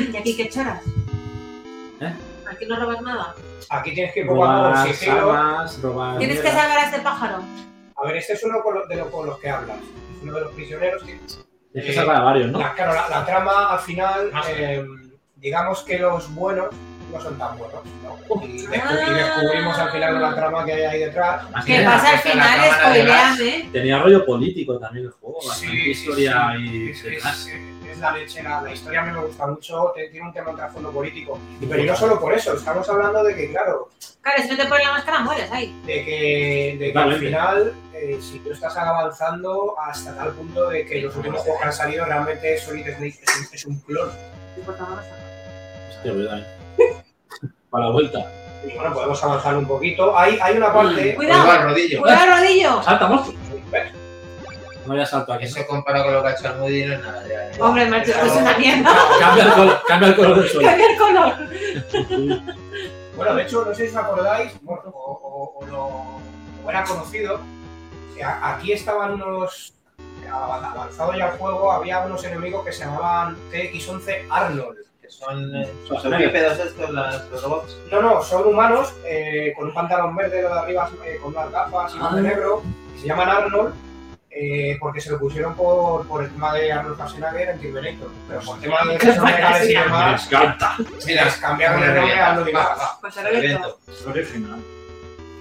¿Y aquí qué choras? ¿Eh? Aquí no robas nada. Aquí tienes que ir poco a poco, Robar sigilo. armas, robar. Tienes que Ah, mierda. salvar a este pájaro. A ver, este es uno con lo- de los, con los que hablas. Es uno de los prisioneros que Tienes que salvar a varios, ¿no? La, claro, la, la trama al final, eh, digamos que los buenos no son tan buenos. ¿no? Y, descu- y descubrimos al final la trama que hay ahí detrás. Más ¿Qué que pasa al Hasta la final? cámara de gas. Spoilean, ¿eh? Tenía rollo político también el juego, Sí, bastante sí, historia sí. y Es, detrás. es- es la leche, la, la historia a mí me gusta mucho, te- tiene un tema de trasfondo político. Y pero no solo por eso, estamos hablando de que, claro, Claro, si no te pones la máscara, mueres ahí. de que, de que al Totalmente. final, eh, si tú estás avanzando hasta tal punto de que los últimos juegos que han salido realmente Solid Snake es un, es un clon. Te importa la máscara. Hostia, verdad, ¿eh? Para la vuelta. Y bueno, pues- podemos avanzar un poquito. Hay, hay una parte... Cuidado Cuidado, al rodillo. cuidado, rodillo. ¡Salta, monstruo! No había salto aquí. Eso comparado con lo que ha hecho Almudy no es nada. ya, ya. Hombre, macho, esto es una mierda. Cambia el color, cambia el color del suelo. Cambia el color. Bueno, de hecho, no sé si os acordáis, bueno, o, o- o lo- o era conocido, que a- aquí estaban unos, av- avanzado ya el juego, había unos enemigos que se llamaban TX-11 Arnold. Que son eh, Schwarzenegger. bípedos estos, las- los robots. No, no, son humanos eh, con un pantalón verde lo de arriba, eh, con unas gafas y Ah. un negro, y se llaman Arnold. eh, porque se lo pusieron por, por el tema de Arnold Schwarzenegger en Terminator. Pero por tema de que son legales y Me demás, encanta. se las cambiaron el nombre a Arnold y Va, más. va. Pues Roberto. Evento. Original.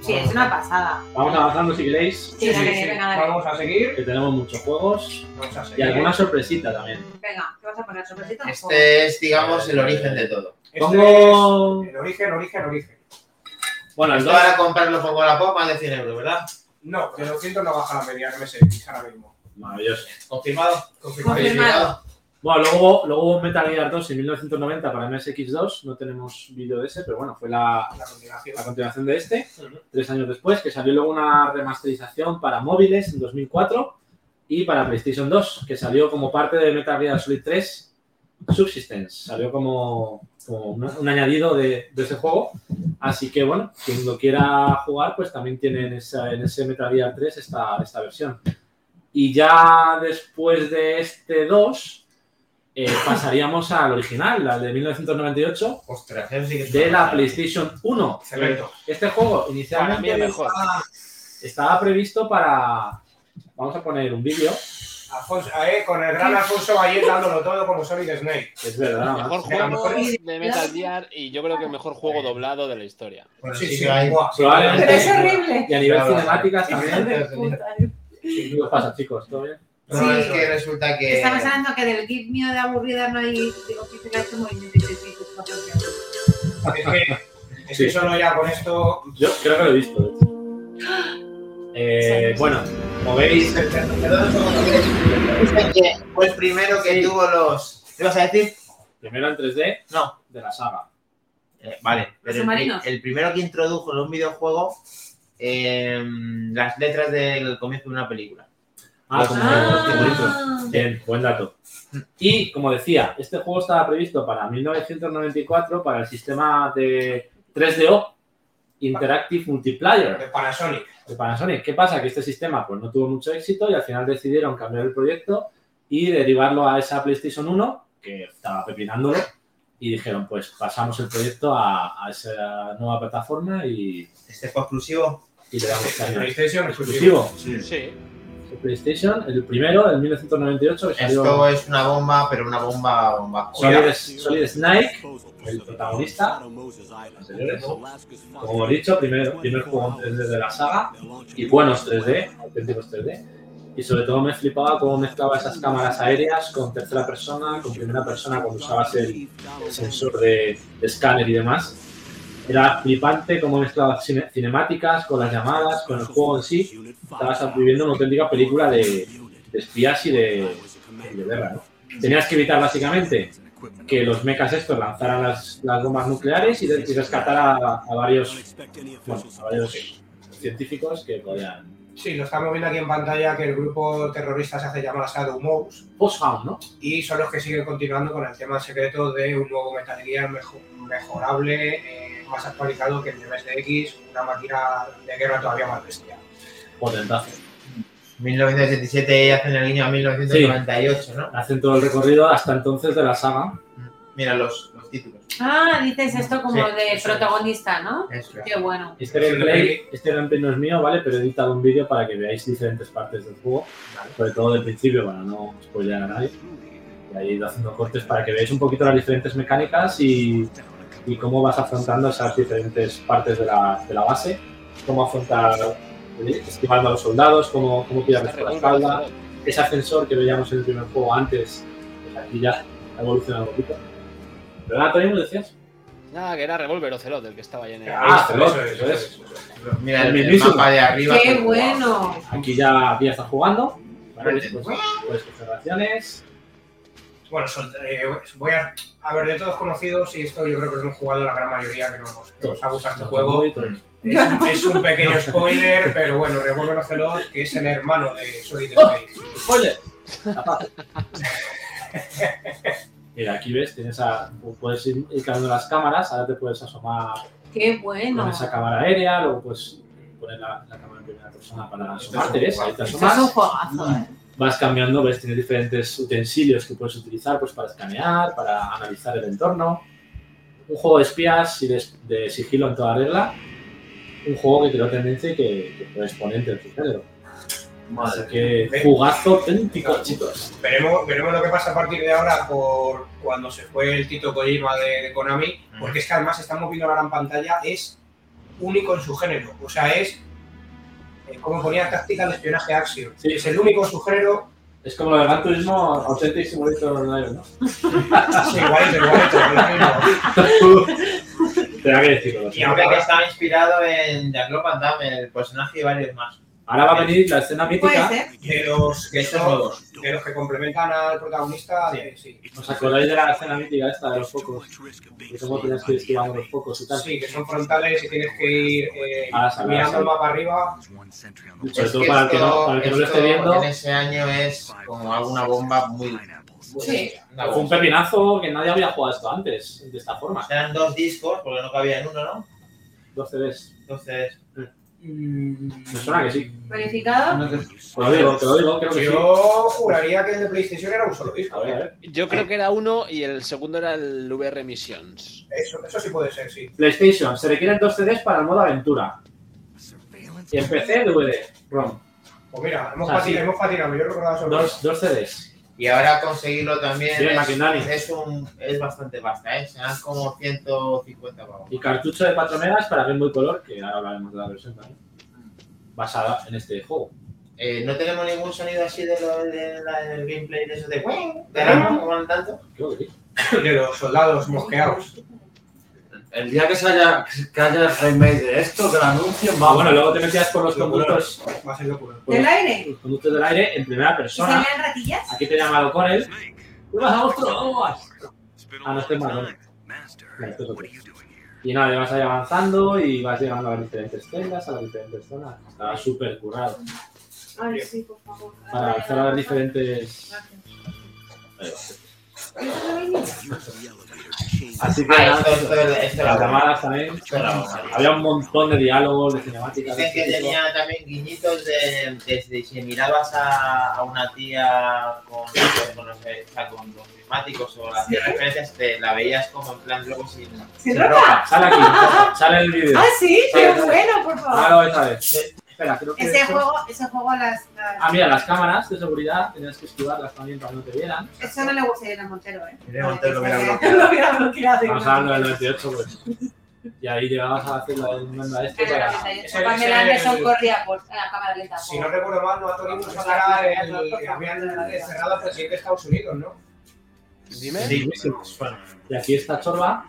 Sí, es una pasada. Vamos avanzando si queréis, Sí, Sí, dale, sí, sí. venga, dale. Vamos a seguir. que tenemos muchos juegos Vamos a y seguir. alguna sorpresita también. Venga, ¿qué vas a poner? ¿Sorpresita? Joder. Este es, digamos, el origen de todo. Este Pongo. es este el origen, origen, origen. Bueno, el Esto 2. ahora comprarlo por la pop más de 100 euros, ¿verdad? No, de 200 no baja la media MSX ahora mismo. Maravilloso. Confirmado. Confirmado. Confirmado. Bueno, luego, luego hubo Metal Gear 2 en 1990 para MSX2. No tenemos vídeo de ese, pero bueno, fue la, La continuación. la continuación de este, tres años después, que salió luego una remasterización para móviles en 2004 y para PlayStation 2, que salió como parte de Metal Gear Solid 3 Subsistence. Salió como, como un, un añadido de, de ese juego. Así que bueno, quien lo quiera jugar, pues también tiene en, esa- en ese Metal Gear 3 esta, esta versión. Y ya después de este 2, eh, pasaríamos al original, al de 1998, Ostras, eso sí que es de una la pasada. PlayStation 1. Excelente. Este juego Para mí inicialmente es mejor. estaba previsto para. Vamos a poner un vídeo, Alfonso, eh, con el gran Alfonso Valle dándolo todo como Solid Snake. que es verdad. El mejor macho. juego de Metal Gear y yo creo que el mejor juego doblado de la historia. Bueno, Sí, sí, sí. que hay. Buah, Probablemente- Pero es horrible. Y a nivel Claro, cinemáticas también. Entonces, ¿Qué os pasa, chicos? ¿Todo bien? No, Sí. es que resulta que. Estamos hablando que del gif mío de aburrida no hay. Digo, que se hace movimiento y te dices, "Cuatro días". Es que, es que Sí. solo ya con esto. Yo creo que lo he visto. de hecho. Eh, bueno, como veis, Perdón, un segundo, que- Dicen que Fue el primero que tuvo los. ¿Te vas a decir? primero en 3D No. de la saga. Eh, vale. Pero el, pri- submarinos. el primero que introdujo en un videojuego eh, las letras del comienzo de una película. Ah, como Ah. como he dicho. Bien, buen dato. Y como decía, este juego estaba previsto para 1994 para el sistema de 3DO Interactive Multiplayer De Panasonic. de Panasonic. ¿Qué pasa? Que este sistema pues, no tuvo mucho éxito y al final decidieron cambiar el proyecto y derivarlo a esa PlayStation 1 que estaba pepinándolo y dijeron pues pasamos el proyecto a, a esa nueva plataforma y, Este fue exclusivo. y le damos caña. PlayStation exclusivo. Exclusivo. Sí. de PlayStation, el primero, el 1998 que salió Esto es una bomba, pero una bomba bomba. Solid, Solid Snake, el protagonista, anteriores, como he dicho, primer, primer juego en 3D de la saga, y buenos 3D, auténticos 3D, y sobre todo me flipaba cómo mezclaba esas cámaras aéreas con tercera persona, con primera persona cuando usabas el sensor de, de escáner y demás. Era flipante cómo mezclaba cine- cinemáticas con las llamadas, con el juego en sí. Estabas viviendo una auténtica película de, de espías y de, y de guerra, ¿no? Tenías que evitar básicamente que los mechas estos lanzaran las, las bombas nucleares y, de- y rescatar a, a varios, bueno, a varios científicos que podían... Sí, lo estamos viendo aquí en pantalla que el grupo terrorista se hace llamar Shadow Mouse Posthound, ¿no? y son los que siguen continuando con el tema secreto de un nuevo Metal Gear mejo- mejorable, eh, más actualizado que el de MSX, una máquina de guerra todavía más bestia. Potentazo. 1977 y hacen el niño a 1998, ¿no? Hacen todo el recorrido hasta entonces de la saga. Mira, los, los los títulos. Ah, dices esto como Sí, de eso es. protagonista, ¿no? Eso es. Qué bueno. Este gameplay, este gameplay no es mío, ¿vale? Pero he editado un vídeo para que veáis diferentes partes del juego, sobre todo del principio, para no spoilear a nadie. Y ahí he ido haciendo cortes para que veáis un poquito las diferentes mecánicas y, y cómo vas afrontando esas diferentes partes de la, de la base, cómo afrontar eh, esquivando a los soldados, cómo, cómo tirarles por la espalda, ese ascensor que veíamos en el primer juego antes, pues aquí ya ha evolucionado un poquito. ¿Pero nada, Tony, me decías? Nada, que era Revolver Ocelot el que estaba ya en el. Ah, eso, Ocelot, eso eso, eso, es. eso, eso. Mira, El el, el mismísimo. mapa de arriba. Qué pues, bueno. Aquí ya, ya estás jugando. ¿vale? Vale. Pues, pues, observaciones. Bueno, sol- eh, voy a, a ver, de todos conocidos, y esto yo creo que es un jugador la gran mayoría que nos, que nos ha gustado este juego. Es, es un pequeño spoiler, pero bueno, Revolver Ocelot, que es el hermano de Solid Snake. Oye. Mira, aquí ves, tienes a, puedes ir, ir cambiando las cámaras, ahora te puedes asomar Qué con bueno. esa cámara aérea, luego puedes poner la, la cámara en primera persona para asomarte, ¿ves? Ahí te Esto es un asomas, juegazo, ¿eh? vas cambiando, ves, tienes diferentes utensilios que puedes utilizar pues, para escanear, para analizar el entorno. Un juego de espías y de, de sigilo en toda regla. Un juego que creó tendencia y que, que fue exponente en su género. Así Madre. que jugazo auténtico, chicos. Veremos, veremos lo que pasa a partir de ahora por cuando se fue el Tito Kojima de, de Konami, porque es que además estamos viendo la gran pantalla, es único en su género. O sea, es eh, como ponía táctica de espionaje Axiom. Sí. Es el único en su género, Es como lo de Gran Turismo, Authentic Simulator Online, ¿no? Ah, sí, igualito, igualito, lo mismo. Tenía que decirlo. Y hombre, que estaba inspirado en Jean-Claude Van Damme, el personaje y varios más. Ahora va a venir la escena Puede mítica. ser. De los Que que estos son, nuevos. de los que complementan al protagonista, de- Este sí. ¿Os acordáis de la escena mítica esta de los focos? De cómo tenías que ir esquivando los focos y tal. Sí, que son frontales y tienes que ir eh, Ahora sale, ahora mirando el sale. mapa arriba. Sobre todo para el que no, para el que no lo esté viendo. En ese año es como alguna bomba muy. Sí. una pues, Fue un bomba. pepinazo que nadie había jugado esto antes, de esta forma. Eran dos discos, porque no cabía en uno, ¿no? Dos CDs. Entonces, Me suena que sí. Verificado. Te lo digo, te lo digo, creo que sí. Yo juraría que el de PlayStation era un solo A disco. ver, a ver. Yo creo que era uno y el segundo era el VR Missions. ¿eh? Eso, eso sí puede ser, sí. PlayStation, se requieren dos CDs para el modo aventura. Y en PC, DVD, ROM. Pues mira, hemos Ah, patinado, sí. hemos patinado. Yo recordaba sobre Dos, dos CDs. y ahora conseguirlo también Bien, es, Maquindani. es un, es bastante pasta, ¿eh? Serán como 150 pavos. Y cartucho de 4 megas para Game Boy Color, que ahora hablaremos de la versión también. Basada en este juego. Eh, no tenemos ningún sonido así de lo, de la- del gameplay de esos de. ¿De rama? como en tanto? Creo que sí. de los soldados mosqueados. El día que se haya, que haya remake de esto, que lo anuncien, Ah, vamos. bueno, luego te metías por los conductos, Va a ser locura. por Del los, aire. los conductos del aire en primera ¿Y persona. salían ratillas? Aquí te llama O'Connell. ¡Tú vas a otro! ¡Vamos! Ah, no estoy mal. ¿no? Vale, esto este es otro. Y nada, y vas ahí avanzando y vas llegando a las diferentes celdas, a las diferentes zonas. Está súper curado. Ay, sí, por favor. Para avanzar a las diferentes. Así que Ah, nada, esto, esto, esto era las bueno. llamadas también. Esto era bueno. Había un montón de diálogos, de cinemáticas. Dicen que de todo. tenía también guiñitos de, desde si mirabas a, a una tía con, con, los- o sea, con los prismáticos o hacía referencias, te la veías como en plan luego sin, ¿Sin sin ropa? Sale aquí, sale el vídeo. Ah, sí, qué Sí. bueno, por favor. Claro, esta vez. Espera, creo que. Ese juego, ese juego las, las- Ah, mira, las cámaras de seguridad tenías que esquivarlas también para que no te vieran. Eso no le gusta a Irene Montero, ¿eh? Irene Montero lo hubiera bloqueado. Lo hubiera bloqueado. Estamos hablando del 98, pues. Y ahí llegabas a hacer la demanda este Pero para. Ese- Pamela ese- Anderson corría por a la cámara lenta. Si no recuerdo mal, no ha tenido que sacar el que habían cerrado al presidente de Estados Unidos, ¿no? Dime. Sí, sí, Y aquí está Chorba.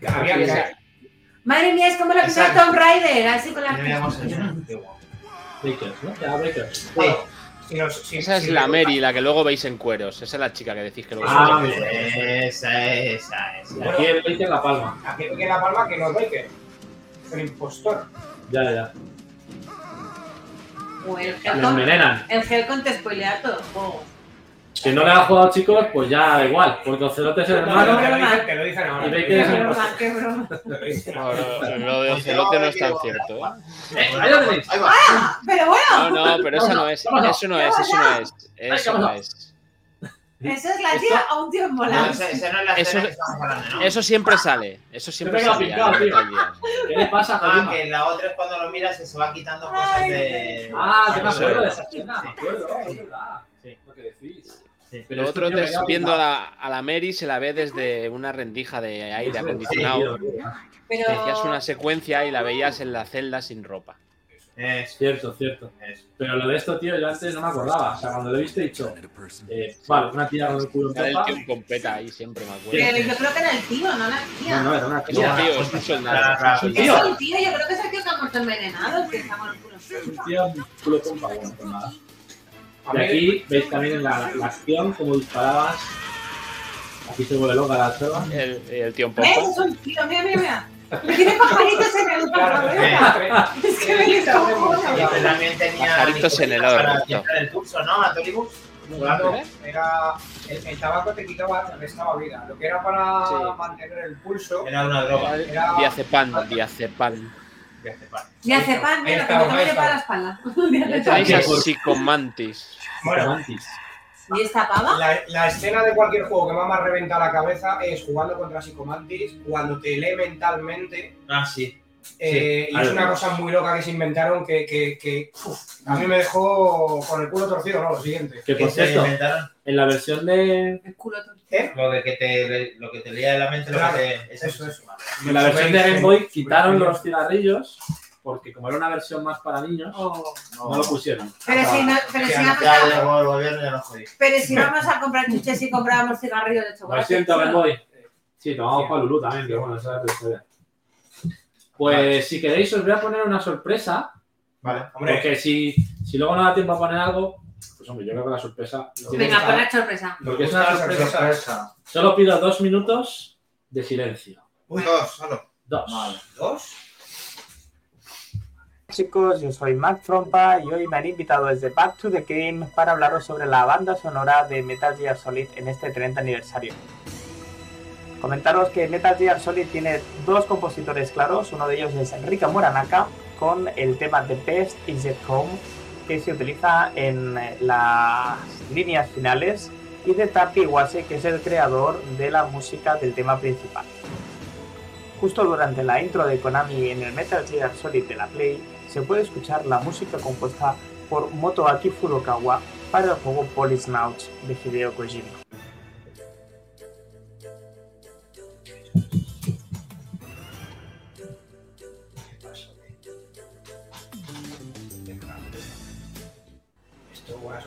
Que había sí, que Madre mía, es como la primera Exacto. Tomb Raider, así con Ya las veíamos el antiguo. Breakers, ¿no? Ya, Breakers. bueno, si nos- si- Esa es si- la Mary, la que luego veis en cueros. Esa es la chica que decís que luego Ah, veis en cueros. Esa, esa, esa. Y aquí el Breaker La Palma. Aquí que la palma que nos que El impostor. Ya, ya. O el Lo Geocon. envenenan. El Geocon te spoilea todo el juego. Si no le han jugado, chicos, pues ya igual. Porque Ocelote es el te, lo hermano. dicen, te lo dicen ahora. Y ve que- Qué es un broma, qué broma. Te lo dicen. No, no, Lo de Ocelote no es tan cierto. ¿eh? ahí lo tenéis. Ahí va. Pero bueno, No, no, pero esa no es. Eso no es, eso no es. Eso no es. ¿Eso es la tía o un tío en No, volante? esa, esa no es la Eso- escena que estamos hablando, ¿no? Eso siempre sale. Eso siempre Te me lo sale. pintado, a tío. los detalles. ¿Qué le pasa, Ah, Kojima? que la otra es cuando lo miras y se va quitando cosas Ay, de. Ah, que me no sé. acuerdo de esa escena, me acuerdo, Sí. es verdad. Sí. Lo que decís. Lo otro es viendo a la, a la Mary, se la ve desde una rendija de aire acondicionado. Pero... Te hacías una secuencia y la veías en la celda sin ropa. Eso, Cierto, cierto. eso. Pero lo de esto, tío, yo antes no me acordaba. O sea, cuando lo he visto he dicho, eh, vale, una tía con el culo en La del copa. tío con peta ahí siempre me acuerdo. Pero yo creo que era el tío, no la tía. No, no, era una Es un tía. tío, es un soldado. es un Es soldado. el tío, yo creo que es el tío que ha muerto envenenado, el que está con el culo suelto. Un tío con culo en copa, bueno, pues nada. A Y mí- aquí veis también la, la acción, como disparabas. Aquí se vuelve loca la chava. El, el tío en ¿Ves? popa. ¿Eh? Es un tío, mira, mira, mira. Me tiene pajaritos en el cabeza. Es que me Y descojono. este también tenía. Pajaritos en el nicotina horno, Para tío. quitar el pulso, ¿no? A Tolibus. Claro, era el, el tabaco te quitaba, te restaba vida. Lo que era para Sí. mantener el pulso Era una droga. era. Diazepam, diazepam. Y hace pan, mira, que me tengo que llevar la espalda. Traes a Psicomantis. Bueno, Mantis. ¿Y esta pava? la, la escena de cualquier juego que más me reventa la cabeza es jugando contra Psychomantis cuando te lee mentalmente. Ah, sí. eh, y es algo. una cosa muy loca que se inventaron que, que, que, uf, a mí me dejó con el culo torcido, ¿no? Lo siguiente. Que por Que se cierto, inventaron en la versión de. El culo torcido. Lo de que te, lo que te leía de la mente, lo Claro, que te. Eso, eso. En la versión de Game Boy quitaron los cigarrillos porque, como era una versión más para niños, no lo pusieron. Pero si no, pero si vamos Ya a, llegó el gobierno y nos jodió. pero si vamos a comprar chuches y comprábamos cigarrillos de chocolate. Lo siento, Game Boy. Sí, tomamos para Lulu también, que bueno, esa es la historia. Pues si queréis, os voy a poner una sorpresa. Vale. Hombre, Porque si, si luego no da tiempo a poner algo, pues hombre, yo creo que la sorpresa. tiene que Venga, estar. pon la sorpresa. Porque es una sorpresa. sorpresa. Solo pido dos minutos de silencio. Uy, dos, solo. Dos. ¿Dos? chicos, yo soy Mark Trompa y hoy me han invitado desde Back to the Game para hablaros sobre la banda sonora de Metal Gear Solid en este 30 aniversario. Comentaros que Metal Gear Solid tiene dos compositores claros, uno de ellos es Rika Muranaka con el tema The Best Is Yet Home que se utiliza en eh, las líneas finales y de Tapi Iwase que es el creador de la música del tema principal. Justo durante la intro de Konami en el Metal Gear Solid de la Play, se puede escuchar la música compuesta por Motoaki Furukawa para el juego Polysnouts de Hideo Kojima.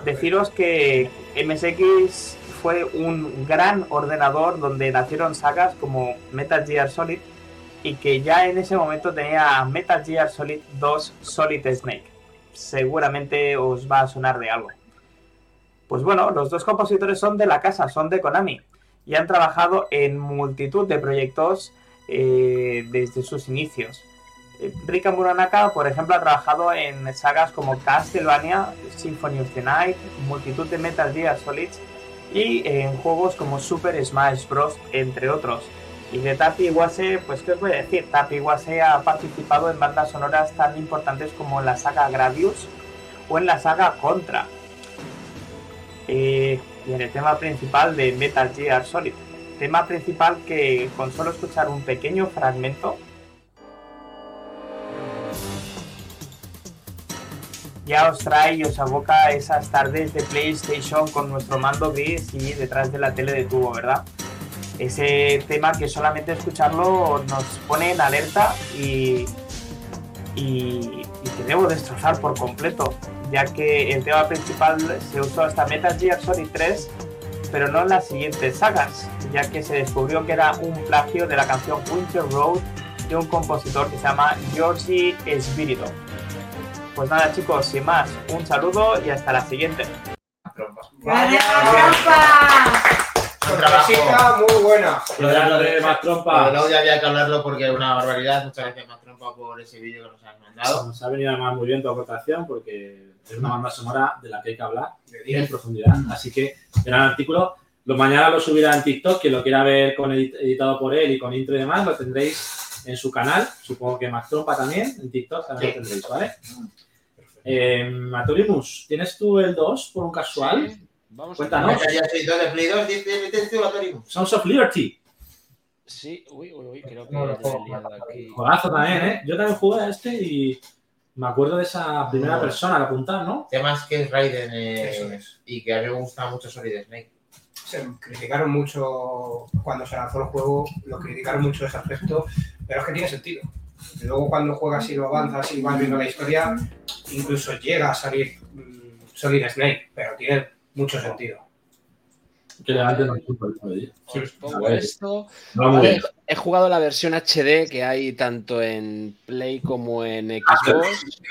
Deciros que MSX fue un gran ordenador donde nacieron sagas como Metal Gear Solid y que ya en ese momento tenía Metal Gear Solid 2 Solid Snake. Seguramente os va a sonar de algo. Pues bueno, los dos compositores son de la casa, son de Konami y han trabajado en multitud de proyectos eh, desde sus inicios. Eh, Rika Muranaka, por ejemplo, ha trabajado en sagas como Castlevania, Symphony of the Night, multitud de Metal Gear Solid y en juegos como Super Smash Bros., entre otros. Y de Tapi Iwase, pues qué os voy a decir, Tapi Iwase ha participado en bandas sonoras tan importantes como en la saga Gradius o en la saga Contra. Eh, y en el tema principal de Metal Gear Solid. Tema principal que con solo escuchar un pequeño fragmento ya os trae y os aboca esas tardes de PlayStation con nuestro mando gris y detrás de la tele de tubo, ¿verdad? Ese tema que solamente escucharlo nos pone en alerta y, y, y que debo destrozar por completo, ya que el tema principal se usó hasta Metal Gear Solid 3, pero no en las siguientes sagas, ya que se descubrió que era un plagio de la canción Winter Road de un compositor que se llama Georgi Spiridov. Pues nada chicos, sin más, un saludo y hasta la siguiente. ¡Vale, trampa! Un trabajo. Sorpresita muy buena. Lo de- lo de más Pero luego trompas. ya había que hablarlo porque es una barbaridad. Muchas gracias, más trampa, por ese vídeo que nos has mandado. Nos ha venido además muy bien tu aportación porque es una banda sonora de la que hay que hablar en profundidad. Así que gran artículo. Lo mañana lo subirá en TikTok. Quien lo quiera ver con edit- editado por él y con intro y demás, lo tendréis en su canal. Supongo que Max Trompa también. En TikTok también lo tendréis, ¿vale? Eh, Maturimus, ¿tienes tú el 2 por un casual? Sí. Vamos Cuéntanos. a Sons of Liberty. Sí, uy, uy, uy, creo que No, no, lo tengo no, liado aquí. Juegazo también, ¿eh? Yo también jugué a este y me acuerdo de esa primera No. persona al apuntar, ¿no? Temas que es Raiden eh, Eso y que a mí me gusta mucho Solid Snake. se criticaron mucho cuando se lanzó el juego, lo criticaron mucho de ese aspecto, pero es que tiene sentido. Y luego cuando juegas y lo avanzas y vas viendo la historia, incluso llega a salir mm, Solid Snake, pero tiene mucho sentido. Que le dan el fútbol, ¿no? Os pongo A ver. esto. Va muy Vale, bien. he jugado la versión HD que hay tanto en Play como en Xbox,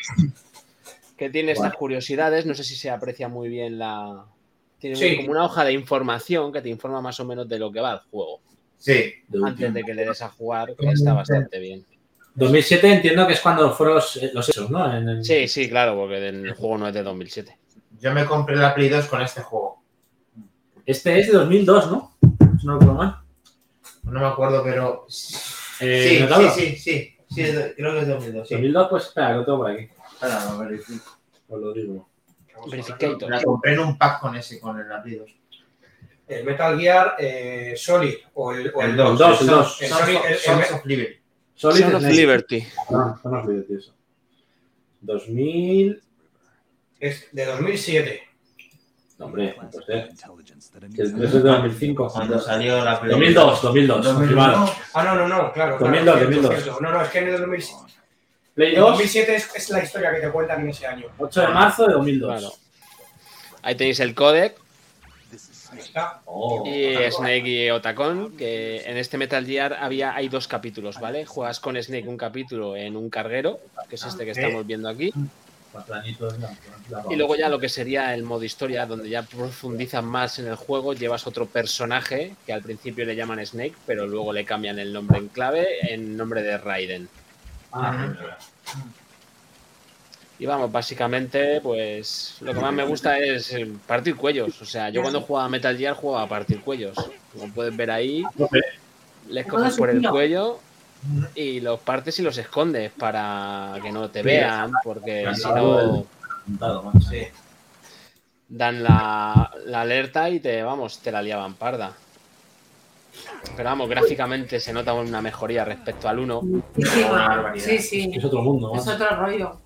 que tiene estas curiosidades. No sé si se aprecia muy bien la. Tiene Sí. como una hoja de información que te informa más o menos de lo que va el juego. Sí. Antes de que le des a jugar, que está bastante bien. 2007 entiendo que es cuando fueron los, eh, los hechos, ¿no? En el- Sí, sí, claro, porque el juego no es de 2007. Yo me compré la Play 2 con este juego. Este es de 2002, ¿no? Si no recuerdo mal. No me acuerdo, pero. Eh, sí, ¿notablo? sí, sí, sí, sí, es de- creo que es 2002. Sí. 2002, pues espera, que lo tengo por aquí. Espera, a ver, sí. Os lo digo. Me la compré en un pack con ese, con el Play 2. El Metal Gear eh, Solid o el, o El 2, dos, el dos. el Solid- el- el- Sons of Liberty. Solid Son of Snake. Liberty. Ah, Son of Liberty, eso. 2000. es de 2007. No, hombre, entonces. que Es de 2005. Cuando salió la Play 2002, 2002, 2002. confirmado. Ah, no, no, no, claro. claro, 2002, cierto, 2002. cierto. No, no, es que en el 2007, Play el 2, 2007 es, es la historia que te cuentan en ese año. 8 de marzo de 2002. Claro. Ahí tenéis el codec Ahí está. Oh. y Snake y Otacon, que en este Metal Gear había, hay dos capítulos, ¿vale? Juegas con Snake un capítulo en un carguero, que es este que estamos viendo aquí, Cuatro añitos, la- la- y luego ya lo que sería el modo historia, donde ya profundizas más en el juego, llevas otro personaje que al principio le llaman Snake, pero luego le cambian el nombre en clave en nombre de Raiden. Ah, mira. Y vamos, básicamente, pues lo que más me gusta es eh, partir cuellos. O sea, yo cuando jugaba a Metal Gear jugaba a partir cuellos. Como puedes ver ahí, Jope. les Todo coges su por el estilo. cuello y los partes y los escondes para que no te vean, porque si no Apuntado, macho. dan la, la alerta y te, vamos, te la liaban parda. Pero vamos, gráficamente se nota una mejoría respecto al 1. Muchísimo. Sí, sí. Es otro mundo, Es macho. otro rollo.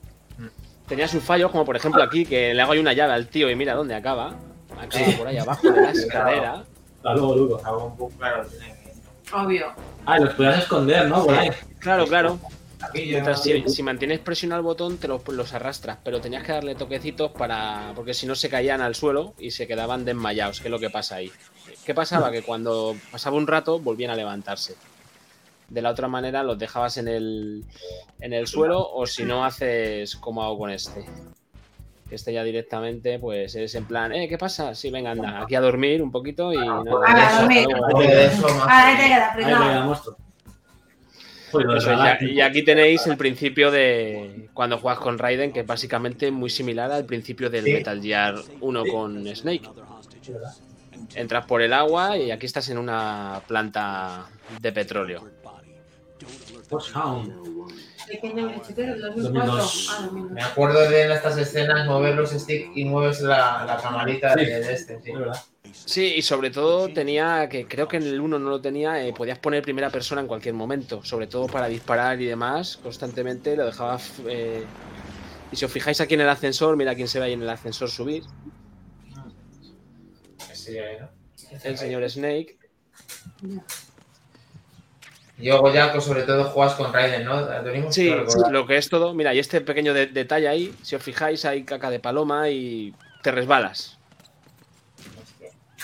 Tenía sus fallos, como por ejemplo aquí, que le hago yo una llave al tío y mira dónde acaba. Acaba por ahí abajo de la escalera. Hasta luego, Lugo. Estaba un poco claro. tiene que- Obvio. Ah, y los podías esconder, ¿no? Por ahí. Claro, claro. Aquí ya- Mientras si, si mantienes presionado el botón, te los, los arrastras, pero tenías que darle toquecitos para. porque si no se caían al suelo y se quedaban desmayados, que es lo que pasa ahí. ¿Qué pasaba? Que cuando pasaba un rato volvían a levantarse. De la otra manera los dejabas en el, en el suelo o si no haces como hago con este. Este ya directamente pues es en plan, eh, ¿qué pasa? Sí, venga, anda, aquí a dormir un poquito y nada, Ah, hasta dormir. luego. Porque de eso más- Ahora te queda Ahí le fregado. da monstruo. Joder, Pues lo de Eso, y verdad, a- y aquí tenéis el principio de cuando juegas con Raiden, que es básicamente muy similar al principio del Sí. Metal Gear 1 con Snake. Entras por el agua y aquí estás en una planta de petróleo. Ghost Hound. Pequeño mechitero del 2004. Ah, 2002. Me acuerdo de en estas escenas mover los sticks y mueves la, la camarita Sí. de, de este. sí. Es verdad. Sí, y sobre todo tenía, que creo que en el 1 no lo tenía, eh, podías poner primera persona en cualquier momento, sobre todo para disparar y demás, constantemente lo dejabas... eh, y si os fijáis aquí en el ascensor, mira quién se ve ahí en el ascensor subir, Sí, ahí, ¿no? el señor Snake. Y luego ya, pues, sobre todo, juegas con Raiden, ¿no? Antonio? Sí, Claro, con- lo que es todo. Mira, y este pequeño de- detalle ahí, si os fijáis, hay caca de paloma y te resbalas.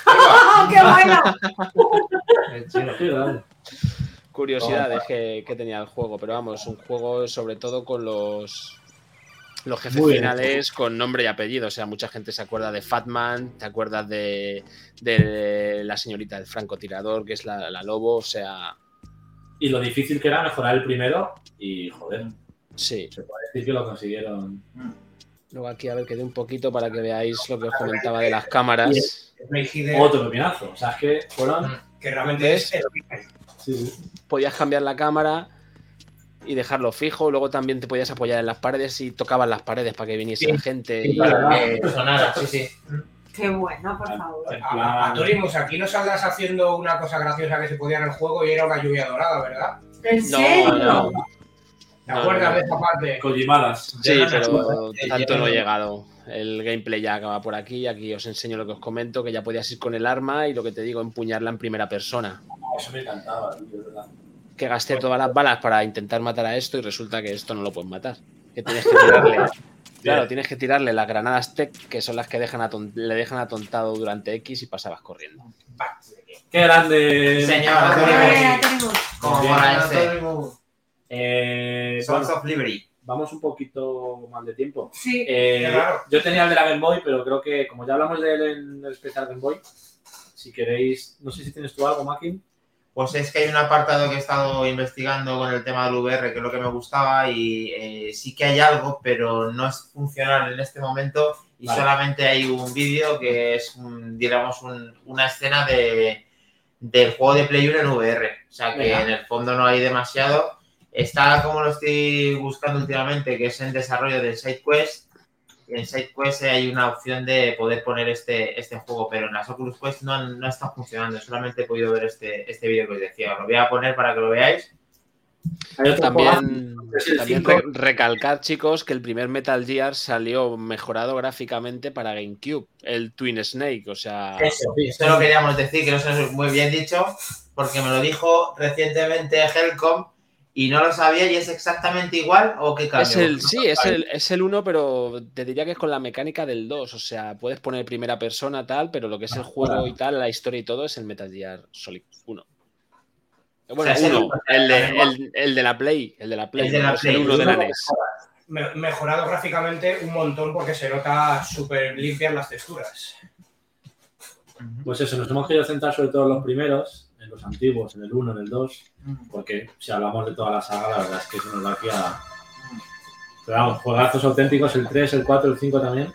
¡Oh, qué bueno! el chino. Qué grande. Curiosidades que, que tenía el juego, pero vamos, un juego sobre todo con los, los jefes Muy bien. finales con nombre y apellido. O sea, mucha gente se acuerda de Fatman, te acuerdas de, de la señorita del francotirador, que es la, la lobo, o sea, Y lo difícil que era mejorar el primero. Y joder, sí. se puede decir que lo consiguieron. Luego aquí, a ver, que dé un poquito para que veáis lo que os comentaba de las cámaras. Snake Hidden, Otro pepinazo. O sea, es que fueron. que realmente es el Sí, sí. podías cambiar la cámara y dejarlo fijo. Luego también te podías apoyar en las paredes y tocaban las paredes para que viniese Sí, la gente. Sí, y- para que sonara, sí, sí. Qué bueno, Ah, por favor. A, a Turismos, aquí no saldrás haciendo una cosa graciosa que se podía en el juego y era una lluvia dorada, ¿verdad? ¿En serio? no. ¿Te acuerdas de esa parte? Cojimadas. Sí, pero tanto no he llegado. El gameplay ya acaba por aquí. Aquí os enseño lo que os comento, que ya podías ir con el arma y lo que te digo, empuñarla en primera persona. Eso me encantaba, tío, de verdad. Que gasté todas las balas para intentar matar a esto y resulta que esto no lo puedes matar. Que tienes que tirarle. Claro, tienes que tirarle las granadas tech, que son las que dejan aton- le dejan atontado durante X y pasabas corriendo. ¡Qué grande! Señor, Ah, ya tenemos. Como Bien, mola no este. Eh, Sons bueno, of Liberty. vamos un poquito mal de tiempo. Sí. Eh, Qué raro. yo tenía el de la Game Boy, pero creo que como ya hablamos de él en el especial Game Boy, si queréis, no sé si tienes tú algo, Makin. Pues es que hay un apartado que he estado investigando con el tema del VR, que es lo que me gustaba, y eh, sí que hay algo, pero no es funcional en este momento. Y Vale. solamente hay un vídeo que es, un, digamos, un- una escena de, del juego de Play 1 en VR. O sea que Venga. en el fondo no hay demasiado. Está como lo estoy buscando últimamente, que es en desarrollo del SideQuest. Y en SideQuest hay una opción de poder poner este, este juego, pero en las Oculus Quest no, han- no está funcionando. Solamente he podido ver este, este vídeo que os decía. Lo voy a poner para que lo veáis. Hay otro juego, También, es el también cinco. re- recalcar, chicos, que el primer Metal Gear salió mejorado gráficamente para GameCube, el Twin Snake, o sea, Eso, eso lo queríamos decir, que no se nos muy bien dicho, porque me lo dijo recientemente Helcom y no lo sabía y es exactamente igual o qué cambio. es el, sí, es el, es el 1, pero te diría que es con la mecánica del 2, o sea, puedes poner primera persona tal, pero lo que Ah, es el juego y tal, la historia y todo es el Metal Gear Solid 1. Bueno, O sea, es el uno, uno. el, de, el- el de la Play, el de la Play, de la no es el Play, uno de el la E uno NES. Me- mejorado gráficamente un montón porque se nota súper limpias las texturas. Pues eso, nos hemos querido centrar sobre todo en los primeros, en los antiguos, en el 1, en el 2, porque si hablamos de toda la saga, la verdad es que se nos da aquí a. Pero vamos, juegazos auténticos, el 3, el 4, el 5 también.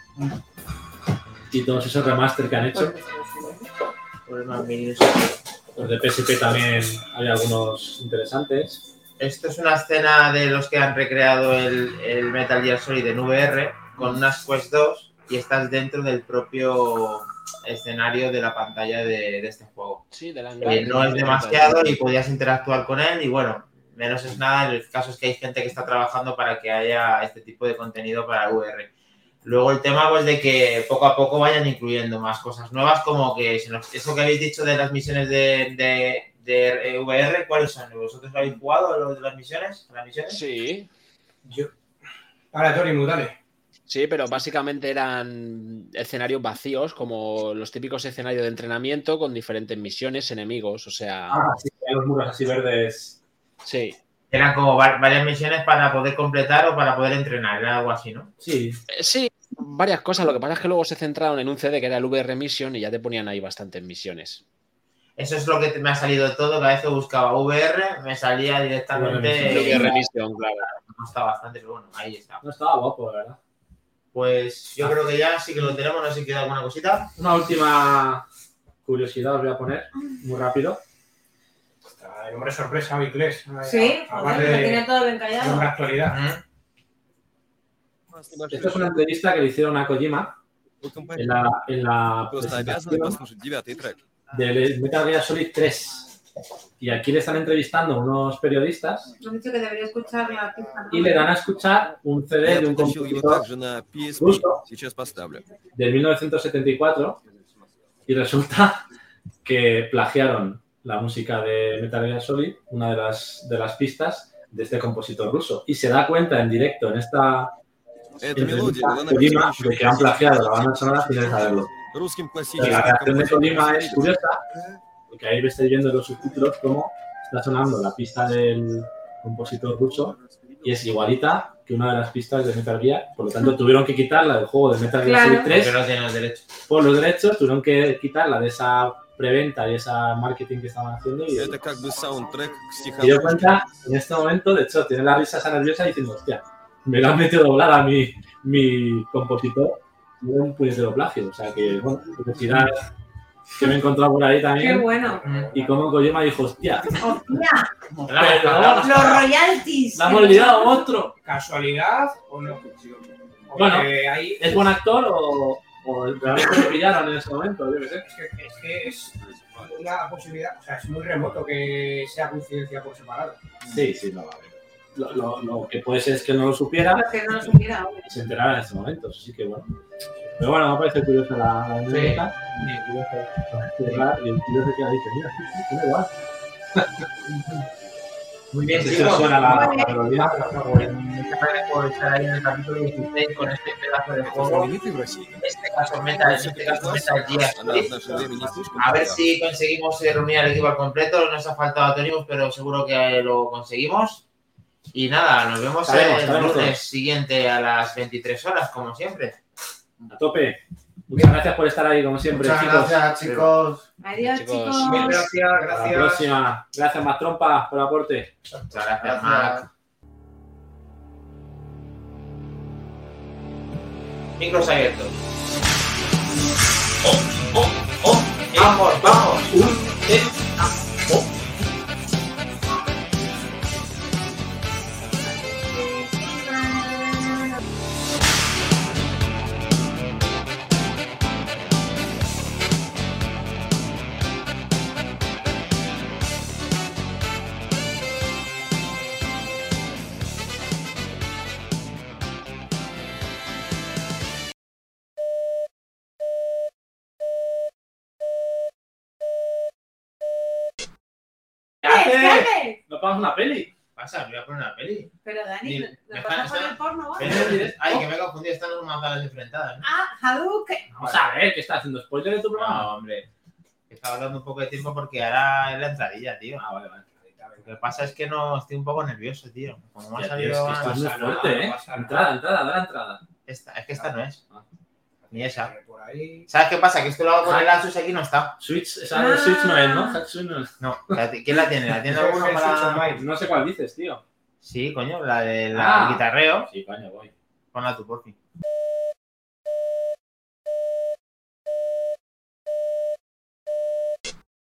Y todos esos remaster que han hecho. Los de PSP también hay algunos interesantes. Esto es una escena de los que han recreado el, el Metal Gear Solid en VR con unas Quest 2 y estás dentro del propio escenario de la pantalla de, de este juego. Sí, del hangar. Eh, no es demasiado y podías interactuar con él y bueno, menos es nada, el caso es que hay gente que está trabajando para que haya este tipo de contenido para VR. Luego el tema pues de que poco a poco vayan incluyendo más cosas nuevas como que se nos- eso que habéis dicho de las misiones de, de- de, eh, VR, ¿cuáles son? ¿Vosotros habéis jugado a lo de las misiones? ¿Las misiones? Sí, Ahora, Tori, dale. Sí, pero básicamente eran escenarios vacíos, como los típicos escenarios de entrenamiento con diferentes misiones, enemigos, o sea, Ah, sí, hay los muros así verdes. sí. Eran como va- varias misiones para poder completar o para poder entrenar, era algo así, ¿no? Sí, Eh, Sí, varias cosas, lo que pasa es que luego se centraron en un CD que era el VR Mission y ya te ponían ahí bastantes misiones. Eso es lo que te- me ha salido todo, cada vez que buscaba VR me salía Eh, directamente... VR Mission, claro. no está bastante, pero bueno, ahí está. no estaba guapo, la verdad. Pues yo creo que ya sí que lo tenemos, no sé si queda alguna cosita. Una última curiosidad os voy a poner, muy rápido. Está El hombre sorpresa, hoy tres. Sí, Aparte joder, lo de tiene todo bien de callado. una actualidad. Esto es una entrevista que le hicieron a Kojima en la, en la presentación del Metal Gear Solid 3. Y aquí le están entrevistando unos periodistas Me han dicho que debería escuchar la pista. ¿no? y le dan a escuchar un CD de un compositor ruso del 1974 y resulta que plagiaron la música de Metal Gear Solid, una de las, de las pistas de este compositor ruso. Y se da cuenta en directo en esta entrevista Kojima de que han plagiado la banda sonora sin él saberlo. Pero la canción de Kojima es curiosa, porque ahí estáis viendo en los subtítulos cómo está sonando la pista del compositor ruso y es igualita que una de las pistas de Metal Gear. Por lo tanto, tuvieron que quitarla del juego de Metal Claro. Gear Solid 3 Porque no tienen los derechos. por Pues los derechos, tuvieron que quitarla de esa preventa y esa marketing que estaban haciendo. Y se dio cuenta en este momento, de hecho, tiene la risa esa nerviosa diciendo, hostia, me la han metido doblada a mi, mi compositor. Y era un puñetero plagio. O sea que, bueno, curiosidad que me he encontrado por ahí Qué también. bueno. Y como Kojima dijo, hostia, Hostia, perdón, los royalties. la hemos olvidado otro. ¿Casualidad o no? Bueno. Porque ahí ¿Es buen actor o, O realmente lo pillaron en ese momento, yo qué sé. Es que es, que es una posibilidad, o sea, es muy remoto que sea coincidencia por separado. Sí, sí, no va a haber. Lo, lo, lo que puede ser es que no lo supiera. Lo que no lo supiera, hombre. Se enterara en ese momento, así que bueno. Pero bueno, me parece curiosa la la anécdota. Y el curioso- y el curioso que ha dicho, mira, sí, sí, da igual. Muy bien, Sí, chicos. suena la- la melodía. Muchas gracias por estar ahí en el capítulo 16 con este pedazo de juego. En este caso, Metal, en este caso, Metal Gear Solid. A ver si conseguimos eh, reunir al equipo al completo. Nos ha faltado Tonibus, pero seguro que lo conseguimos. Y nada, nos vemos Sabemos, el sabemos todo. lunes siguiente a las 23 horas, como siempre. A tope. Muchas gracias por estar ahí, como siempre, Muchas chicos. gracias, chicos. Adiós, Chicos, chicos. eh, mil Gracias, Hasta gracias. la próxima. Gracias, más trompas, por el aporte. Muchas gracias, Mac. Micros abiertos. Oh, Eh, vamos, vamos. ¿Qué haces? ¡Cállate! ¿No pagas una peli? Pasa, me voy a poner una peli. Pero Dani, Ni- ¿nos me vas a están- poner porno? ¿vale? Ven, Ay, que me he confundido, están las manzanas enfrentadas. ¿no? Ah, Hadouken. Vamos a ver, que está haciendo spoiler de tu programa. No, hombre. Estaba dando un poco de tiempo porque ahora es la entradilla, tío. Ah, vale, vale. Lo que pasa es que no estoy un poco nervioso, tío. Como me ha Ya, tío, es salido. que esto es muy ah, no, fuerte, no, ¿eh? no pasa nada. Entrada, entrada, da la entrada. Esta- es que esta no es. Ah. Ni esa. Por ahí. ¿Sabes qué pasa? Que esto lo hago con Ah. el Asus y aquí no está. Switch, esa de Switch no es, ¿no? Switch no es. No. la- ¿Quién la tiene? ¿La tiene alguno Jesús para.? Online. No sé cuál dices, tío. Sí, coño, la del la Ah. guitarreo. Sí, coño, voy. Ponla tú, por fin.